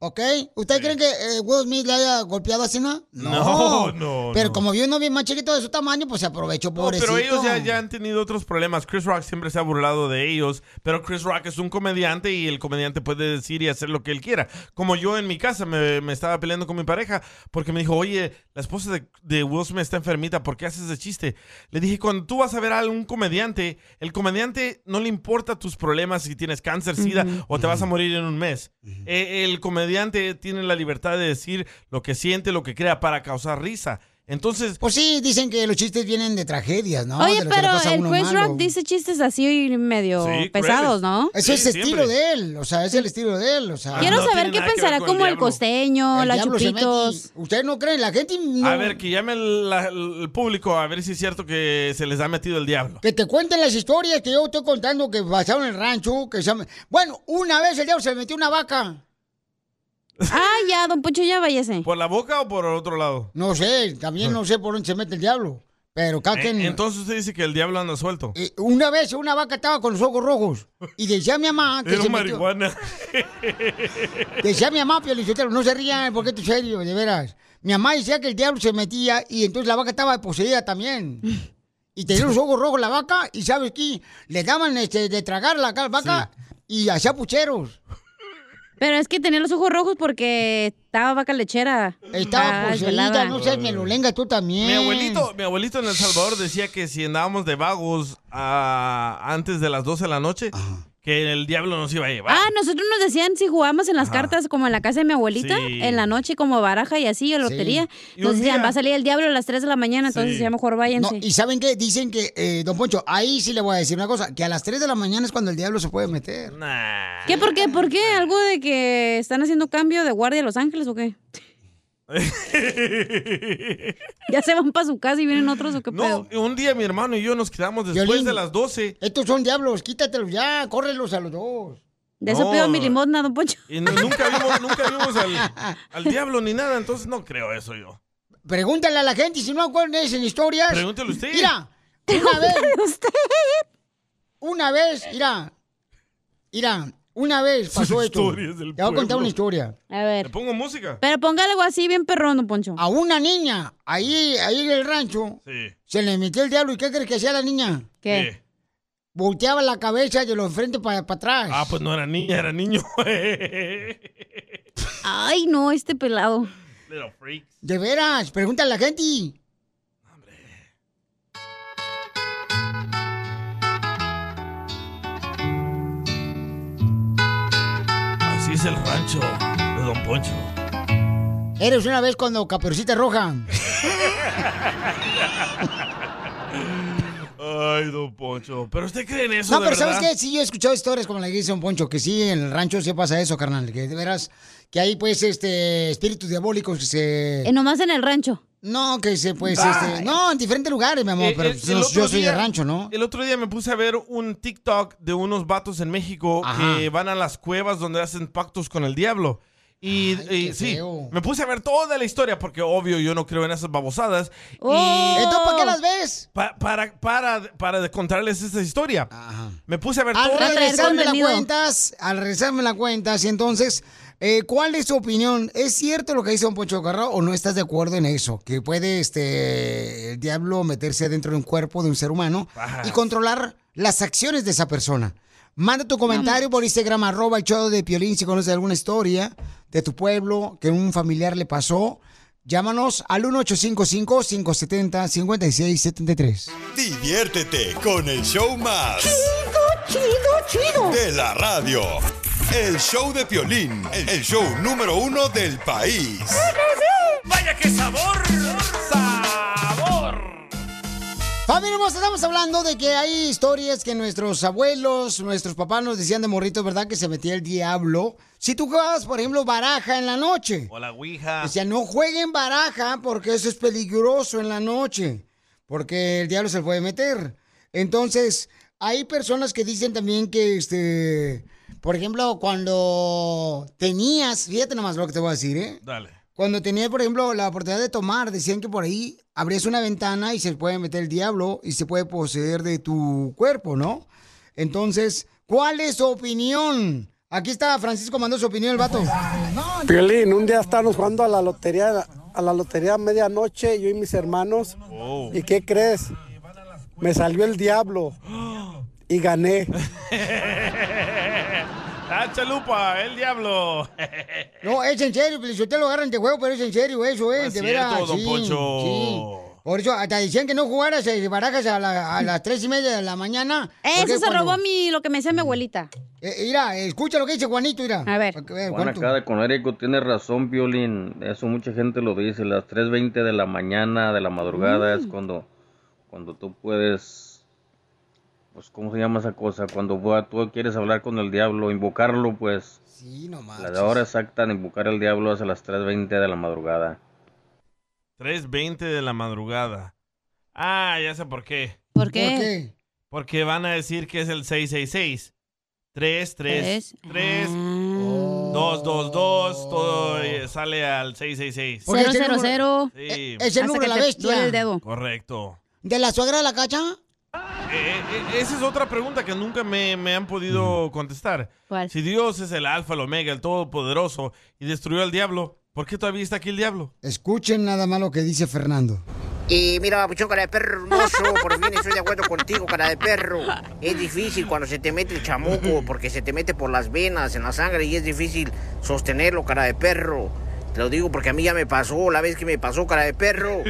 Speaker 3: ¿ok? ¿Ustedes creen que eh, Will Smith le haya golpeado así, no?
Speaker 5: No, no,
Speaker 3: Pero
Speaker 5: no.
Speaker 3: como vio un novio más chiquito de su tamaño, pues se aprovechó,
Speaker 5: No,
Speaker 3: pobrecito.
Speaker 5: Oh, pero ellos ya, ya han tenido otros problemas. Chris Rock siempre se ha burlado de ellos, pero Chris Rock es un comediante y el comediante puede decir y hacer lo que él quiera. Como yo en mi casa me, me estaba peleando con mi pareja porque me dijo, oye, la esposa de, de Will Smith está enfermita, ¿por qué haces ese chiste? Le dije, cuando tú vas a ver a algún comediante, el comediante no le importa tus problemas si tienes cáncer, sida o te vas a morir en un mes. Eh, el comediante tiene la libertad de decir lo que siente, lo que crea para causar risa. Entonces,
Speaker 3: Pues sí, dicen que los chistes vienen de tragedias, ¿no?
Speaker 4: Oye,
Speaker 3: De lo que le
Speaker 4: pero
Speaker 3: pasa a
Speaker 4: el
Speaker 3: uno
Speaker 4: Chris
Speaker 3: malo.
Speaker 4: Rock dice chistes así medio
Speaker 3: Sí,
Speaker 4: pesados,
Speaker 3: crueles.
Speaker 4: ¿no?
Speaker 3: Ese es el estilo de él, o sea, es el estilo de él, o sea.
Speaker 4: Quiero saber qué pensará como el, costeño,
Speaker 3: El
Speaker 4: la
Speaker 3: diablo se
Speaker 4: chupitos.
Speaker 3: mete. Ustedes no creen, la gente no-
Speaker 5: A ver, que llame el, la- el público a ver si es cierto que se les ha metido el diablo.
Speaker 3: Que te cuenten las historias que yo estoy contando que pasaron en el rancho, que se llama- Bueno, una vez el diablo se le metió una vaca.
Speaker 4: Ah, ya, don Poncho, ya váyase.
Speaker 5: ¿Por la boca o por el otro lado?
Speaker 3: No sé, también no sé por dónde se mete el diablo. Pero cada
Speaker 5: Eh,
Speaker 3: quien-
Speaker 5: Entonces usted dice que el diablo anda suelto.
Speaker 3: Ah, eh, una vez una vaca estaba con los ojos rojos y decía a mi mamá ah, que
Speaker 5: Era
Speaker 3: se
Speaker 5: un
Speaker 3: metió-
Speaker 5: marihuana.
Speaker 3: Decía mi mamá, Piolichotero, no se rían, porque esto es serio, de veras. Mi mamá decía que el diablo se metía y entonces la vaca estaba poseída también. Y tenía los ojos rojos la vaca y, ¿sabes qué? Le daban este, de tragar la ca- vaca y hacía pucheros.
Speaker 4: Pero es que tenía los ojos rojos porque estaba vaca lechera.
Speaker 3: Estaba
Speaker 4: Ah,
Speaker 3: poseída,
Speaker 4: desvelada.
Speaker 3: no seas melolenga tú también.
Speaker 5: Mi abuelito, mi abuelito en El Salvador decía que si andábamos de vagos ah, antes de las 12 de la noche, que el diablo nos iba a llevar.
Speaker 4: Ah, nosotros nos decían si jugábamos en las cartas como en la casa de mi abuelita,
Speaker 5: Sí.
Speaker 4: en la noche como baraja y así, o lotería.
Speaker 3: Y
Speaker 4: Nos
Speaker 3: un
Speaker 4: decían,
Speaker 3: día-
Speaker 4: va a salir el diablo a las 3 de la mañana, entonces ya mejor váyanse.
Speaker 3: No, y ¿saben qué? Dicen que, eh, don Poncho, ahí sí le voy a decir una cosa, que a las 3 de la mañana es cuando el diablo se puede meter.
Speaker 4: ¿Qué? ¿Por qué? ¿Por qué? ¿Algo de que están haciendo cambio de guardia a Los Ángeles o qué? ¿Ya se van para su casa y vienen otros o qué pedo?
Speaker 5: No, un día mi hermano y yo nos quedamos después
Speaker 4: Violín.
Speaker 5: de las 12.
Speaker 3: Estos son diablos, quítatelos ya, córrelos a los dos.
Speaker 5: De eso No, pido mi no.
Speaker 4: limosna, don Poncho.
Speaker 5: Y no- nunca vimos, nunca vimos al, al diablo ni nada, entonces no creo eso yo.
Speaker 3: Pregúntale a la gente si no acuerdas en historias.
Speaker 5: Pregúntele usted.
Speaker 3: Mira, una vez. Una vez, mira. Mira, una vez pasó esto. Te
Speaker 5: historias del
Speaker 3: voy a contar
Speaker 5: pueblo.
Speaker 3: una historia.
Speaker 4: A ver.
Speaker 5: Pongo música.
Speaker 4: Pero ponga algo así bien perrón, don Poncho.
Speaker 3: A una niña, ahí, ahí en el rancho,
Speaker 5: Sí.
Speaker 3: se le metió el diablo. ¿Y qué crees que hacía la niña?
Speaker 4: ¿Qué?
Speaker 3: Volteaba la cabeza de los frentes para atrás.
Speaker 5: Ah, pues no era niña, era niño.
Speaker 4: Ay, no, este pelado.
Speaker 5: Little freak.
Speaker 3: De veras, pregúntale a la gente.
Speaker 5: Así es el rancho de Don Poncho.
Speaker 3: Eres una vez cuando Caperucita Roja.
Speaker 5: Ay, Don Poncho. ¿Pero usted cree en eso?
Speaker 3: No,
Speaker 5: de
Speaker 3: pero ¿sabes
Speaker 5: verdad?
Speaker 3: qué? Sí, yo he escuchado historias como la que dice Don Poncho, que sí, en el rancho se pasa eso, carnal. Que de veras, que hay pues este espíritus diabólicos que se.
Speaker 4: Eh, nomás en el rancho.
Speaker 3: No, que se pues
Speaker 5: Ay.
Speaker 3: este. No, en diferentes lugares, mi amor,
Speaker 5: Eh,
Speaker 3: pero
Speaker 5: eh,
Speaker 3: pues,
Speaker 5: el
Speaker 3: no,
Speaker 5: otro
Speaker 3: yo soy
Speaker 5: día-
Speaker 3: de rancho, ¿no?
Speaker 5: El otro día me puse a ver un TikTok de unos vatos en México que van a las cuevas donde hacen pactos con el diablo. Y, y sí, me puse a ver toda la historia porque obvio yo no creo en esas babosadas. Y
Speaker 3: Oh. ¿Entonces para qué las ves?
Speaker 5: pa- para, para, para de contarles esta historia. Me puse a ver
Speaker 3: Al
Speaker 5: toda
Speaker 3: regresar me la
Speaker 5: historia.
Speaker 3: cuentas, al regresar me la cuentas, y entonces, eh, ¿cuál es tu opinión? ¿Es cierto lo que dice Don Poncho Carrao o no estás de acuerdo en eso? Que puede este el diablo meterse dentro de un cuerpo de un ser humano
Speaker 13: Ajá.
Speaker 3: y controlar las acciones de esa persona. Manda tu comentario por Instagram, arroba el show de Piolín, si conoces alguna historia de tu pueblo que un familiar le pasó. Llámanos al 1855-570-5673.
Speaker 7: Diviértete con el show más. Chido,
Speaker 3: chido, chido.
Speaker 7: De la radio. El show de Piolín, el el show número uno del país.
Speaker 23: ¡Vaya qué sabor! ¡Sabor!
Speaker 3: Familia hermosa, estamos hablando de que hay historias que nuestros abuelos, nuestros papás nos decían de morritos, ¿verdad? Que se metía el diablo. Si tú jugabas, por ejemplo, baraja en la noche.
Speaker 5: O la Ouija.
Speaker 3: Decían, no jueguen baraja porque eso es peligroso en la noche. Porque el diablo se puede meter. Entonces, hay personas que dicen también que, este, por ejemplo, cuando tenías, fíjate nomás lo que te voy a decir, ¿eh?
Speaker 5: Dale.
Speaker 3: Cuando tenía, por ejemplo, la oportunidad de tomar, decían que por ahí abrías una ventana y se puede meter el diablo y se puede poseer de tu cuerpo, ¿no? Entonces, ¿cuál es su opinión? Aquí está Francisco mandó su opinión el vato.
Speaker 15: Piolín, un día estábamos jugando a la lotería, a la lotería a medianoche, yo y mis hermanos.
Speaker 5: Oh.
Speaker 15: ¿Y qué crees? Me salió el diablo y gané.
Speaker 5: La Ah, chalupa, el diablo.
Speaker 3: No, es en serio, si usted lo agarran de juego, pero es en serio, eso es,
Speaker 5: es
Speaker 3: de
Speaker 5: cierto,
Speaker 3: veras.
Speaker 5: Oh, don
Speaker 3: sí,
Speaker 5: Poncho.
Speaker 3: sí. Por eso, hasta decían que no jugaras eh, barajas a, la- a las tres y media de la mañana. porque
Speaker 4: Eso se
Speaker 3: cuando- Mm.
Speaker 4: robó mi, lo que me decía mi abuelita.
Speaker 3: Eh, mira, escucha lo que dice Juanito, mira. A ver.
Speaker 14: Juan acá de Conérico tiene razón, Violín. Eso mucha gente lo dice. Las 3.20 de la mañana, de la madrugada, es
Speaker 16: Mm.
Speaker 14: cuando, cuando tú puedes... Pues, ¿cómo se llama esa cosa? Cuando va- tú quieres hablar con el diablo, invocarlo, pues...
Speaker 3: Sí, no
Speaker 14: La de hora exacta de invocar al diablo es a las 3.20 de la madrugada.
Speaker 5: 3.20 de la madrugada. Ah, ya sé por qué.
Speaker 4: ¿Por
Speaker 3: qué? ¿Por qué?
Speaker 5: Porque van a decir que es el 666. 3, 3,
Speaker 4: Tres.
Speaker 5: 3, 2, 2, 2, todo eh, sale al 666.
Speaker 3: Porque es el Cero,
Speaker 4: número- cero,
Speaker 3: cero.
Speaker 5: Sí.
Speaker 3: E- es el Hasta número de que la te bestia. duele el dedo.
Speaker 5: Correcto.
Speaker 3: ¿De la suegra de la cacha?
Speaker 5: Eh, eh, esa es otra pregunta que nunca me, me han podido contestar. Si Dios es el alfa, el omega, el todopoderoso y destruyó al diablo, ¿por qué todavía está aquí el diablo?
Speaker 3: Escuchen nada más lo que dice Fernando.
Speaker 17: Y mira, papuchón, cara de perro hermoso, por fin estoy de acuerdo contigo, cara de perro. Es difícil cuando se te mete el chamuco, porque se te mete por las venas, en la sangre, y es difícil sostenerlo, cara de perro. Te lo digo porque a mí ya me pasó, la vez que me pasó, cara de perro.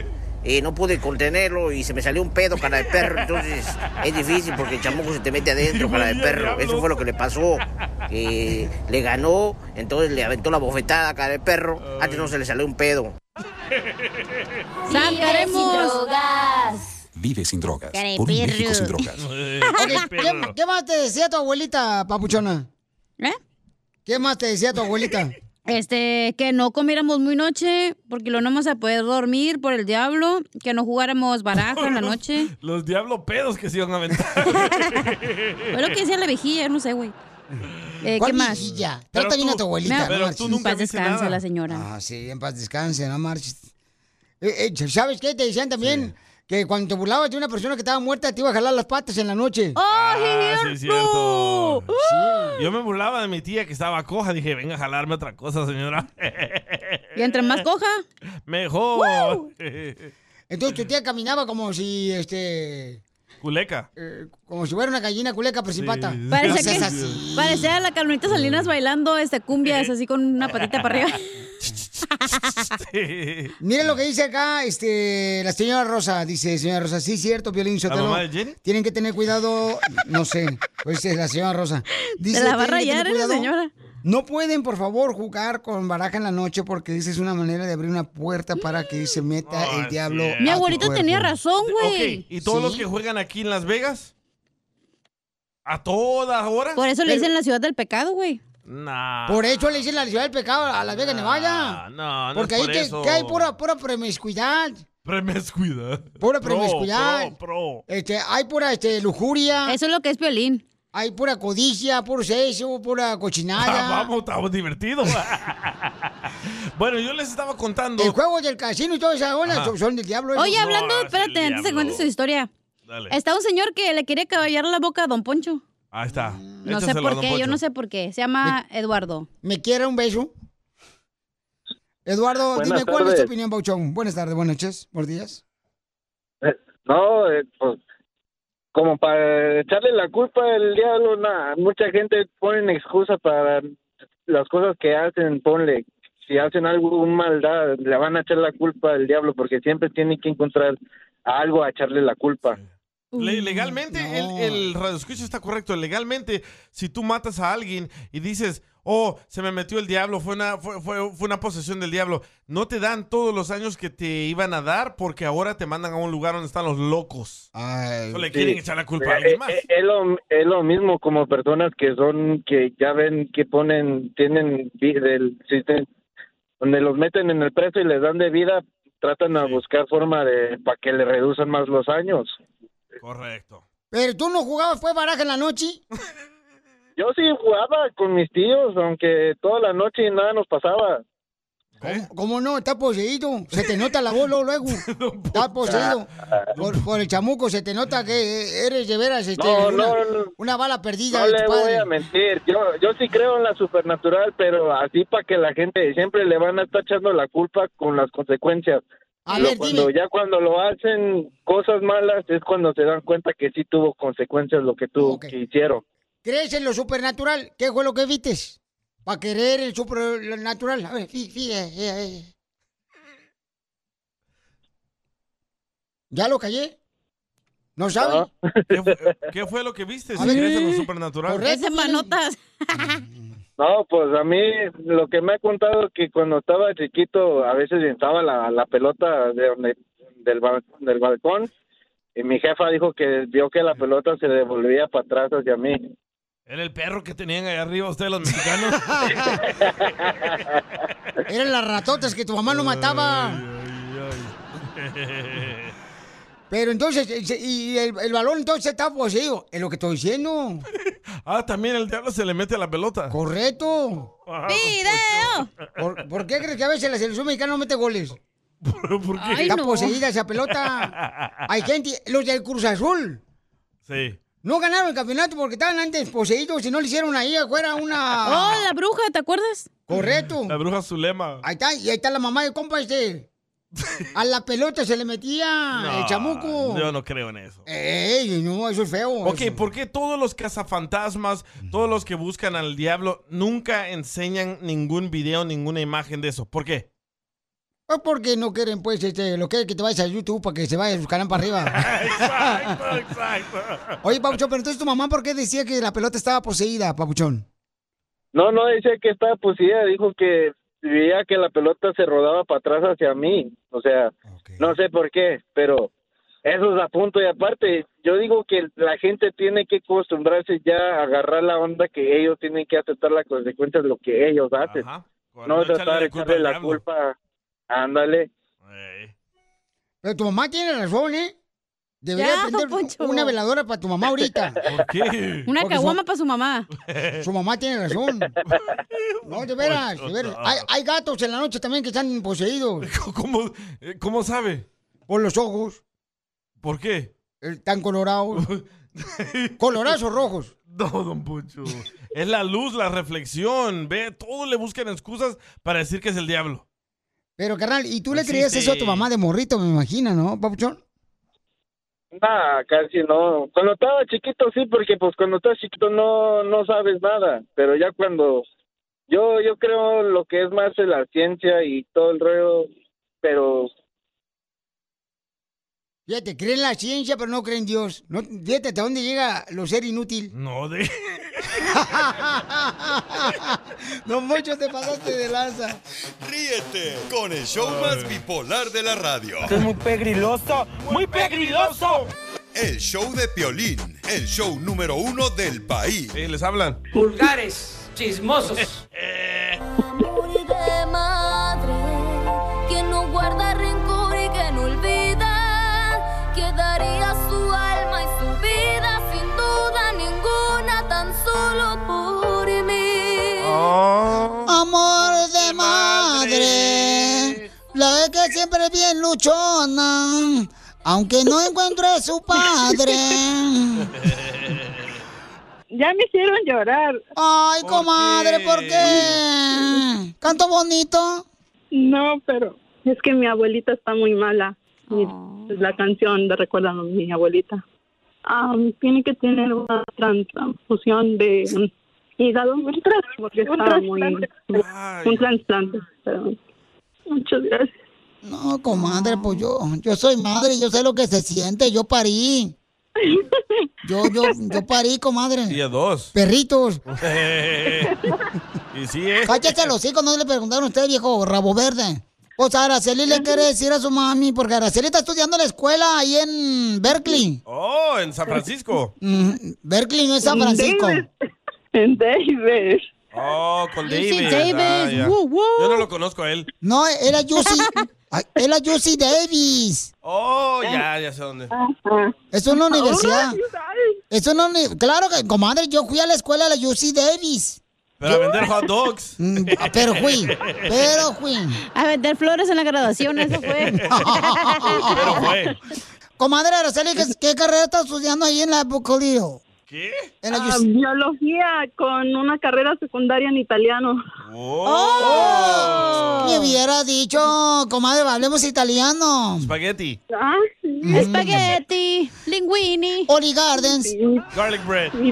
Speaker 17: eh, no pude contenerlo y se me salió un pedo, cara de perro. Entonces es difícil porque el chamuco se te mete adentro, cara de perro. Eso fue lo que le pasó. Eh, le ganó, entonces le aventó la bofetada, cara de perro. Antes no se le salió un pedo.
Speaker 13: Vive sin drogas.
Speaker 3: Cara de
Speaker 13: Por un México
Speaker 3: perro.
Speaker 13: sin drogas.
Speaker 3: Ok, ¿qué, qué más te decía tu abuelita, papuchona?
Speaker 4: ¿Eh?
Speaker 3: ¿Qué más te decía tu abuelita?
Speaker 4: Este, que no comiéramos muy noche, porque lo no vamos a poder dormir por el diablo, que no jugáramos baraja en la noche.
Speaker 5: Los diablo pedos que se iban a aventar.
Speaker 4: Fue lo que decía la vejilla, no sé, güey. Eh, ¿Qué
Speaker 3: ¿Cuál
Speaker 4: más?
Speaker 3: vejilla? Trata Pero bien a tú- tu abuelita, no pero marches. tú nunca
Speaker 4: En paz
Speaker 3: viste
Speaker 4: descanse
Speaker 3: nada.
Speaker 4: la señora.
Speaker 3: Ah, sí, en paz descanse, no marches. Eh, eh, ¿Sabes qué? Te decían también que cuando te burlabas de una persona que estaba muerta, te iba a jalar las patas en la noche.
Speaker 5: Ah, sí, es
Speaker 4: ¡Uh!
Speaker 5: cierto. Yo me burlaba de mi tía que estaba coja. Dije, venga a jalarme otra cosa, señora.
Speaker 4: Y entre más coja,
Speaker 5: Mejor.
Speaker 4: ¡Wow!
Speaker 3: Entonces tu tía caminaba como si, este... eh,
Speaker 5: Culeca.
Speaker 3: Como si fuera una gallina culeca pero sin pata.
Speaker 4: Parece
Speaker 3: No seas
Speaker 4: que
Speaker 3: así.
Speaker 4: parecía a la Carmelita Salinas bailando este cumbias así con una patita para arriba.
Speaker 3: Miren lo que dice acá este, la señora Rosa. Dice, señora Rosa, sí, cierto, Violín Sotelo.
Speaker 4: mamá de Jenny?
Speaker 3: Tienen que tener cuidado. No sé, pues es la señora Rosa. Dice,
Speaker 4: Te la va a
Speaker 3: "Tienen que
Speaker 4: rayar
Speaker 3: tener
Speaker 4: esa
Speaker 3: cuidado.
Speaker 4: señora.
Speaker 3: No pueden, por favor, jugar con baraja en la noche porque dice es una manera de abrir una puerta para que se meta
Speaker 5: Ah,
Speaker 3: el
Speaker 5: es
Speaker 3: diablo.
Speaker 5: cierto.
Speaker 3: a
Speaker 5: Mi
Speaker 3: tu
Speaker 5: abuelito
Speaker 3: cuerpo.
Speaker 4: tenía razón,
Speaker 5: Ok, ¿y todos
Speaker 3: Sí.
Speaker 5: los que juegan aquí en Las Vegas? ¿A todas horas?
Speaker 4: Por eso le dicen la ciudad del pecado, güey. Ah,
Speaker 5: Nah.
Speaker 3: Por eso le dicen la ciudad del pecado a Las Vegas, Nevada.
Speaker 5: Ah, No, no
Speaker 3: porque
Speaker 5: es
Speaker 3: ahí
Speaker 5: por
Speaker 3: que,
Speaker 5: eso.
Speaker 3: que hay pura, pura promiscuidad.
Speaker 5: Promiscuidad.
Speaker 3: Pura
Speaker 5: Pro,
Speaker 3: promiscuidad.
Speaker 5: pro, pro.
Speaker 3: Este, hay pura este, lujuria.
Speaker 4: Eso es lo que es violín.
Speaker 3: Hay pura codicia, puro sexo, pura cochinada.
Speaker 5: Ah, vamos, estamos divertidos. bueno, yo les estaba contando.
Speaker 3: El juego del casino y toda esa onda
Speaker 5: Ajá.
Speaker 3: son- son del diablo. eso.
Speaker 4: Oye, hablando, espérate, antes de que cuente su historia.
Speaker 5: Dale.
Speaker 4: Está un señor que le quería caballar la boca a Don Poncho.
Speaker 5: Ahí está. Este
Speaker 4: No sé por qué, yo no sé por qué. Se llama Eduardo.
Speaker 3: ¿Me quiere un beso? Eduardo,
Speaker 16: Buenas
Speaker 3: dime cuál es tu
Speaker 16: tardes.
Speaker 3: opinión, Bauchón. Buenas tardes, buenas noches, buenos días.
Speaker 16: Eh, No, eh, pues, como para echarle la culpa al diablo, na- mucha gente pone excusas para las cosas que hacen, ponle, si hacen algo, un maldad, le van a echar la culpa al diablo, porque siempre tiene que encontrar algo a echarle la culpa.
Speaker 5: Le- legalmente, el, el radioescucha está correcto. Legalmente, si tú matas a alguien y dices, oh, se me metió el diablo, fue una, fue, fue- fue una posesión del diablo, no te dan todos los años que te iban a dar porque ahora te mandan a un lugar donde están los locos. No le quieren
Speaker 16: Sí.
Speaker 5: echar la culpa a
Speaker 16: Eh,
Speaker 5: alguien
Speaker 16: eh,
Speaker 5: más.
Speaker 16: eh, Es, lo, es lo mismo como personas que son, que ya ven que ponen, tienen, vi- del, si te- donde los meten en el preso y les dan de vida, tratan a buscar forma de, para que le reduzcan más los años. eh.
Speaker 5: Correcto.
Speaker 3: Pero tú no jugabas, fue baraja en la noche.
Speaker 16: Yo sí jugaba con mis tíos, aunque toda la noche y nada nos pasaba.
Speaker 3: ¿Cómo, cómo no? Está poseído. Se te nota la voz luego. luego. Está
Speaker 16: Ah,
Speaker 3: poseído. Pues Por, por el chamuco se te nota que eres de veras este,
Speaker 16: No,
Speaker 3: una,
Speaker 16: no, no.
Speaker 3: una bala perdida
Speaker 16: No
Speaker 3: de
Speaker 16: le
Speaker 3: tu
Speaker 16: voy
Speaker 3: padre.
Speaker 16: a mentir, yo, yo sí creo en la supernatural, pero así para que la gente siempre le van a estar echando la culpa con las consecuencias.
Speaker 3: A
Speaker 16: Lo-
Speaker 3: ver,
Speaker 16: cuando,
Speaker 3: dime.
Speaker 16: ya cuando lo hacen cosas malas es cuando se dan cuenta que sí tuvo consecuencias lo que tuvo que hicieron.
Speaker 3: ¿Crees en lo supernatural? ¿Qué fue lo que vistes? Para querer el supernatural. A ver, fí- fí- eh, eh, eh. ¿Ya lo callé? ¿No saben?
Speaker 5: ¿Qué, fue, qué fue lo que viste? Si
Speaker 16: ver.
Speaker 5: crees en lo supernatural.
Speaker 4: Ese manotas.
Speaker 16: No, pues a mí lo que me ha contado es que cuando estaba chiquito a veces estaba la, la pelota de donde- del, bal- del balcón y mi jefa dijo que vio que la pelota se devolvía para atrás hacia mí.
Speaker 5: Era el perro que tenían ahí arriba ustedes los mexicanos.
Speaker 3: Eran las ratotas que tu mamá lo mataba. Pero entonces, eh, se- y el, el balón entonces está poseído. Es lo que estoy diciendo.
Speaker 5: ah, también el diablo se le mete a la pelota.
Speaker 3: Correcto. ¡Video! ¿Por, por qué crees que a veces la selección mexicana no mete goles?
Speaker 5: ¿Por
Speaker 3: qué? Está poseída esa pelota. Hay gente, los del Cruz Azul,
Speaker 5: Sí.
Speaker 3: no ganaron el campeonato porque estaban antes poseídos y no le hicieron ahí afuera una...
Speaker 4: Oh, la bruja, ¿te acuerdas?
Speaker 3: Correcto.
Speaker 5: La bruja Zulema.
Speaker 3: Ahí está, y ahí está la mamá del compa este. A la pelota se le metía Ah, el
Speaker 5: No,
Speaker 3: chamuco.
Speaker 5: Yo no creo en eso.
Speaker 3: Ey, no, eso es feo.
Speaker 5: Ok,
Speaker 3: eso.
Speaker 5: ¿por qué todos los cazafantasmas, todos los que buscan al diablo, nunca enseñan ningún video, ninguna imagen de eso? ¿Por qué?
Speaker 3: Pues porque no quieren, pues, este, lo que que te vayas a YouTube para que se vaya su canal para arriba.
Speaker 23: Exacto, exacto.
Speaker 3: Oye, Papuchón, pero entonces tu mamá, ¿por qué decía que la pelota estaba poseída, Papuchón?
Speaker 16: No, no, decía que estaba poseída, dijo que veía que la pelota se rodaba para atrás hacia mí, o sea, no sé por qué, pero eso es a punto y aparte, yo digo que la gente tiene que acostumbrarse ya a agarrar la onda que ellos tienen que aceptar las consecuencias de lo que ellos hacen, no
Speaker 23: Correcto,
Speaker 16: tratar de
Speaker 23: échale la culpa
Speaker 16: echarle
Speaker 23: al
Speaker 16: la
Speaker 23: diablo. Eh.
Speaker 16: culpa, ándale.
Speaker 3: Pero tu mamá tiene razón, ¿eh? Debería
Speaker 4: Ya,
Speaker 3: prender
Speaker 4: Poncho.
Speaker 3: una veladora para tu mamá ahorita. ¿Por
Speaker 4: qué? Una caguama para su mamá.
Speaker 3: Su mamá tiene razón. No, de veras, de veras. Hay, hay gatos en la noche también que están poseídos.
Speaker 5: ¿Cómo, cómo sabe?
Speaker 3: Por los ojos.
Speaker 5: ¿Por qué?
Speaker 3: Están colorados. Colorados o rojos.
Speaker 5: No, don Poncho. Es la luz, la reflexión. Ve, todo le buscan excusas para decir que es el diablo.
Speaker 3: Pero, carnal, ¿y tú le
Speaker 5: Existe.
Speaker 3: creías eso a tu mamá de morrito, me imagino, no, papuchón?
Speaker 16: Nah, casi no. Cuando estaba chiquito sí, porque pues cuando estás chiquito no no sabes nada, pero ya cuando yo yo creo lo que es más de la ciencia y todo el rollo, pero
Speaker 3: Fíjate, creen la ciencia, pero no creen Dios. No, fíjate, ¿hasta dónde llega lo ser inútil?
Speaker 5: No, de...
Speaker 3: no, mucho te pasaste de lanza.
Speaker 7: Ríete con el show más bipolar de la radio.
Speaker 23: Este Es muy pegriloso, muy pegriloso.
Speaker 7: El show de Piolín, el show número uno del país.
Speaker 5: les hablan.
Speaker 23: Vulgares, chismosos.
Speaker 13: de madre que no guarda rencor y que no olvida que daría su alma y su vida sin duda ninguna tan solo por mí
Speaker 3: Amor de madre, la es que siempre es bien luchona, aunque no encuentre a su padre.
Speaker 18: Ya me hicieron llorar.
Speaker 3: Ay, comadre, ¿por qué? ¿Canto bonito?
Speaker 18: No, pero es que mi abuelita está muy mala. Y
Speaker 3: Ah.
Speaker 18: es la canción de Recuerdan a mi abuelita. Am, tiene que tener una transfusión de um, hígado porque
Speaker 13: Un
Speaker 18: está muy...
Speaker 13: trasplante.
Speaker 18: Un trasplante, perdón. Muchas gracias.
Speaker 3: No, comadre, pues yo, yo soy madre, yo sé lo que se siente, yo parí. Yo, yo, yo parí, comadre.
Speaker 5: Día dos.
Speaker 3: Perritos.
Speaker 5: y sí, ¿eh?
Speaker 3: Cállate los hijos, no le preguntaron a usted, viejo rabo verde. Pues a Araceli le quiere decir a su mami, porque Araceli está estudiando en la escuela ahí en Berkeley.
Speaker 5: Oh, en San Francisco.
Speaker 3: Mm, Berkeley no es San Francisco. En Davis.
Speaker 5: Oh, con Davis.
Speaker 3: UC
Speaker 5: Ah,
Speaker 3: Davis,
Speaker 5: ya.
Speaker 3: woo, woo.
Speaker 5: Yo no lo conozco a él.
Speaker 3: No, era Juicy. ay, era Juicy Davis.
Speaker 5: Oh, ya, ya sé dónde.
Speaker 3: Ah. Es una universidad.
Speaker 5: Ay,
Speaker 3: Es una uni- Claro que, comadre, yo fui a la escuela de la UC Davis.
Speaker 5: Pero a vender hot dogs.
Speaker 3: ah, pero fui, pero fui.
Speaker 4: A vender flores en la graduación, eso fue.
Speaker 5: Pero fue.
Speaker 3: Comadre Araceli, ¿qué, qué carrera está estudiando ahí en la Bucolio?
Speaker 5: ¿Qué?
Speaker 18: Ah, biología con una carrera secundaria en italiano.
Speaker 3: ¡Oh! Me hubiera dicho, comadre, hablemos italiano.
Speaker 5: Spaghetti.
Speaker 4: Mm. Spaghetti, linguini.
Speaker 3: Oli Gardens.
Speaker 5: Garlic bread.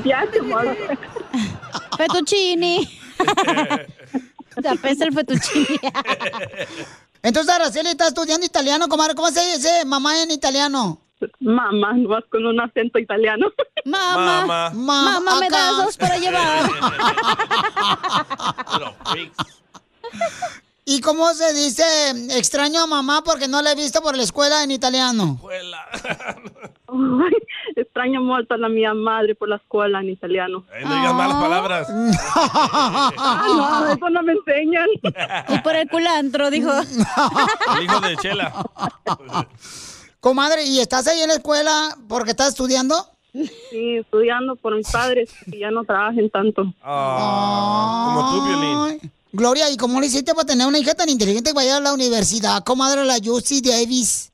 Speaker 4: Fettuccini. Te apesta el fettuccini.
Speaker 3: Entonces Araceli está estudiando italiano, comadre. ¿Cómo se dice mamá en italiano?
Speaker 18: Mamá, vas con un acento italiano.
Speaker 3: Mamá. Mamá. Mamá, ¿me das dos para llevar? ¿Y cómo se dice extraño a mamá porque no la he visto por la escuela en italiano?
Speaker 18: Extraño mucho a la mia madre por la escuela en italiano.
Speaker 5: Ahí no digas malas palabras.
Speaker 18: Ah, no, eso no me enseñan.
Speaker 4: Y por el culantro, dijo.
Speaker 3: Mm,
Speaker 5: El hijo de Chela.
Speaker 3: Comadre, ¿y estás ahí en la escuela porque estás estudiando?
Speaker 18: Sí, estudiando por mis padres que ya no trabajen tanto.
Speaker 3: Ah.
Speaker 5: como tú, Violín.
Speaker 3: Ay, Gloria, ¿y cómo le hiciste para tener una hija tan inteligente que vaya a la universidad, comadre, la Yusi Davis?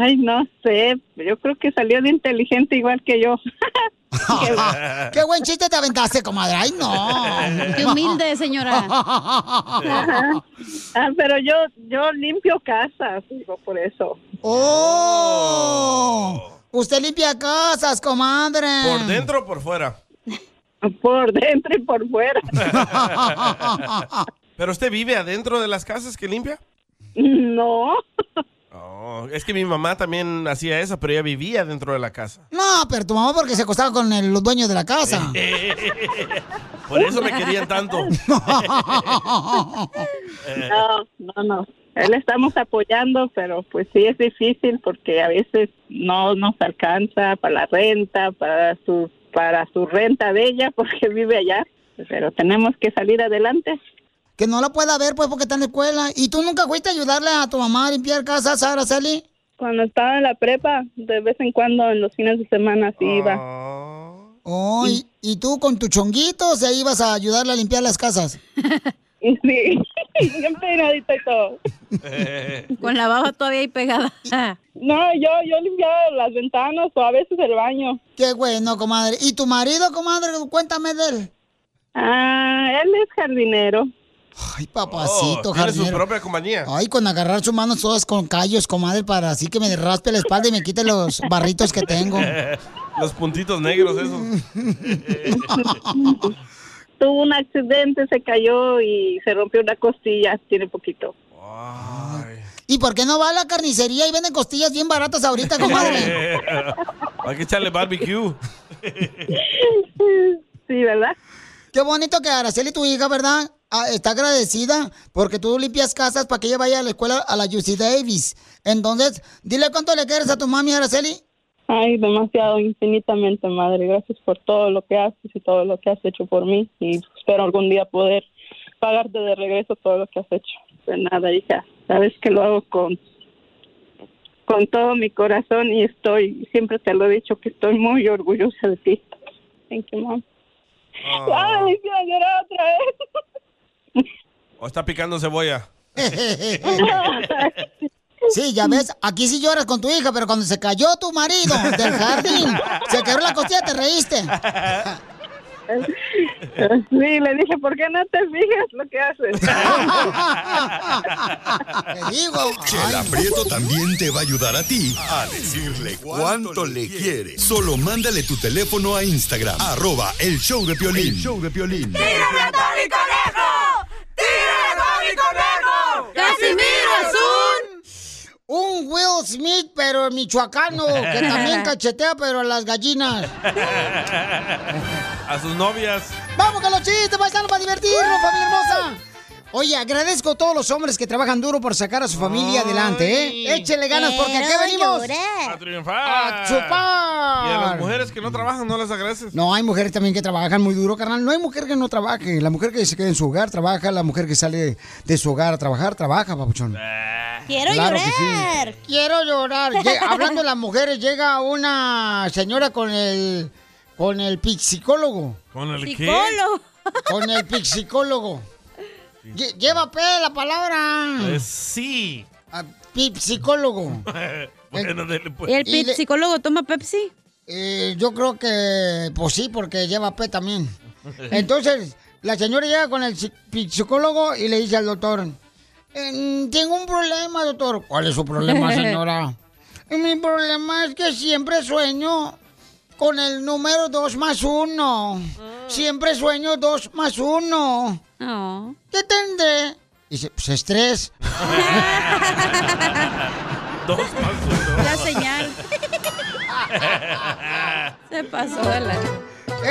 Speaker 18: Ay, no sé. Yo creo que salió de inteligente igual que yo.
Speaker 3: Qué buen chiste te aventaste, comadre. Ay, no.
Speaker 18: Qué humilde, señora. Ajá. Ah, pero yo yo limpio casas, digo, por eso.
Speaker 3: ¡Oh! Usted limpia casas, comadre.
Speaker 5: ¿Por dentro o por fuera?
Speaker 18: Por dentro y por fuera.
Speaker 5: ¿Pero usted vive adentro de las casas que limpia?
Speaker 18: No.
Speaker 5: Oh, es que mi mamá también hacía eso, pero ella vivía dentro de la casa.
Speaker 3: No, pero tu mamá porque se acostaba con el- los dueños de la casa.
Speaker 5: Por eso me querían tanto. Eh,
Speaker 18: No, no, no. Él estamos apoyando, pero pues sí es difícil porque a veces no nos alcanza para la renta, para su para su renta de ella porque vive allá, pero tenemos que salir adelante.
Speaker 3: Que no la pueda ver, pues, porque está en la escuela. ¿Y tú nunca fuiste a ayudarle a tu mamá a limpiar casa, Sara Sally?
Speaker 18: Cuando estaba en la prepa, de vez en cuando en los fines de semana sí
Speaker 3: Ah.
Speaker 18: iba.
Speaker 3: Oh, y, y tú con tu chonguito, o sea, ibas a ayudarle a limpiar las casas.
Speaker 18: Sí, bien peinadita y todo.
Speaker 4: Con la baba todavía ahí pegada.
Speaker 18: No, yo yo limpiaba las ventanas o a veces el baño.
Speaker 3: Qué bueno, comadre. ¿Y tu marido, comadre? Cuéntame de él.
Speaker 18: Ah, él es jardinero.
Speaker 3: Ay, papacito,
Speaker 5: Oh, tiene su
Speaker 3: jardinero.
Speaker 5: propia compañía.
Speaker 3: Ay, con agarrar sus manos todas con callos, comadre, para así que me raspe la espalda y me quite los barritos que tengo.
Speaker 5: eh, Los puntitos negros esos.
Speaker 18: Tuvo un accidente, se cayó y se rompió una costilla, tiene poquito.
Speaker 3: ¿Y por qué no va a la carnicería y venden costillas bien baratas ahorita, comadre?
Speaker 5: Hay que echarle barbecue.
Speaker 18: Sí, ¿verdad?
Speaker 3: Qué bonito que Araceli, tu hija, ¿verdad? Ah, está agradecida porque tú limpias casas para que ella vaya a la escuela a la UC Davis. Entonces, dile cuánto le quieres a tu mami, Araceli.
Speaker 18: Ay, demasiado, infinitamente, madre. Gracias por todo lo que haces y todo lo que has hecho por mí. Y espero algún día poder pagarte de regreso todo lo que has hecho. De Pues nada, hija. Sabes que lo hago con, con todo mi corazón y estoy, siempre te lo he dicho, que estoy muy orgullosa de ti. Thank you, mom. Ay, me hicieron llorar otra vez.
Speaker 5: O está picando cebolla.
Speaker 3: Sí, ya ves, aquí sí lloras con tu hija, pero cuando se cayó tu marido del jardín, se quebró la costilla, te reíste.
Speaker 18: Sí, le dije, ¿por qué no te fijas lo que
Speaker 3: haces?
Speaker 7: Chela Prieto también te va a ayudar a ti a decirle cuánto le quiere. Solo mándale tu teléfono a Instagram, arroba el show de Piolín. show de Piolín.
Speaker 1: ¡Tírame a Tony Conejo! ¡Tírame a Tony Conejo! ¡Casimiro es un...
Speaker 3: Un Will Smith, pero michoacano, que también cachetea, pero a las gallinas.
Speaker 5: A sus novias.
Speaker 3: ¡Vamos con los chistes, paisanos, para divertirnos, familia hermosa! Oye, agradezco a todos los hombres que trabajan duro por sacar a su familia adelante, ¿eh? Échele ganas porque aquí
Speaker 5: Quiero
Speaker 3: venimos.
Speaker 5: A triunfar.
Speaker 3: A chupar.
Speaker 5: Y a las mujeres que no trabajan, no les agradeces.
Speaker 3: No, hay mujeres también que trabajan muy duro, carnal. No hay mujer que no trabaje. La mujer que se queda en su hogar trabaja, la mujer que sale de su hogar a trabajar, trabaja, papuchón.
Speaker 5: Ah.
Speaker 4: Quiero
Speaker 3: Claro que sí.
Speaker 4: llorar.
Speaker 3: Quiero llorar. Lle- Hablando de las mujeres, llega una señora con el con el psicólogo.
Speaker 5: ¿Con el qué?
Speaker 3: psicólogo. Con el psicólogo. Lle- lleva P la palabra.
Speaker 5: Eh, sí.
Speaker 3: A psicólogo. Eh,
Speaker 5: bueno, dele, pues.
Speaker 4: ¿Y el psicólogo toma Pepsi?
Speaker 3: yo creo que, pues sí, porque lleva P también. Entonces, la señora llega con el psi- psicólogo y le dice al doctor, "Em, tengo un problema, doctor. ¿Cuál es su problema, señora? Mi problema es que siempre sueño con el número 2 más 1.
Speaker 4: Ah.
Speaker 3: Siempre sueño 2 más 1.
Speaker 4: Oh.
Speaker 3: ¿Qué tendré? Dice, pues estrés.
Speaker 5: Dos más uno.
Speaker 4: La señal. Se pasó de la...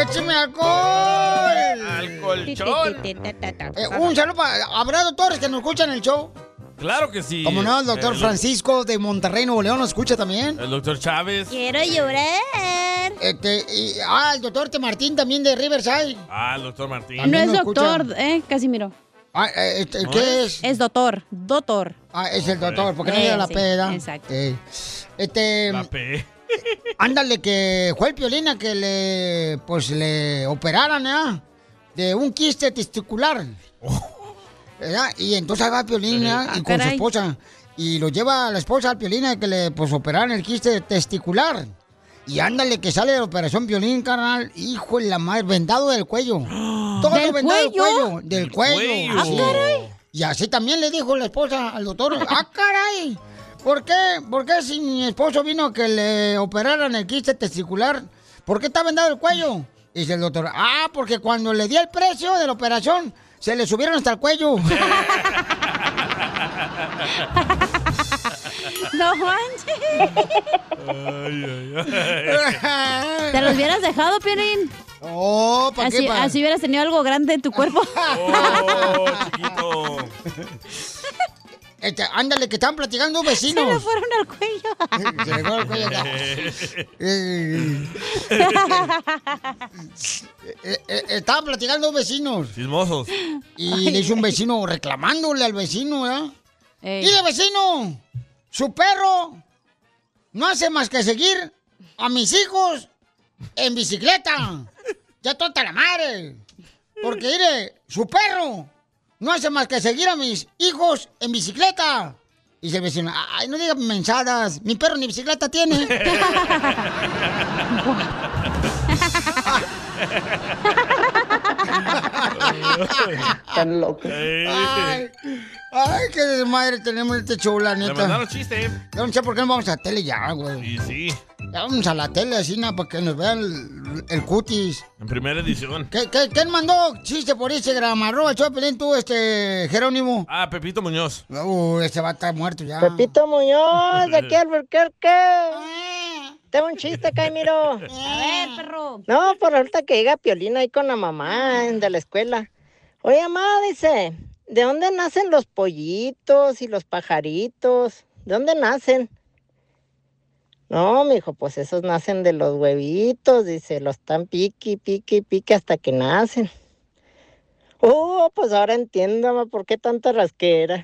Speaker 3: ¡Écheme alcohol!
Speaker 5: Al colchón.
Speaker 3: Eh, un saludo para... ¿Habrá doctores que nos escuchan el show?
Speaker 5: Claro que sí.
Speaker 3: Como no, el doctor
Speaker 5: El-
Speaker 3: Francisco de Monterrey, Nuevo León, nos escucha también.
Speaker 5: El doctor Chávez.
Speaker 3: Quiero llorar. Este, y- ah, el doctor T. Martín también de Riverside.
Speaker 5: Ah, el doctor Martín.
Speaker 4: No es doctor, ¿eh, Casimiro?
Speaker 3: Ah, eh, este, ¿Qué es?
Speaker 4: Es doctor. Doctor.
Speaker 3: Ah, es el doctor, porque no
Speaker 4: Eh,
Speaker 3: llega la
Speaker 4: sí,
Speaker 3: peda.
Speaker 4: exacto.
Speaker 3: Eh, este,
Speaker 5: La P.
Speaker 3: ándale, que fue el piolina que le, pues, le operaran, ¿eh? De un quiste testicular. ¿Verdad? Y entonces ahí va Piolina
Speaker 4: Ah,
Speaker 3: y con su
Speaker 4: caray.
Speaker 3: esposa. Y lo lleva a la esposa al Piolina que le pues operaron el quiste testicular. Y ándale que sale de la operación Piolín, carnal. Hijo de la madre, vendado del cuello. Todo
Speaker 4: ¿Del
Speaker 3: vendado
Speaker 4: cuello?
Speaker 3: del cuello. Del
Speaker 4: Del
Speaker 3: cuello.
Speaker 4: cuello. Ah,
Speaker 3: sí.
Speaker 4: caray.
Speaker 3: Y así también le dijo la esposa al doctor. ¡Ah, caray! ¿Por qué? ¿Por qué si mi esposo vino a que le operaran el quiste testicular? ¿Por qué está vendado el cuello? Dice el doctor. Ah, porque cuando le di el precio de la operación, se le subieron hasta el cuello.
Speaker 4: No manches. Te los hubieras dejado, Piolín.
Speaker 3: Oh,
Speaker 16: ¿pa' qué,
Speaker 4: así,
Speaker 16: pa'?
Speaker 4: así hubieras tenido algo grande en tu cuerpo.
Speaker 3: Este, ándale, que están platicando vecinos.
Speaker 4: Se le fueron al cuello.
Speaker 3: Se le fueron al cuello. Eh, eh, eh, estaban platicando vecinos.
Speaker 5: Chismosos.
Speaker 3: Y le hizo un vecino reclamándole al vecino, ¿verdad? Mire, vecino, su perro no hace más que seguir a mis hijos en bicicleta. Ya tonta la madre. Porque, mire, su perro no hace más que seguir a mis hijos en bicicleta. Y dice el vecino, ay, no digas mensadas, mi perro ni bicicleta tiene.
Speaker 1: Tan loco.
Speaker 3: Ay, ay, qué desmadre tenemos este show, la
Speaker 1: Le
Speaker 3: neta.
Speaker 1: mandaron chiste.
Speaker 3: Yo no sé por qué no vamos a la tele ya, güey.
Speaker 5: Sí, sí.
Speaker 3: Ya vamos a la tele así, nada, para que nos vean el, el cutis.
Speaker 5: En primera edición.
Speaker 3: ¿Qué, qué, ¿Quién mandó chiste por Instagram? Arroba el show de Pelín, tú, este, Jerónimo.
Speaker 5: Ah, Pepito Muñoz.
Speaker 3: Uh, este va a estar muerto ya.
Speaker 12: Pepito Muñoz, de aquí al Burquerque. Tengo un chiste, Caimiro.
Speaker 4: A ver, perro.
Speaker 12: No, por ahorita que llega Piolina ahí con la mamá de la escuela. Oye, mamá, dice, ¿de dónde nacen los pollitos y los pajaritos? ¿De dónde nacen? No, mijo, pues esos nacen de los huevitos, dice, los están piqui, piqui, piqui hasta que nacen. Oh, pues ahora entiendo, mamá, por qué tanta rasquera.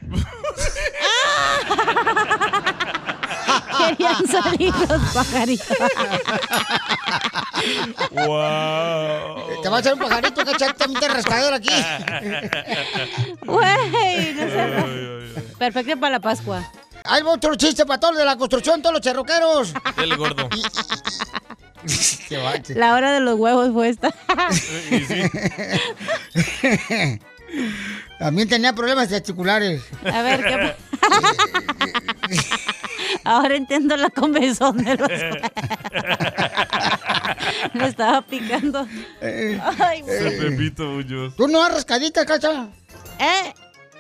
Speaker 4: Querían salir los pajaritos.
Speaker 5: ¡Wow!
Speaker 3: Te va a hacer un pajarito que exactamente rascador aquí.
Speaker 4: Güey, no sé. Perfecto para la Pascua.
Speaker 3: Hay otro chiste para todos los de la construcción, todos los cherroqueros.
Speaker 5: Dele, gordo.
Speaker 4: La hora de los huevos fue esta.
Speaker 3: También tenía problemas testiculares.
Speaker 4: A ver, ¿qué Ahora entiendo la comezón de los Lo estaba picando.
Speaker 3: Eh,
Speaker 4: Ay,
Speaker 5: Ese
Speaker 4: güey.
Speaker 5: Pepito Muñoz.
Speaker 3: ¿Tú no das rascaditas, cacha?
Speaker 4: ¿Eh?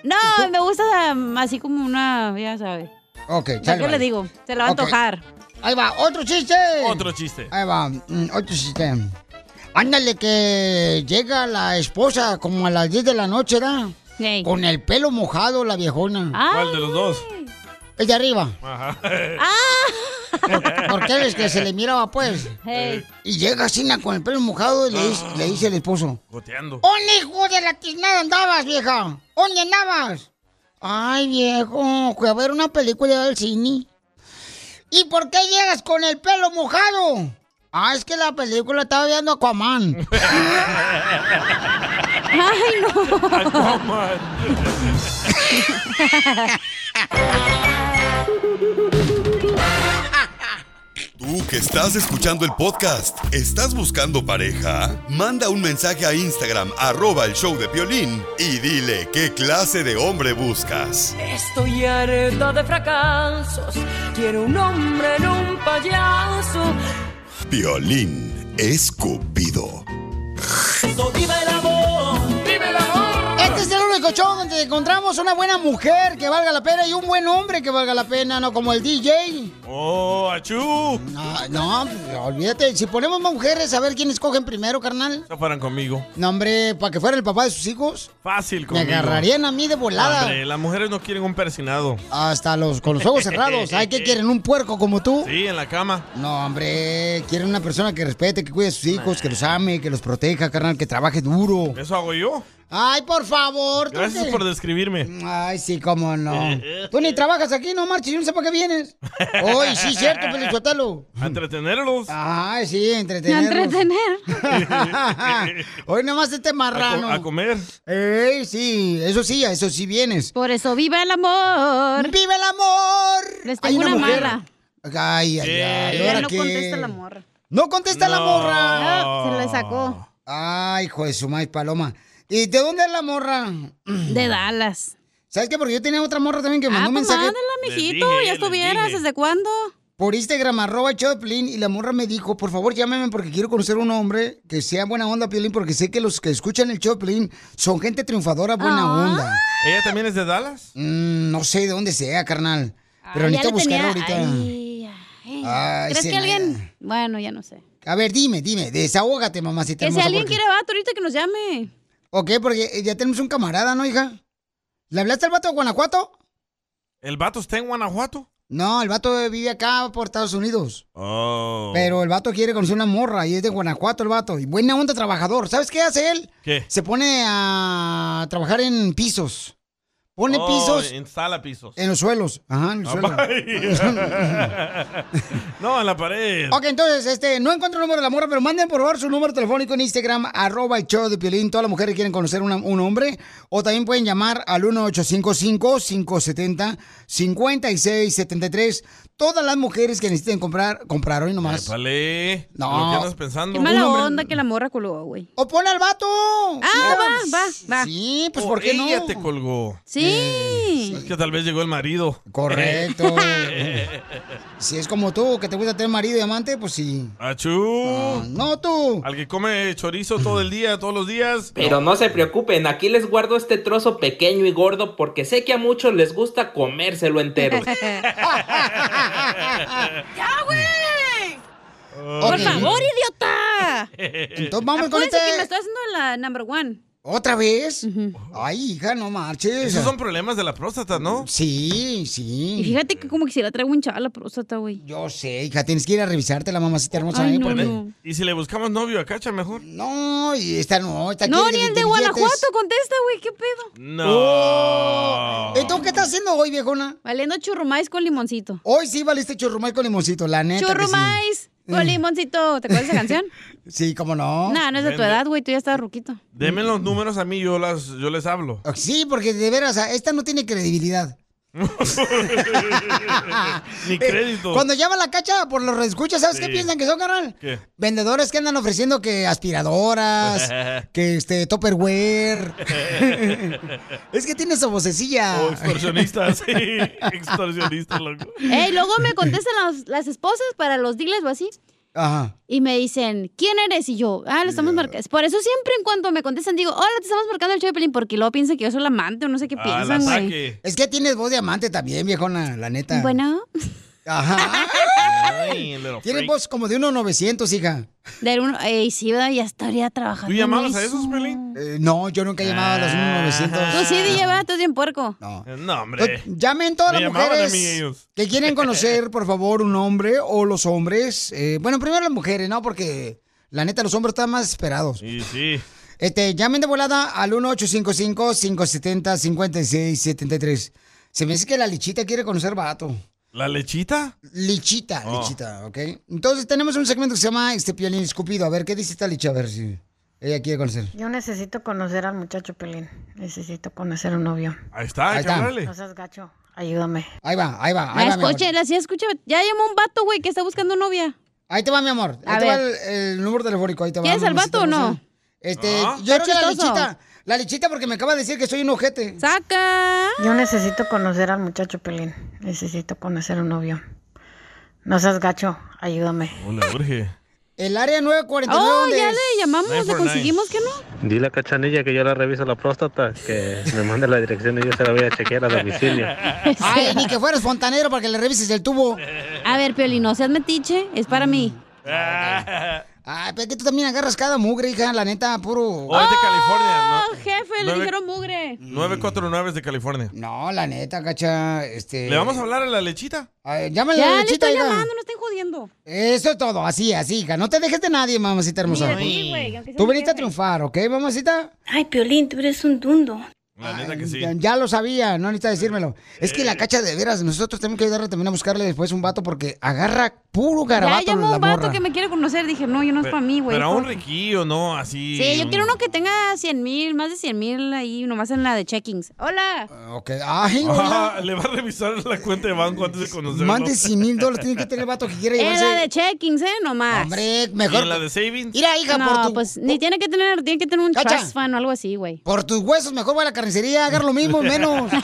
Speaker 4: No, me gusta um, así como una, ya sabes.
Speaker 3: Ok,
Speaker 4: ¿Para
Speaker 3: sale,
Speaker 4: ¿Qué
Speaker 3: vale.
Speaker 4: le digo? Se la va
Speaker 3: Ok.
Speaker 4: a antojar.
Speaker 3: Ahí va, otro chiste.
Speaker 5: Otro chiste.
Speaker 3: Ahí va, mm, otro chiste. Ándale que llega la esposa como a las 10 de la noche, ¿verdad?
Speaker 4: Ey. Ah.
Speaker 3: Con el pelo mojado la viejona.
Speaker 5: ¿Cuál de los dos?
Speaker 3: El de arriba.
Speaker 5: Ajá.
Speaker 3: Porque él es que se le miraba, pues.
Speaker 4: Ey.
Speaker 3: Y llega Sina con el pelo mojado y le, dice- le dice el esposo.
Speaker 5: Goteando.
Speaker 3: ¡On hijo de la tiznada andabas, vieja! ¿Dónde andabas? Ay, viejo, fui a ver una película del cine. ¿Y por qué llegas con el pelo mojado? Ah, es que la película estaba viendo Aquaman.
Speaker 4: ¡Ay, no!
Speaker 7: Tú que estás escuchando el podcast, ¿estás buscando pareja? Manda un mensaje a Instagram, arroba el show de violín, y dile qué clase de hombre buscas.
Speaker 14: Estoy harta de fracasos. Quiero un hombre en un payaso.
Speaker 7: Violín escupido.
Speaker 14: Eso, viva el amor. Vive el amor.
Speaker 3: Este es el único show donde encontramos una buena mujer que valga la pena y un buen hombre que valga la pena, no como el DJ.
Speaker 5: ¡Oh, achú!
Speaker 3: No, no, olvídate. Si ponemos más mujeres, a ver quién escogen primero, carnal.
Speaker 5: No fueran conmigo.
Speaker 3: No, hombre, para que fuera el papá de sus hijos.
Speaker 5: Fácil
Speaker 3: Me
Speaker 5: conmigo.
Speaker 3: agarrarían a mí de volada.
Speaker 5: Hombre, las mujeres no quieren un persinado.
Speaker 3: Hasta los, con los ojos cerrados. Ay, ¿qué quieren? ¿Un puerco como tú?
Speaker 5: Sí, en la cama.
Speaker 3: No, hombre, quieren una persona que respete, que cuide a sus hijos, que los ame, que los proteja, carnal, que trabaje duro.
Speaker 5: Eso hago yo.
Speaker 3: Ay, por favor. tú
Speaker 5: Gracias
Speaker 3: qué-
Speaker 5: por describirme.
Speaker 3: Pues, Ay, sí, cómo no. Tú ni trabajas aquí, no marches, yo no sé para qué vienes. Ay, sí, cierto, Pelichotelo.
Speaker 5: A entretenerlos.
Speaker 3: Ay, sí, entretener. Entretener. Hoy nomás este marrano.
Speaker 5: A, co- a comer.
Speaker 3: Ey, sí, eso sí, a eso sí vienes.
Speaker 4: Por eso viva el amor.
Speaker 3: ¡Viva el amor!
Speaker 4: Les
Speaker 3: Hay
Speaker 4: tengo una,
Speaker 3: una mujer.
Speaker 4: mala.
Speaker 3: Ay, ay, ay.
Speaker 4: Ya
Speaker 3: ¿ahora
Speaker 4: no
Speaker 3: qué?
Speaker 4: contesta la morra.
Speaker 3: No contesta la
Speaker 4: No.
Speaker 3: morra.
Speaker 4: Ah, se le sacó.
Speaker 3: Ay, hijo de su madre, paloma. ¿Y de dónde es la morra?
Speaker 4: De Dallas.
Speaker 3: ¿Sabes qué? Porque yo tenía otra morra también que me mandó
Speaker 4: Ah,
Speaker 3: un
Speaker 4: pues
Speaker 3: mensaje.
Speaker 4: mándala, mijito. ya estuvieras. ¿Desde cuándo?
Speaker 3: por Instagram, arroba el show de Piolín, y la morra me dijo, por favor, llámeme porque quiero conocer un hombre que sea buena onda, Piolín, porque sé que los que escuchan el show de Piolín son gente triunfadora, buena
Speaker 4: Ah.
Speaker 3: onda.
Speaker 5: ¿Ella también es de Dallas?
Speaker 3: Mm, no sé de dónde sea, carnal. Pero
Speaker 4: Ay, Ah, ya
Speaker 3: necesito
Speaker 4: le tenía-
Speaker 3: buscar ahorita.
Speaker 4: Ay, ay.
Speaker 3: Ay,
Speaker 4: ¿Crees que
Speaker 3: Zenaida.
Speaker 4: alguien? Bueno, ya no sé.
Speaker 3: A ver, dime, dime, desahógate, mamacita.
Speaker 4: Que si
Speaker 3: hermosa,
Speaker 4: alguien
Speaker 3: porque-
Speaker 4: quiere vato ahorita que nos llame.
Speaker 3: Ok, porque eh, ya tenemos un camarada, ¿no, hija? ¿Le hablaste al vato de Guanajuato?
Speaker 5: ¿El vato está en Guanajuato?
Speaker 3: No, el vato vive acá por Estados Unidos.
Speaker 5: Oh.
Speaker 3: Pero el vato quiere conocer una morra y es de Guanajuato el vato. Y buena onda trabajador. ¿Sabes qué hace él?
Speaker 5: ¿Qué?
Speaker 3: Se pone a trabajar en pisos. Pone
Speaker 5: Oh, Ah,
Speaker 3: pisos
Speaker 5: Instala pisos.
Speaker 3: en los suelos. Ajá, en los suelos.
Speaker 5: Ay. no, en la pared.
Speaker 3: Ok, entonces, este, no encuentro el número de la morra, pero manden por favor su número telefónico en Instagram, arroba el show de Piolín. Todas las mujeres que quieren conocer una- un hombre. O también pueden llamar al 1-855-570-5673. Todas las mujeres que necesiten comprar, comprar hoy nomás.
Speaker 5: Vale.
Speaker 3: No.
Speaker 5: ¿Lo que andas pensando?
Speaker 4: Qué mala
Speaker 3: Un hombre-
Speaker 4: onda que la morra colgó, güey.
Speaker 3: ¡O pone al vato!
Speaker 4: Ah, va, va, va.
Speaker 3: Sí,
Speaker 4: pues
Speaker 5: ¿Por qué Oh, ella te colgó.
Speaker 4: Sí.
Speaker 5: Es que tal vez llegó el marido.
Speaker 3: Correcto. Si es como tú, que te gusta tener marido y amante, pues sí.
Speaker 5: Achú.
Speaker 3: Ah, no tú.
Speaker 5: Al que come chorizo todo el día, todos los días.
Speaker 10: Pero no se preocupen, aquí les guardo este trozo pequeño y gordo porque sé que a muchos les gusta comérselo entero.
Speaker 1: ¡Ya, güey!
Speaker 4: Por favor, idiota.
Speaker 3: Entonces vamos con
Speaker 4: Acuérdense
Speaker 3: este.
Speaker 4: que me estoy haciendo la number one.
Speaker 3: ¿Otra vez? Ay, hija, no marches.
Speaker 5: Esos son problemas de la próstata, ¿no?
Speaker 3: Sí, sí.
Speaker 4: Y fíjate que como que si la traigo hinchada la próstata, güey.
Speaker 3: Yo sé, hija, tienes que ir a revisarte la mamacita hermosa. ¿eh? Porque-
Speaker 5: ¿Y si le buscamos novio a Cacha mejor?
Speaker 3: No, y esta no, esta
Speaker 4: No,
Speaker 3: quiere
Speaker 4: ni el de
Speaker 3: billetes.
Speaker 4: Guanajuato contesta, güey. ¿Qué pedo?
Speaker 5: No.
Speaker 3: Oh. ¿Entonces qué estás haciendo hoy, viejona?
Speaker 4: Valiendo churrumais con limoncito.
Speaker 3: Hoy sí valiste churrumais con limoncito, la neta. que sí.
Speaker 4: Churrumais con limoncito. ¿Te acuerdas de esa canción?
Speaker 3: Sí, cómo no.
Speaker 4: No, no es de tu edad, güey. Tú ya estás ruquito.
Speaker 5: Deme los números a mí, yo, las, yo les hablo.
Speaker 3: Sí, porque de veras, a- esta no tiene credibilidad.
Speaker 5: Ni
Speaker 3: Eh,
Speaker 5: crédito.
Speaker 3: Cuando llama la cacha por los reescuchas, ¿sabes
Speaker 5: Sí.
Speaker 3: qué piensan que son, carnal?
Speaker 5: ¿Qué?
Speaker 3: Vendedores que andan ofreciendo que aspiradoras, que este, topperware. es que tiene esa vocecilla.
Speaker 5: O extorsionistas, sí. Extorsionistas, loco.
Speaker 4: Ey, luego me contestan las, las esposas para los dealers o así.
Speaker 3: Ajá.
Speaker 4: Y me dicen, ¿quién eres? Y yo, ah, lo estamos marcando. Por eso siempre en cuanto me contestan digo, hola, te estamos marcando el show de Pelín, porque luego piensan que yo soy la amante o no sé
Speaker 5: Ah,
Speaker 4: qué piensan, güey.
Speaker 3: Es que tienes voz de amante también, viejona, la neta.
Speaker 4: Bueno,
Speaker 3: Ajá.
Speaker 5: Ay, little
Speaker 3: Tienes
Speaker 5: freak.
Speaker 3: voz como de unos 900, hija.
Speaker 4: del uno, ey, sí, ¿verdad? ya estaría trabajando.
Speaker 3: ¿Tú llamabas
Speaker 4: en
Speaker 3: a
Speaker 4: eso.
Speaker 3: esos, Eh, no, yo nunca he llamado a
Speaker 5: Ah.
Speaker 3: los
Speaker 4: Tú
Speaker 3: 1900.
Speaker 4: Pues sí, DJ, ¿verdad? Tú eres bien puerco.
Speaker 3: Ah. No.
Speaker 5: No, hombre.
Speaker 3: Llamen todas
Speaker 5: Me
Speaker 3: las
Speaker 5: llamaban a
Speaker 3: mujeres
Speaker 5: mí ellos.
Speaker 3: que quieren conocer, por favor, un hombre o los hombres. Eh, bueno, primero las mujeres, ¿no? Porque la neta, los hombres están más esperados.
Speaker 5: Y sí.
Speaker 3: Este, llamen de volada al 1-855-570-5673. Se me dice que la lichita quiere conocer barato.
Speaker 5: ¿La lechita?
Speaker 3: Lichita,
Speaker 5: Oh.
Speaker 3: lichita, ¿ok? Entonces tenemos un segmento que se llama este piolín escupido. A ver, ¿qué dice esta licha? A ver si ella quiere conocer.
Speaker 11: Yo necesito conocer al muchacho Pelín. Necesito conocer un novio.
Speaker 5: Ahí está,
Speaker 3: Ahí
Speaker 5: hay que
Speaker 3: está.
Speaker 5: hablarle.
Speaker 11: No seas gacho. Ayúdame.
Speaker 3: Ahí va, ahí va,
Speaker 4: Ah,
Speaker 3: ahí va. mi amor.
Speaker 4: escúchela, sí, escúchame. Ya llamó un vato, güey, que está buscando novia.
Speaker 3: Ahí te va, mi amor.
Speaker 4: A
Speaker 3: ahí te va el,
Speaker 4: ver.
Speaker 3: el número telefónico, ahí te va.
Speaker 4: ¿Quieres al
Speaker 3: mamacita
Speaker 4: vato o no?
Speaker 3: hermosa. Este,
Speaker 11: Ah.
Speaker 3: yo
Speaker 11: Está
Speaker 3: creo que la
Speaker 11: chistoso.
Speaker 3: lichita. La lichita porque me acaba de decir que soy un ojete.
Speaker 4: ¡Saca!
Speaker 11: Yo necesito conocer al muchacho Pelín. Necesito conocer un novio. No seas gacho. Ayúdame.
Speaker 5: Hola, urge.
Speaker 3: El área 949.
Speaker 11: Oh,
Speaker 3: ¿dónde
Speaker 11: ya
Speaker 3: es?
Speaker 11: le
Speaker 4: llamamos,
Speaker 11: le
Speaker 14: 949.
Speaker 4: conseguimos que no.
Speaker 14: Dile a Cachanilla que yo la reviso la próstata, que me mande la dirección y yo se la voy a chequear a domicilio.
Speaker 3: Ay, ni que fueras fontanero para que le revises el tubo.
Speaker 4: A ver, Piolín, no seas metiche, es para mí.
Speaker 3: Ay, pero es que tú también agarras cada mugre, hija, la neta, puro.
Speaker 5: Oh, es de California.
Speaker 4: Oh, jefe, le
Speaker 5: Nueve-
Speaker 4: dijeron mugre.
Speaker 5: No, 949 es de California.
Speaker 3: Mm. No, Ah, la neta, cacha, este...
Speaker 5: ¿Le vamos a hablar a la lechita?
Speaker 3: Ay,
Speaker 4: Ya
Speaker 3: llámale a la
Speaker 4: le
Speaker 3: lichita,
Speaker 4: estoy
Speaker 3: hija.
Speaker 4: llamando, no estén jodiendo.
Speaker 3: Eso es todo, así, así, hija. No te dejes de nadie, mamacita hermosa.
Speaker 4: Mira, sí, güey, aunque sea
Speaker 3: Tú
Speaker 4: mi
Speaker 3: viniste a
Speaker 4: jefe.
Speaker 3: triunfar, ¿ok, mamacita?
Speaker 11: Ay, Piolín, tú eres un dundo.
Speaker 5: La neta que sí. Eh.
Speaker 3: Ya, ya lo sabía, no necesita decírmelo. Es que la cacha de veras, nosotros tenemos que ayudarle también a buscarle después un vato porque agarra puro
Speaker 4: Ya
Speaker 3: garabato
Speaker 4: llamó
Speaker 3: la
Speaker 4: un vato
Speaker 3: morra.
Speaker 4: que me quiere conocer. Dije, no, yo no es para mí, güey.
Speaker 5: Pero a un
Speaker 4: Por-
Speaker 5: riquillo, ¿no? Así.
Speaker 4: Sí, yo
Speaker 5: un-
Speaker 4: quiero uno que tenga 100 mil, más de 100 mil ahí, nomás en la de checkings. Hola.
Speaker 3: Ok, ay, güey.
Speaker 5: Ah, le va a revisar la cuenta de banco antes de conocerlo.
Speaker 3: Más de 100 mil dólares tiene que tener el vato que quiere
Speaker 4: En la
Speaker 3: llevarse.
Speaker 4: de checkings, ¿eh? Nomás. Hombre,
Speaker 3: mejor-
Speaker 5: ¿Y en la de savings?
Speaker 3: Mira, hija,
Speaker 4: no,
Speaker 3: por tu-
Speaker 4: pues ni tiene que tener, tiene que tener un
Speaker 3: Cacha.
Speaker 4: trust fund o algo así, güey.
Speaker 3: Por tus huesos, mejor va a la carnicería, agarra lo mismo, menos.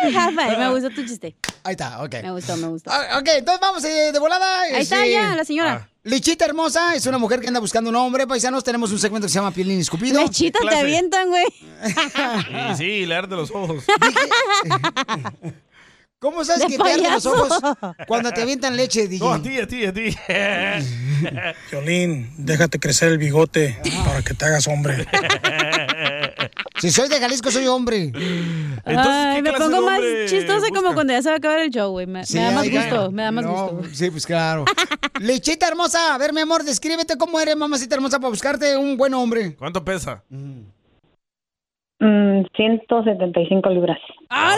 Speaker 4: High five, me gustó tu chiste.
Speaker 3: Ah. Ahí está, ok.
Speaker 4: Me gustó, me gustó.
Speaker 3: Ah, ok, entonces vamos eh, de volada.
Speaker 4: Ahí está ya, la
Speaker 5: Ah.
Speaker 4: señora.
Speaker 3: Lechita hermosa es una mujer que anda buscando un hombre. Paisanos, tenemos un segmento que se llama Piolín Escupido.
Speaker 4: Lechita, te Clase. avientan, güey.
Speaker 5: Y sí, leer de los ojos.
Speaker 3: ¿Cómo sabes
Speaker 5: De
Speaker 3: que te arden los
Speaker 5: payaso.
Speaker 3: ojos cuando te avientan leche, DJ?
Speaker 5: No, a ti, a ti, a ti.
Speaker 26: Violín, déjate crecer el bigote para que te hagas hombre.
Speaker 3: Si soy de Jalisco, soy hombre.
Speaker 4: Ay, me pongo más chistosa como cuando ya se va a acabar el show, güey. Me, me
Speaker 3: Sí,
Speaker 4: da más
Speaker 3: oiga.
Speaker 4: gusto, me da más
Speaker 3: No,
Speaker 4: gusto.
Speaker 3: Sí, pues claro. Lechita hermosa, a ver, mi amor, descríbete cómo eres, mamacita hermosa, para buscarte un buen hombre.
Speaker 5: ¿Cuánto pesa?
Speaker 27: Mm, 175 libras.
Speaker 5: Ah,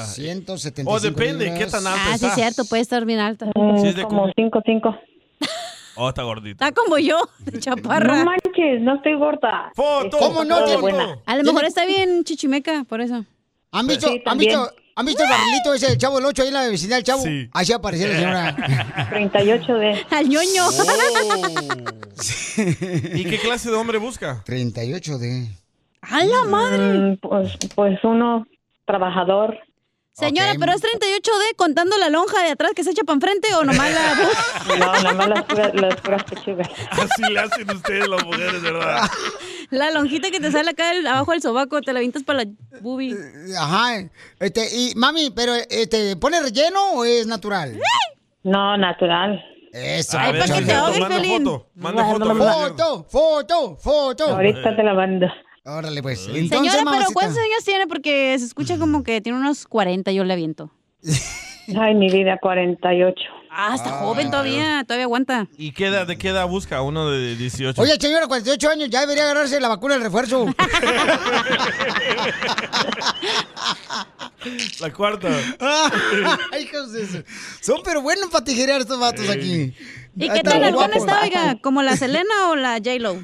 Speaker 5: ¡Hala!
Speaker 3: 175
Speaker 5: Oh, depende, ¿qué tan alta
Speaker 4: Ah, sí,
Speaker 5: está?
Speaker 4: es cierto, puede estar bien alta.
Speaker 27: Mm, como 5, 5.
Speaker 5: Oh, está gordito.
Speaker 4: Está como yo, de chaparra.
Speaker 27: No manches, no estoy gorda. Este,
Speaker 5: ¡Foto!
Speaker 3: ¿Cómo no,
Speaker 27: Estoy
Speaker 3: foto?
Speaker 27: buena.
Speaker 4: A lo mejor está bien chichimeca, por eso.
Speaker 3: ¿Han
Speaker 27: Pues
Speaker 3: visto, ¿han visto, ¿han visto el barrilito ese del Chavo el 8 ahí en la vecindad del Chavo?
Speaker 27: Sí.
Speaker 3: Así apareció la
Speaker 4: Ah,
Speaker 3: señora.
Speaker 27: 38 de...
Speaker 4: Al ñoño.
Speaker 5: ¿Y qué clase de hombre busca?
Speaker 3: 38 de...
Speaker 4: ¡A la madre!
Speaker 27: pues, pues uno trabajador.
Speaker 4: Señora, ¿pero es 38D contando la lonja de atrás que se echa para enfrente o nomás la
Speaker 27: No, nada más las puras, las puras pechugas.
Speaker 5: Así le hacen ustedes las mujeres, ¿verdad?
Speaker 4: La lonjita que te sale acá del- abajo del sobaco, te la vintas para la bubi.
Speaker 3: Eh, Ajá. Este, y mami, pero este, ¿pone relleno o es natural?
Speaker 27: No, natural.
Speaker 3: Eso.
Speaker 27: Ay, pa' que te ahogues,
Speaker 3: Manda
Speaker 27: Pelín.
Speaker 3: foto,
Speaker 27: Manda
Speaker 3: foto, foto,
Speaker 27: foto,
Speaker 3: foto,
Speaker 27: Ahorita te la mando.
Speaker 3: Órale, pues.
Speaker 4: Señora,
Speaker 3: Entonces,
Speaker 4: ¿pero
Speaker 3: mamacita.
Speaker 4: cuántos años tiene? Porque se escucha como que tiene unos 40, yo le aviento.
Speaker 27: Ay, mi vida, 48.
Speaker 4: Ah, está joven todavía, todavía aguanta.
Speaker 5: ¿Y qué edad, de qué edad busca? Uno de 18.
Speaker 3: Oye, señora, 48 años, ya debería agarrarse la vacuna del refuerzo.
Speaker 5: La cuarta.
Speaker 3: Ay, hijos de su- Son pero buenos para tijerear estos vatos aquí.
Speaker 4: ¿Y
Speaker 3: Ahí
Speaker 4: qué
Speaker 3: está,
Speaker 4: tan alguna
Speaker 3: guapos.
Speaker 4: está, oiga? ¿Como la Selena o la J-Lo?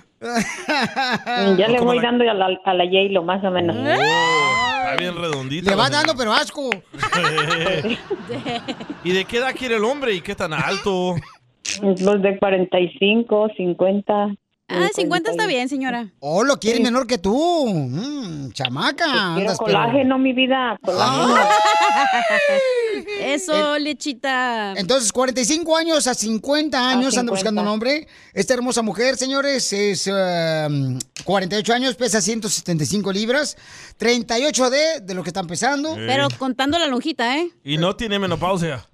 Speaker 27: Ya Mm, le voy dando a la, a la J-Lo, más o menos.
Speaker 4: ¿Eh?
Speaker 5: Está bien redondito.
Speaker 3: Le va dando, pero asco.
Speaker 5: ¿Y de qué edad quiere el hombre y qué tan alto?
Speaker 25: Pues,
Speaker 27: Los de 45, 50.
Speaker 4: Ah, 50 está bien, señora.
Speaker 3: Oh, lo quiere menor que tú. Mm, chamaca.
Speaker 27: Pues Quiero
Speaker 3: andas, pero- Ah.
Speaker 27: colágeno, mi vida. Colágeno.
Speaker 4: Eso, lechita.
Speaker 3: Eh, Entonces, 45 años a 50 años anda
Speaker 4: 50.
Speaker 3: buscando un hombre. Esta hermosa mujer, señores, es eh, 48 años, pesa 175 libras, 38 de, de lo que están pesando.
Speaker 5: Pero
Speaker 4: contando la lonjita, ¿eh?
Speaker 5: Y no tiene menopausia.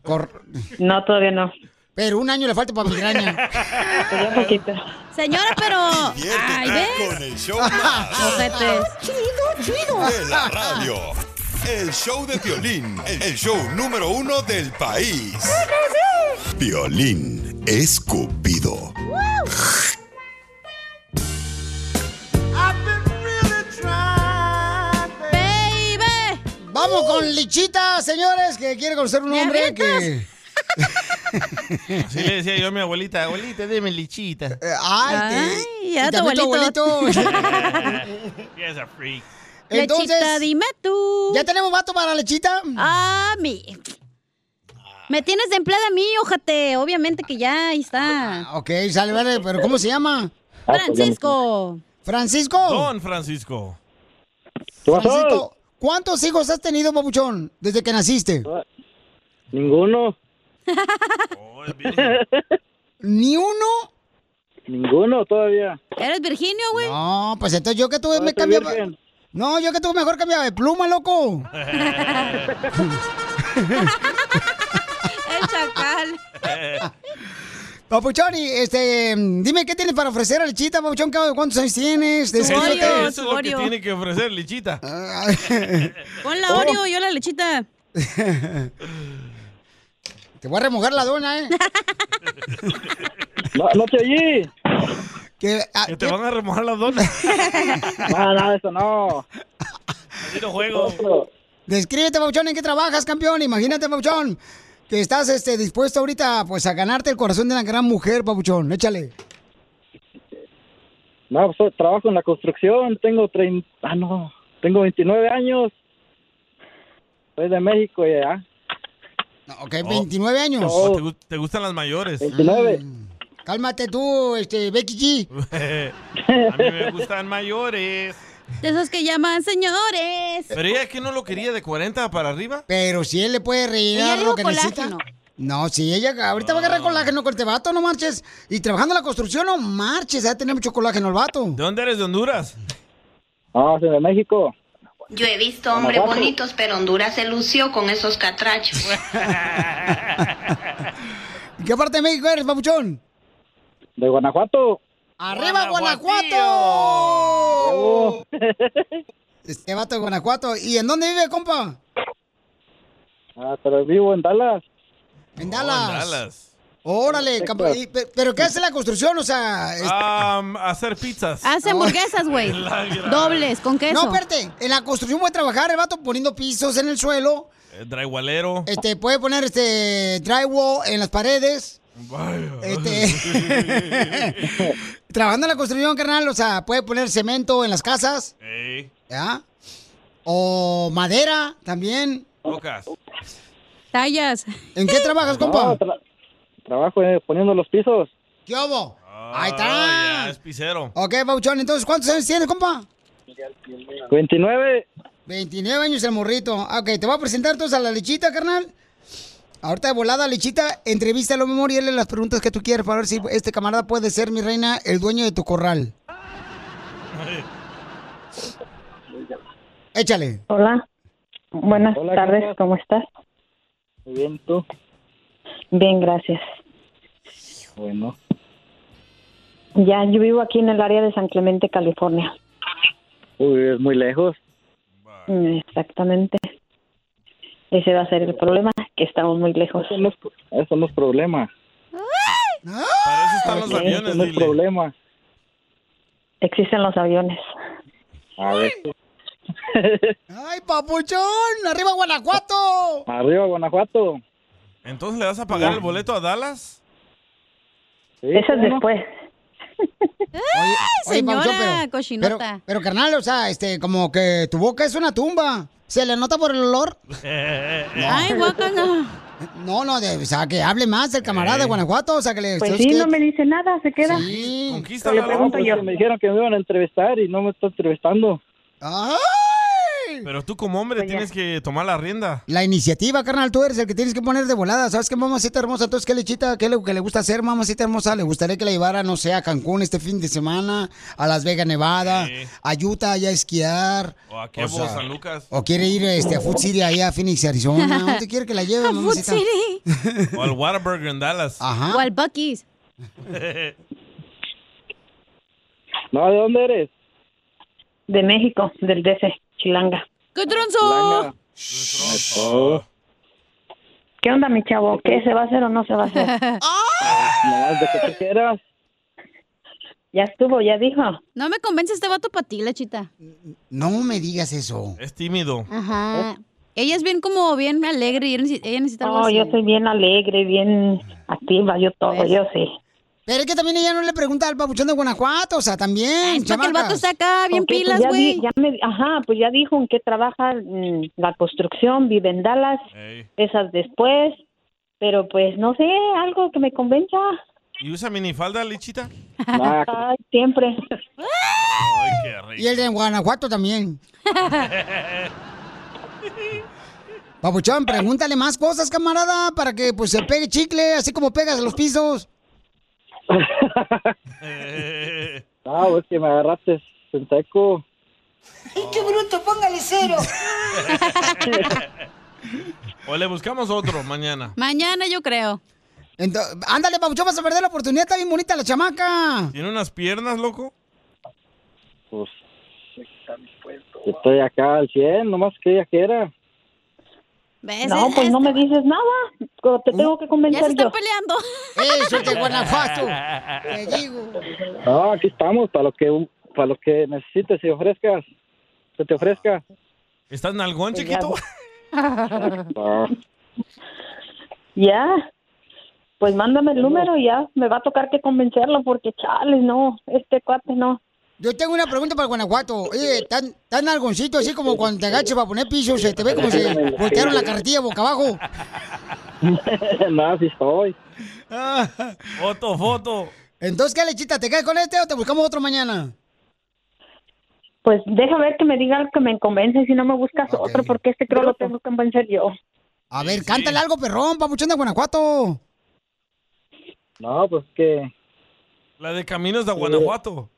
Speaker 27: No, todavía no. Pues
Speaker 3: Pero un año le falta para migraña.
Speaker 4: Señora, pero... Ay, ¿ves?
Speaker 7: Con el show más
Speaker 4: Ojetes.
Speaker 3: Chido,
Speaker 7: de la radio. El show de Piolín, el el show número uno del país. Piolín Escupido.
Speaker 4: ¡Baby!
Speaker 3: Vamos con Lichita, señores, que quiere conocer un
Speaker 4: ¿Me
Speaker 3: hombre
Speaker 4: avientas?
Speaker 3: que...
Speaker 5: Así le decía yo a mi abuelita, abuelita, deme lichita.
Speaker 3: Eh, Ay,
Speaker 4: Ay, Ah, ya tu abuelito.
Speaker 5: Yes, a freak.
Speaker 4: Lechita, dime tú.
Speaker 3: ¿Ya tenemos vato para Lechita?
Speaker 4: Ah, mi... Me tienes de empleada a mí, ójate. Obviamente que ya, ahí
Speaker 7: Ah,
Speaker 4: está.
Speaker 3: Ok, sale, vale, pero ¿cómo se
Speaker 4: Ah,
Speaker 3: llama?
Speaker 4: pues
Speaker 7: pues
Speaker 4: Francisco.
Speaker 3: Francisco.
Speaker 5: Don Francisco.
Speaker 3: Francisco, ¿cuántos hijos has tenido, papuchón, desde que naciste?
Speaker 16: Ah. Ninguno,
Speaker 3: ¿Ni uno?
Speaker 16: ninguno todavía.
Speaker 4: ¿Eres Virginio, güey?
Speaker 3: No, pues entonces yo que tuve me
Speaker 16: estoy
Speaker 3: cambiaba.
Speaker 16: virgen.
Speaker 3: No, yo que tuve mejor cambiaba de pluma, loco.
Speaker 4: El chacal.
Speaker 3: Papuchón, y este, dime qué tienes para ofrecer a Lechita, Papuchón, ¿Qué- ¿cuántos años tienes? Descríbete.
Speaker 5: Eso es lo que tiene que ofrecer, lichita.
Speaker 4: Pon
Speaker 3: Oh.
Speaker 4: la Oreo, yo la lechita.
Speaker 3: Te voy a remojar la dona, ¿eh?
Speaker 16: No, no te oí.
Speaker 3: Que, ah,
Speaker 5: Que te van a remojar las donas.
Speaker 16: No, no, eso no.
Speaker 5: Así no juego.
Speaker 3: Descríbete, Papuchón, ¿en qué trabajas, campeón? Imagínate, Papuchón, que estás este, dispuesto ahorita pues, a ganarte el corazón de una gran mujer, Papuchón. Échale.
Speaker 16: No, pues, trabajo en la construcción, tengo 30, ah, no, tengo 29 años. Soy de México ya.
Speaker 3: Ok, 29 años.
Speaker 5: Oh, te, gu- te gustan las mayores.
Speaker 3: 29. Cálmate tú, este, Becky G.
Speaker 5: a mí me gustan mayores.
Speaker 4: De esos que llaman señores.
Speaker 5: Pero ella que no lo quería de 40 para arriba.
Speaker 3: Pero si él le puede
Speaker 5: Ella
Speaker 3: rellenar
Speaker 5: dijo
Speaker 3: lo que necesita.
Speaker 5: colágeno.
Speaker 3: No, si ella ahorita va a agarrar colágeno con este vato, no marches. Y trabajando en la construcción, no marches. Ya tener mucho colágeno el vato.
Speaker 5: ¿De dónde eres de Honduras?
Speaker 1: No, soy Ah, de México.
Speaker 14: Yo he visto hombres bonitos, pero Honduras se lució con esos catrachos.
Speaker 3: ¿En ¿Qué parte de México eres, papuchón?
Speaker 1: De Guanajuato.
Speaker 3: ¡Arriba, Guanajuato! Oh. Este vato de Guanajuato. ¿Y en dónde vive, compa?
Speaker 1: Ah, pero vivo en Dallas.
Speaker 5: Oh,
Speaker 3: En Dallas. Órale, campeón. ¿Y pe- ¿Pero qué hace la construcción? O sea...
Speaker 5: Este-
Speaker 3: es-
Speaker 5: Ah. Am, hacer pizzas. Ah,
Speaker 3: Hace hamburguesas, güey.
Speaker 4: Dobles, con queso.
Speaker 3: No, espérate. En la construcción puede trabajar el vato poniendo pisos en el suelo.
Speaker 5: Eh, Draigualero.
Speaker 3: Este, puede poner este drywall en las paredes.
Speaker 5: Vaya.
Speaker 3: Este, trabajando en la construcción, carnal. O sea, puede poner cemento en las casas.
Speaker 5: Ey,
Speaker 3: ¿Ya? O madera también.
Speaker 5: Pocas.
Speaker 1: Oh,
Speaker 4: Tallas.
Speaker 3: ¿En qué trabajas, compa?
Speaker 1: No, tra- trabajo eh, poniendo los pisos.
Speaker 3: ¿Qué hubo? Ahí está.
Speaker 5: Ah, es pisero.
Speaker 3: Ok, Pauchón, entonces, ¿cuántos años tienes, compa?
Speaker 1: 29.
Speaker 3: 29 años el morrito. Ah, Ok, te voy a presentar entonces a la lechita, carnal. Ahorita de volada, lechita, entrevista a lo memoria y hazle las preguntas que tú quieras para ver si este camarada puede ser, mi reina, el dueño de tu corral. Échale.
Speaker 25: Hola. Buenas
Speaker 3: Hola, ¿cómo
Speaker 25: tardes,
Speaker 3: estás?
Speaker 25: ¿cómo estás?
Speaker 1: Muy bien, tú.
Speaker 25: Bien, gracias.
Speaker 1: Bueno.
Speaker 25: Ya, yo vivo aquí en el área de San Clemente, California.
Speaker 1: Uy, es muy lejos.
Speaker 25: Mm, Exactamente. Ese va a ser el problema, que estamos muy lejos.
Speaker 1: Eso no es problema.
Speaker 5: Para eso están los
Speaker 25: Ok.
Speaker 5: aviones,
Speaker 1: no es
Speaker 5: dile.
Speaker 1: problema.
Speaker 25: Existen los aviones.
Speaker 1: A ver.
Speaker 3: ¡Ay, papuchón! ¡Arriba, Guanajuato!
Speaker 1: Arriba, Guanajuato.
Speaker 5: Entonces le vas a pagar el boleto a Dallas.
Speaker 25: Eso es después.
Speaker 3: Oye,
Speaker 4: señora
Speaker 3: Pabuchón,
Speaker 4: cochinota.
Speaker 3: Pero, pero, carnal, o sea, este, como que tu boca es una tumba. ¿Se le nota por el olor?
Speaker 4: Ay, guacana.
Speaker 3: No, no, de- o sea, que hable más el camarada de Guanajuato, o sea, que le...
Speaker 25: Pues
Speaker 3: entonces
Speaker 25: sí,
Speaker 3: que-
Speaker 25: no me dice nada, se queda.
Speaker 3: Sí.
Speaker 25: Pero le pregunto
Speaker 1: No, pues,
Speaker 25: yo.
Speaker 1: Me dijeron que me iban a entrevistar y no me están entrevistando.
Speaker 5: Pero tú como hombre tienes que tomar la rienda.
Speaker 3: La iniciativa, carnal, tú eres el que tienes que poner de volada. ¿Sabes qué, mamacita hermosa? Entonces, ¿qué lechita? ¿Qué es lo que le gusta hacer, mamacita hermosa? ¿Le gustaría que la llevara, no sé, a Cancún este fin de semana? ¿A Las Vegas, Nevada?
Speaker 5: Sí.
Speaker 3: ¿A Utah, allá a esquiar?
Speaker 5: ¿O a qué
Speaker 3: O sea,
Speaker 5: San Lucas?
Speaker 3: ¿O quiere ir este, a Food City, allá a Phoenix, Arizona? ¿Dónde quiere que la lleve,
Speaker 4: A Food
Speaker 3: mamacita? ¿Ah?
Speaker 4: City.
Speaker 5: ¿O al Whataburger en Dallas?
Speaker 3: Ajá.
Speaker 4: O al Buc-ee's.
Speaker 1: No, ¿de dónde eres?
Speaker 25: De México, del DF, Chilanga.
Speaker 4: ¡Qué tronzo!
Speaker 1: Oh.
Speaker 25: ¿Qué onda, mi chavo? ¿Qué se va a hacer o no se va a hacer?
Speaker 1: Nomás de que tú quieras.
Speaker 25: ya estuvo, ya dijo.
Speaker 4: No me convence este vato para ti, lechita.
Speaker 3: No me digas eso.
Speaker 5: Es tímido.
Speaker 4: Ajá. Oh. Ella es bien como bien alegre y ella necesita- ella necesita algo
Speaker 25: No,
Speaker 4: así.
Speaker 25: Oh, yo soy bien alegre, bien activa, yo todo,
Speaker 4: Pues,
Speaker 25: yo sí.
Speaker 3: Pero es que también ella no le pregunta al papuchón de Guanajuato, o sea, también.
Speaker 25: Porque
Speaker 3: chamacas.
Speaker 25: Ok, pues ya di- ya me- ajá, pues ya dijo en qué trabaja mm, la construcción, vive en Dallas, esas después, pero pues no sé, algo que me convenza.
Speaker 5: ¿Y usa minifalda, Lichita?
Speaker 25: Ay, siempre.
Speaker 5: Ay, qué rico.
Speaker 3: Y el de Guanajuato también. Papuchón, pregúntale más cosas, camarada, para que pues se pegue chicle, así como pegas los pisos.
Speaker 1: Ah, es que me agarraste en seco.
Speaker 30: ¡Qué bruto! ¡Póngale cero!
Speaker 5: o le buscamos otro mañana.
Speaker 4: Mañana yo creo.
Speaker 3: Entonces, ándale, Papuchón, vas a perder la oportunidad, está bien bonita la chamaca.
Speaker 5: ¿Tiene unas piernas, loco?
Speaker 1: Pues estoy acá al 100, nomás que ella quiera.
Speaker 25: No, pues no me dices nada, co- te tengo que convencer
Speaker 4: Ya se están
Speaker 25: yo.
Speaker 4: peleando.
Speaker 3: Eso es de Guanajuato. Te digo.
Speaker 1: No, aquí estamos para lo que para lo que necesites y ofrezcas. Se te ofrezca.
Speaker 5: ¿Estás nalgón, chiquito?
Speaker 1: No.
Speaker 25: Ya, pues mándame el número y ya, me va a tocar que convencerlo porque chales, no, este cuate no.
Speaker 3: Yo tengo una pregunta para Guanajuato. Oye, tan, tan algoncito así como cuando te agaches para poner pisos, se te ve como si voltearon la carretilla boca abajo.
Speaker 1: no, sí estoy.
Speaker 5: foto, foto.
Speaker 3: Entonces, ¿qué lechita? ¿Te quedas con este o te buscamos otro mañana?
Speaker 20: Pues deja ver que me diga algo que me convence. Si no me buscas otro, porque este creo lo tengo que convencer yo.
Speaker 3: pues A ver, cántale algo, perrón, papuchón de Guanajuato.
Speaker 9: No, pues que.
Speaker 5: La de Caminos de Guanajuato.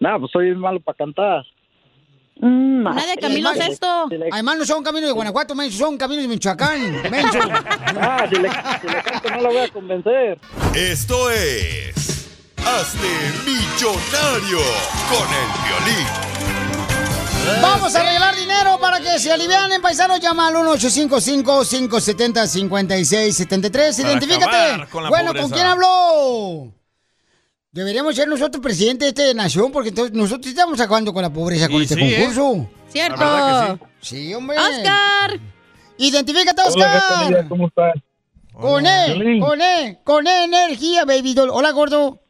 Speaker 9: Nada, pues soy malo para cantar.
Speaker 3: Nada
Speaker 9: de Camilo Sesto.
Speaker 3: Además, no son caminos de Guanajuato, menso, son caminos de Michoacán. menso.
Speaker 9: Ah, si le, si le canto no la voy a convencer.
Speaker 7: Esto es. Hazte Millonario con el violín.
Speaker 3: Vamos a regalar dinero para que se alivianen, paisanos. Llama al 1-855-570-5673.
Speaker 1: Para
Speaker 3: Identifícate.
Speaker 1: acabar con la
Speaker 3: bueno, ¿con
Speaker 1: pobreza.
Speaker 3: quién habló? Deberíamos ser nosotros presidente de esta nación, porque entonces nosotros estamos acabando con la pobreza con
Speaker 1: Y
Speaker 3: este
Speaker 1: sí, ¿eh?
Speaker 3: concurso.
Speaker 4: Cierto. La verdad que
Speaker 3: sí. hombre.
Speaker 4: Oscar.
Speaker 3: Identifícate,
Speaker 1: Hola,
Speaker 3: Oscar.
Speaker 1: ¿qué tal, Lidia?
Speaker 9: ¿Cómo estás?
Speaker 3: Con él, con él, con él, energía, baby doll. Hola, gordo.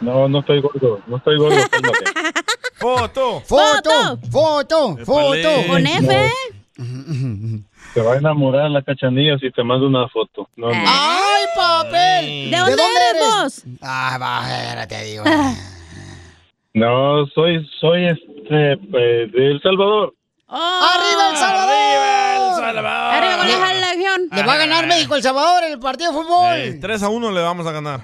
Speaker 9: No, no estoy gordo, no estoy gordo, cálmate.
Speaker 5: Foto.
Speaker 3: Foto. Foto. Foto.
Speaker 9: Con F. Te va a enamorar la cachanilla si te mando una foto. No, no.
Speaker 1: Ah,
Speaker 3: ¡Ay, papel!
Speaker 9: ¿De dónde
Speaker 3: eres vos? Ah, va, te digo.
Speaker 9: No, soy, soy este, pues, de El Salvador.
Speaker 3: ¡Arriba El Salvador! ¡Arriba El Salvador!
Speaker 4: Arriba con la elección.
Speaker 3: Le va a ganar México El Salvador en el partido de fútbol.
Speaker 5: 3 Eh, a 1 le vamos a ganar.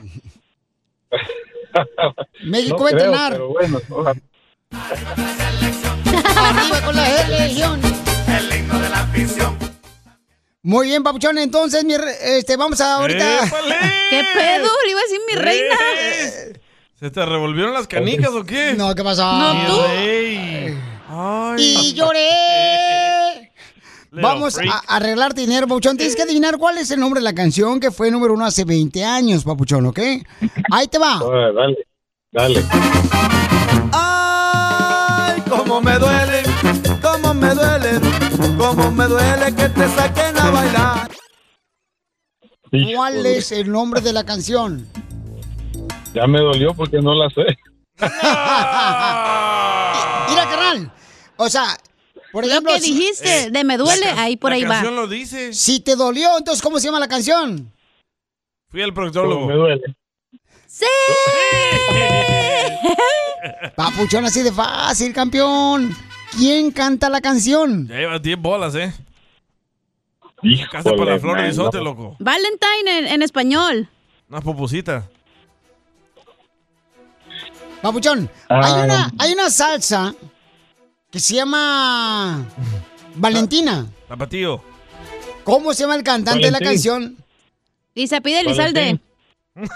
Speaker 3: México va a entrenar.
Speaker 9: Pero bueno, ojalá.
Speaker 3: ¡Arriba con la elección! Muy bien, papuchón. Entonces, mi re- este, vamos a ahorita.
Speaker 4: ¿Qué pedo? Le iba a decir mi reina.
Speaker 5: ¿Se te revolvieron las canicas o qué?
Speaker 3: No, ¿qué pasó?
Speaker 5: Mi
Speaker 3: No, tú.
Speaker 5: rey.
Speaker 3: Y lloré. Vamos
Speaker 5: freak.
Speaker 3: a arreglar dinero, Papuchón. Tienes que adivinar cuál es el nombre de la canción que fue número uno hace 20 años, Papuchón, ¿ok? Ahí te va.
Speaker 9: Ahora, Ah, dale, dale.
Speaker 1: Ay, cómo me duele, cómo me duele, cómo me duele que te saquen a bailar.
Speaker 3: ¿Cuál es el nombre de la canción?
Speaker 9: Ya me dolió porque no la sé.
Speaker 3: Mira, carnal. O sea, por ejemplo.
Speaker 4: que
Speaker 3: si-
Speaker 4: dijiste, de me duele, Eh, La can- ahí por la ahí va. canción lo
Speaker 5: dice.
Speaker 3: Si te dolió, entonces, ¿cómo se llama la canción?
Speaker 5: Fui al proctólogo.
Speaker 9: Me duele.
Speaker 3: ¡Sí! Papuchón, así de fácil, campeón. ¿Quién canta la canción?
Speaker 5: Ya llevas 10 bolas, ¿eh? Sacaste para la flor
Speaker 9: man,
Speaker 5: horizonte,
Speaker 9: no.
Speaker 5: loco.
Speaker 4: Valentine en, en español.
Speaker 5: Unas pupusitas.
Speaker 3: Papuchón, hay, una, hay una salsa que se llama Valentina.
Speaker 5: Tapatío.
Speaker 3: ¿Cómo se llama el cantante de la
Speaker 5: Valentín.
Speaker 3: canción?
Speaker 4: Y se pide
Speaker 3: Valentín.
Speaker 4: Elizalde.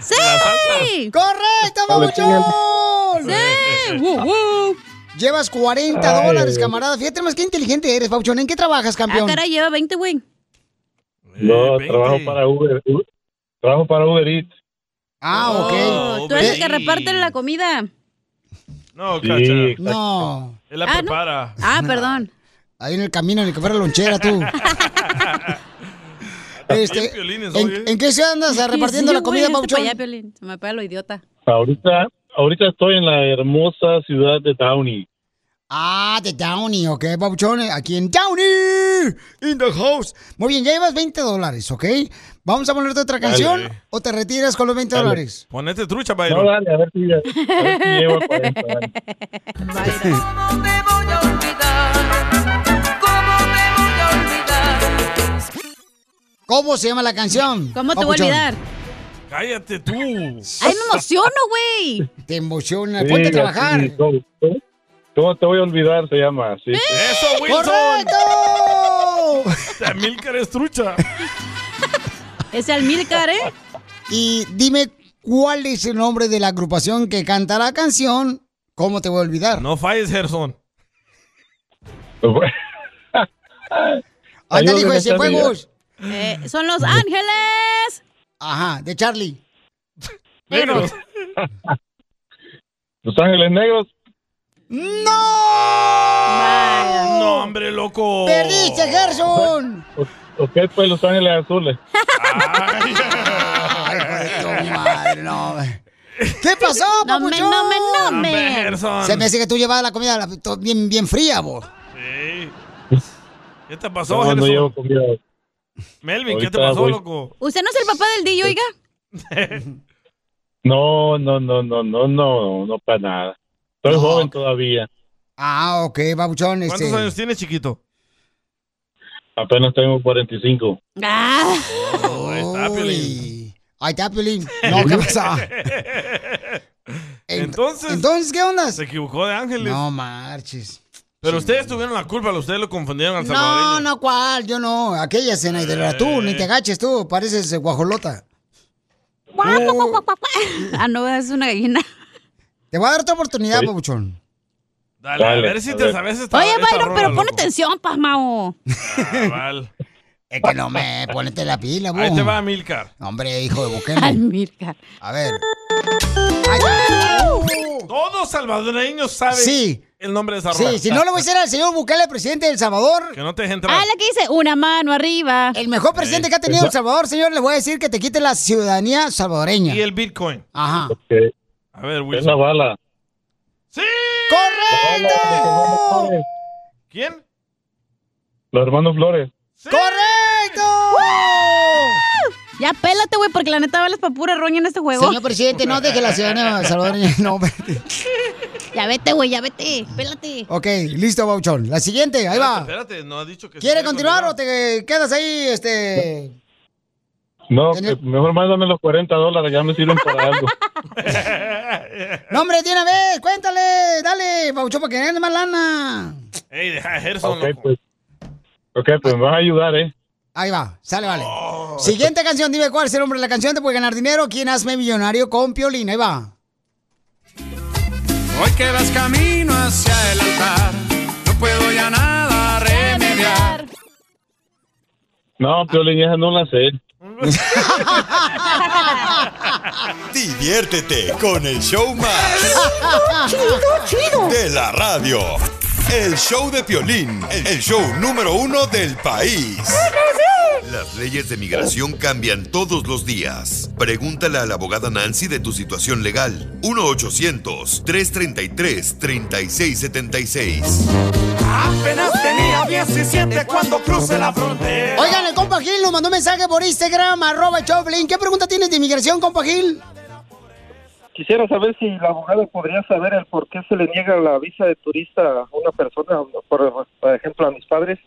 Speaker 3: ¡Sí! ¡Correcto,
Speaker 1: Valentín.
Speaker 3: Papuchón!
Speaker 1: Sí.
Speaker 3: ¡Woo, woo! Llevas 40
Speaker 1: Ay.
Speaker 3: dólares, camarada. Fíjate más qué inteligente eres, Papuchón. ¿En qué trabajas,
Speaker 4: Ah,
Speaker 3: campeón?
Speaker 4: cara, lleva 20, güey.
Speaker 9: No, trabajo para Uber. U- Trabajo para Uber Eats.
Speaker 3: Ah,
Speaker 4: Oh,
Speaker 3: ok.
Speaker 4: Tú eres el
Speaker 3: Ve-
Speaker 4: que reparte la comida.
Speaker 5: No,
Speaker 9: Sí,
Speaker 5: cacha.
Speaker 9: exacto.
Speaker 3: No.
Speaker 5: Él la
Speaker 4: Ah, ¿no?
Speaker 5: prepara.
Speaker 4: Ah, perdón.
Speaker 3: Ahí en el camino, en el que fuera lonchera, tú. Este,
Speaker 4: Bien
Speaker 3: ¿en,
Speaker 4: piolines, oye.
Speaker 3: en qué ciudad andas ah, repartiendo
Speaker 4: Sí,
Speaker 3: la
Speaker 4: güey,
Speaker 3: comida,
Speaker 4: hazte
Speaker 3: Papuchón?
Speaker 4: pa' allá, Piolín. Se me pega lo idiota.
Speaker 9: Ahorita, ahorita estoy en la hermosa ciudad de Downey.
Speaker 3: Ah, de Downey, ok, Papuchón, aquí en Downey, in the house. Muy bien, ya llevas 20 dólares, ok. Vamos a ponerte otra
Speaker 5: Dale.
Speaker 3: canción o te retiras con los 20 dólares.
Speaker 5: Ponete trucha, Byron.
Speaker 9: No, dale, a ver si, a ver si llego a 40,
Speaker 3: ¿Cómo se llama la canción?
Speaker 4: ¿Cómo te voy a
Speaker 3: Papuchón?
Speaker 4: olvidar?
Speaker 5: Cállate tú.
Speaker 4: Ay, me emociono, güey.
Speaker 3: Te emociona,
Speaker 9: Sí,
Speaker 3: ponte a
Speaker 9: así,
Speaker 3: trabajar. ¡Eh!
Speaker 9: ¿cómo, cómo- cómo te voy a olvidar? Se llama así.
Speaker 5: ¡Eso,
Speaker 3: ¡Correcto!
Speaker 5: Milcar es trucha.
Speaker 4: Es Almilcar, ¿eh?
Speaker 3: Y dime cuál es el nombre de la agrupación que canta la canción. ¿Cómo te voy a olvidar?
Speaker 5: No falles, Gerson.
Speaker 9: Pues
Speaker 3: Ándale, hijo de Cienfuegos.
Speaker 4: Eh, son Los Ángeles.
Speaker 3: Ajá, de Charlie.
Speaker 9: Negros. Los Ángeles Negros.
Speaker 3: ¡No!
Speaker 5: No, hombre, loco.
Speaker 3: ¡Perdiste, Gerson!
Speaker 9: ¿O, o qué
Speaker 12: pues,
Speaker 9: fue Los Ángeles Azules?
Speaker 3: ¿Qué pasó,
Speaker 4: No me, no
Speaker 3: papuchón?
Speaker 4: me, no me. Hombre, Gerson.
Speaker 3: Se me hace que tú llevabas la comida la- to- bien, bien fría, vos.
Speaker 5: Sí. ¿Qué te pasó,
Speaker 9: No, no
Speaker 5: Gerson?
Speaker 9: llevo comida.
Speaker 5: Melvin, ¿qué te
Speaker 9: Ahorita
Speaker 5: pasó,
Speaker 9: voy.
Speaker 5: loco?
Speaker 4: ¿Usted no es el papá del DJ, oiga?
Speaker 12: No, no, no, no, no, no, no para nada. Soy
Speaker 3: No.
Speaker 12: joven todavía.
Speaker 3: Ah, ok, babuchón.
Speaker 12: ¿Cuántos
Speaker 3: este...
Speaker 12: años
Speaker 5: tienes, chiquito?
Speaker 12: Apenas tengo 45.
Speaker 4: Ah.
Speaker 5: ahí está, Piolín.
Speaker 3: Ahí está, Piolín. No, ¿qué pasa?
Speaker 5: Entonces.
Speaker 3: Entonces, ¿qué onda?
Speaker 5: Se equivocó de Ángeles.
Speaker 3: No marches.
Speaker 5: Pero ustedes tuvieron la culpa, ustedes lo confundieron al salvadoreño.
Speaker 3: No, no, cuál, yo no. Aquella escena, de la tú, ni te agaches tú, pareces eh, guajolota. Uh. Eh.
Speaker 4: Ah, no, es una gallina.
Speaker 3: Te voy a dar otra oportunidad, babuchón.
Speaker 5: Dale,
Speaker 3: Dale,
Speaker 5: a ver si
Speaker 3: a
Speaker 5: te
Speaker 3: ver.
Speaker 5: sabes esta
Speaker 4: Oye,
Speaker 5: esta
Speaker 4: Byron,
Speaker 5: rola,
Speaker 4: pero
Speaker 5: loco.
Speaker 4: pon atención, pasmao.
Speaker 5: Chaval.
Speaker 3: Es que no me ponete la pila,
Speaker 5: Ahí
Speaker 3: vos.
Speaker 5: te va Milcar.
Speaker 3: Hombre, hijo de
Speaker 4: Al
Speaker 3: Bukele.
Speaker 4: Mirka.
Speaker 3: A ver.
Speaker 5: Todos salvadoreños saben
Speaker 3: Sí.
Speaker 5: el nombre de esa rola.
Speaker 3: Sí, si no le voy a decir al señor Bukele, presidente del Salvador.
Speaker 5: Que no te deje entrar.
Speaker 4: Ah, la que dice una mano arriba.
Speaker 3: El mejor presidente que ha tenido El Salvador, señor, le voy a decir que te quite la ciudadanía salvadoreña.
Speaker 5: Y el Bitcoin.
Speaker 3: Ajá.
Speaker 5: A
Speaker 12: Es
Speaker 5: ver,
Speaker 12: la
Speaker 5: Wilson.
Speaker 12: bala.
Speaker 3: ¡Correcto!
Speaker 5: ¿Quién?
Speaker 12: Los hermanos Flores.
Speaker 3: ¡Correcto!
Speaker 4: Ya pélate, güey, porque la neta vales para pura roña en este juego.
Speaker 3: Señor presidente, no deje la ciudadanía salvadoreña. No, espérate.
Speaker 4: Ya vete, güey, ya vete. Pélate.
Speaker 3: Ok, listo, Bauchón. La siguiente, ahí va.
Speaker 5: Espérate, no ha dicho que.
Speaker 3: ¿Quiere continuar o te quedas ahí, este?
Speaker 12: No, que mejor mándame los 40 dólares, ya me sirven para algo.
Speaker 3: No, hombre, de una vez, cuéntale, dale, Bauchón, para que gane más lana.
Speaker 5: Ey, deja a Gerson.
Speaker 12: Ok, pues, ok, pues me vas a ayudar, ¿eh?
Speaker 3: Ahí va, sale, vale.
Speaker 5: Oh.
Speaker 3: Siguiente canción, dime cuál es el nombre de la canción, te puede ganar dinero, quién hazme millonario con Piolín, ahí va.
Speaker 1: Hoy que vas camino hacia el altar, no puedo ya nada remediar.
Speaker 5: Ah.
Speaker 12: No, Piolín, esa no la sé.
Speaker 7: Diviértete con el show más.
Speaker 13: Chido, chido, chido.
Speaker 7: De la radio. El show de Piolín, el show número uno del país.
Speaker 15: Las leyes de migración cambian todos los días. Pregúntale a la abogada Nancy de tu situación legal. 1-800-333-3676.
Speaker 23: Apenas tenía 17 cuando crucé la frontera.
Speaker 3: Oigan, el compa Gil nos mandó un mensaje por Instagram, arroba Choplin. ¿Qué pregunta tienes de inmigración, compa Gil?
Speaker 9: Quisiera saber si la abogada podría saber el por qué se le niega la visa de turista a una persona, por, por ejemplo, a mis padres.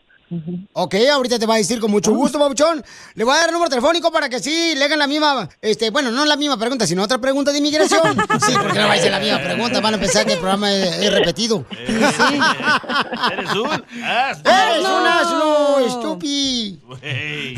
Speaker 3: Ok, ahorita te va a decir con mucho gusto, Babuchón. Le voy a dar el número telefónico para que sí le hagan la misma, este, bueno, no la misma pregunta, sino otra pregunta de inmigración. Sí, porque no va a ser la misma pregunta, van a pensar que el programa es, es repetido.
Speaker 5: Eres un. asno.
Speaker 1: ¡Eh,
Speaker 3: ¡Eres un asno, estupi!
Speaker 5: Güey.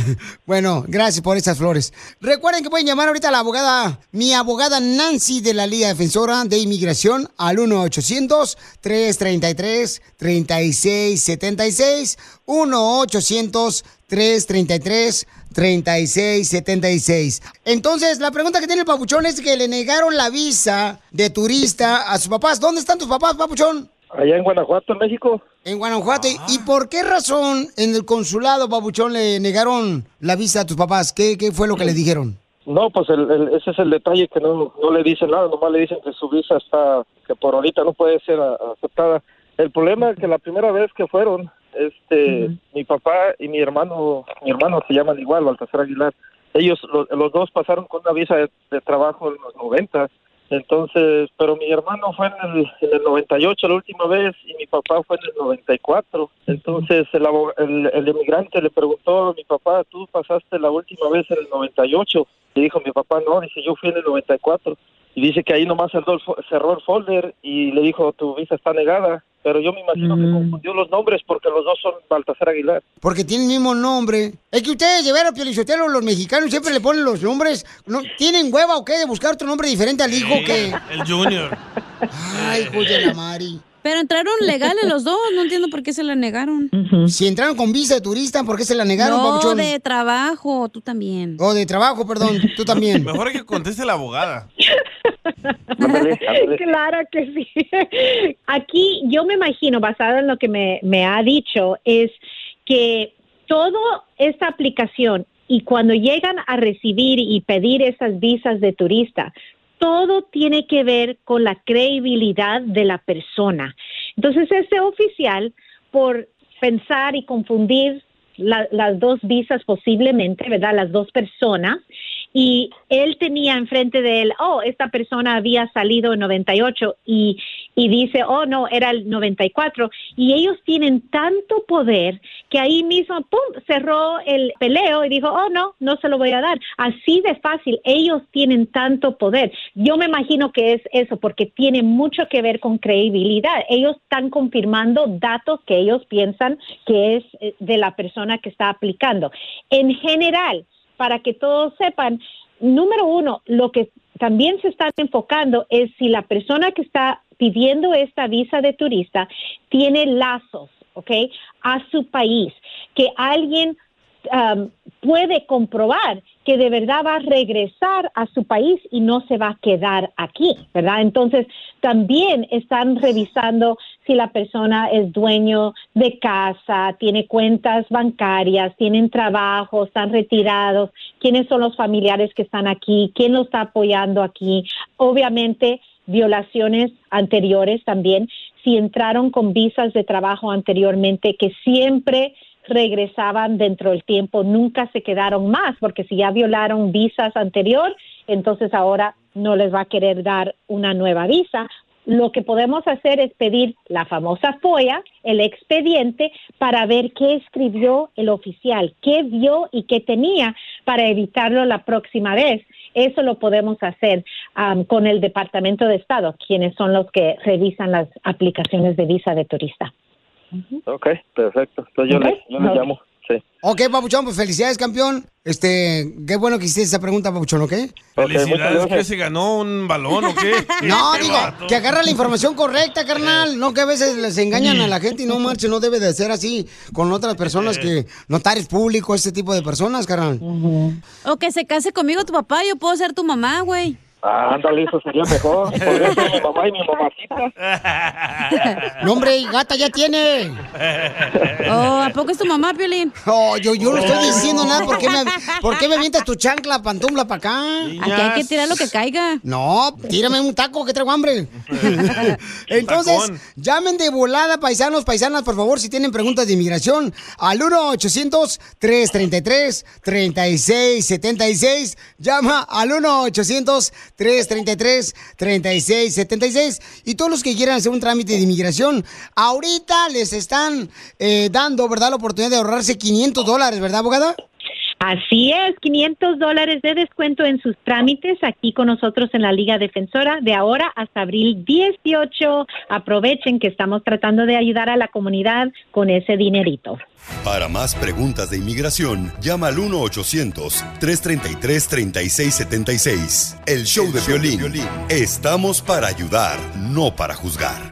Speaker 3: Bueno, gracias por esas flores. Recuerden que pueden llamar ahorita a la abogada, mi abogada Nancy de la Liga Defensora de Inmigración al 1-800-333-3676. 1-800-333-3676. Entonces, la pregunta que tiene el papuchón es que le negaron la visa de turista a sus papás. ¿Dónde están tus papás, papuchón?
Speaker 9: Allá en Guanajuato, en México.
Speaker 3: En Guanajuato. ¿Y- ¿Y por qué razón en el consulado, Babuchón, le negaron la visa a tus papás? ¿Qué, qué fue lo
Speaker 1: Mm.
Speaker 3: que le dijeron?
Speaker 9: No, pues el- el- ese es el detalle que no, no le dicen nada, nomás le dicen que su visa está, que por ahorita no puede ser a- aceptada. El problema es que la primera vez que fueron, este, mi papá y mi hermano, mi hermano se llaman igual, Baltasar Aguilar, ellos, lo- los dos pasaron con una visa de, de trabajo en los 90, entonces, pero mi hermano fue en el, en el 98 la última vez y mi papá fue en el 94. Entonces el, abo- el, el inmigrante le preguntó a mi papá, ¿tú pasaste la última vez en el 98? Y dijo mi papá, no, dice yo fui en el 94. Y dice que ahí nomás cerró el, fo- cerró el folder y le dijo, tu visa está negada. Pero yo me imagino
Speaker 5: Mm.
Speaker 9: que confundió los nombres porque los dos son Baltasar Aguilar.
Speaker 3: Porque tienen el mismo nombre. Es que ustedes, de veras, Pielichotelo, los mexicanos siempre le ponen los nombres. ¿No, ¿Tienen hueva o qué de buscar otro nombre diferente al hijo que...?
Speaker 5: El Junior.
Speaker 3: Ay, joder, la Mari.
Speaker 4: Pero entraron legales los dos, no entiendo por qué se la negaron.
Speaker 3: Si entraron con visa de turista, ¿por qué se la negaron,
Speaker 4: no,
Speaker 3: Babuchón?
Speaker 4: de trabajo, tú también.
Speaker 3: O de trabajo, perdón, tú también.
Speaker 5: Mejor que conteste la abogada.
Speaker 20: Claro que sí. Aquí yo me imagino, basado en lo que me, me ha dicho, es que toda esta aplicación y cuando llegan a recibir y pedir esas visas de turista, todo tiene que ver con la credibilidad de la persona. Entonces, ese oficial, por pensar y confundir la- las dos visas posiblemente, ¿verdad? Las dos personas, y él tenía enfrente de él, oh, esta persona había salido en 98 y, y dice, oh, no, era el 94. Y ellos tienen tanto poder que ahí mismo, pum, cerró el peleo y dijo, oh, no, no se lo voy a dar. Así de fácil, ellos tienen tanto poder. Yo me imagino que es eso, porque tiene mucho que ver con credibilidad. Ellos están confirmando datos que ellos piensan que es eh, de la persona que está aplicando. En general, para que todos sepan, número uno, lo que también se está enfocando es si la persona que está pidiendo esta visa de turista tiene lazos, ¿ok? A su país, que alguien um, puede comprobar que de verdad va a regresar a su país y no se va a quedar aquí, ¿verdad? Entonces, también están revisando si la persona es dueño de casa, tiene cuentas bancarias, tienen trabajo, están retirados, quiénes son los familiares que están aquí, quién los está apoyando aquí. Obviamente, violaciones anteriores también, si entraron con visas de trabajo anteriormente, que siempre regresaban dentro del tiempo, nunca se quedaron más, porque si ya violaron visas anterior, entonces ahora no les va a querer dar una nueva visa. Lo que podemos hacer es pedir la famosa FOIA, el expediente, para ver qué escribió el oficial, qué vio y qué tenía para evitarlo la próxima vez. Eso lo podemos hacer am, con el Departamento de Estado, quienes son los que revisan las aplicaciones de visa de turista.
Speaker 1: Ok, perfecto. Entonces yo,
Speaker 3: Ok.
Speaker 1: le, yo le
Speaker 3: Ok.
Speaker 1: llamo. Sí.
Speaker 3: Ok, Papuchón, pues felicidades, campeón. Este, qué bueno que hiciste esa pregunta, Papuchón, ¿ok?
Speaker 5: Felicidades que se ganó un balón o qué.
Speaker 3: No,
Speaker 5: Este
Speaker 3: digo,
Speaker 5: vato.
Speaker 3: que agarra la información correcta,
Speaker 4: Eh.
Speaker 3: carnal. No que a veces les engañan a la
Speaker 4: Mm.
Speaker 3: gente y no marche, no debe de ser así con otras
Speaker 4: Eh.
Speaker 3: personas que notarios públicos, ese tipo de personas, carnal.
Speaker 4: O que se case conmigo tu papá, yo puedo ser tu mamá, güey.
Speaker 1: Ah, ándale, eso sería mejor. Podría ser mi mamá y mi mamacita.
Speaker 3: No, hombre, gata ya tiene.
Speaker 4: Oh, ¿a poco es tu mamá, Piolín?
Speaker 3: Oh, yo, yo no estoy diciendo nada. ¿Por qué me, ¿por qué me avientas tu chancla, pantumbla para acá?
Speaker 4: Aquí hay que tirar lo que caiga.
Speaker 3: No, tírame un taco que traigo hambre. Entonces,
Speaker 4: Tacón.
Speaker 3: llamen de volada, paisanos, paisanas, por favor, si tienen preguntas de inmigración, al 1-800-333-3676. Llama al 1-800-333-3676. Y todos los que quieran hacer un trámite de inmigración, ahorita les están eh, dando, ¿verdad?, la oportunidad de ahorrarse 500 dólares, ¿verdad, abogada?
Speaker 20: Así es, 500 dólares de descuento en sus trámites aquí con nosotros en la Liga Defensora de ahora hasta abril 18. Aprovechen que estamos tratando de ayudar a la comunidad con ese dinerito.
Speaker 7: Para más preguntas de inmigración, llama al 1-800-333-3676. El show de violín. Estamos para ayudar, no para juzgar.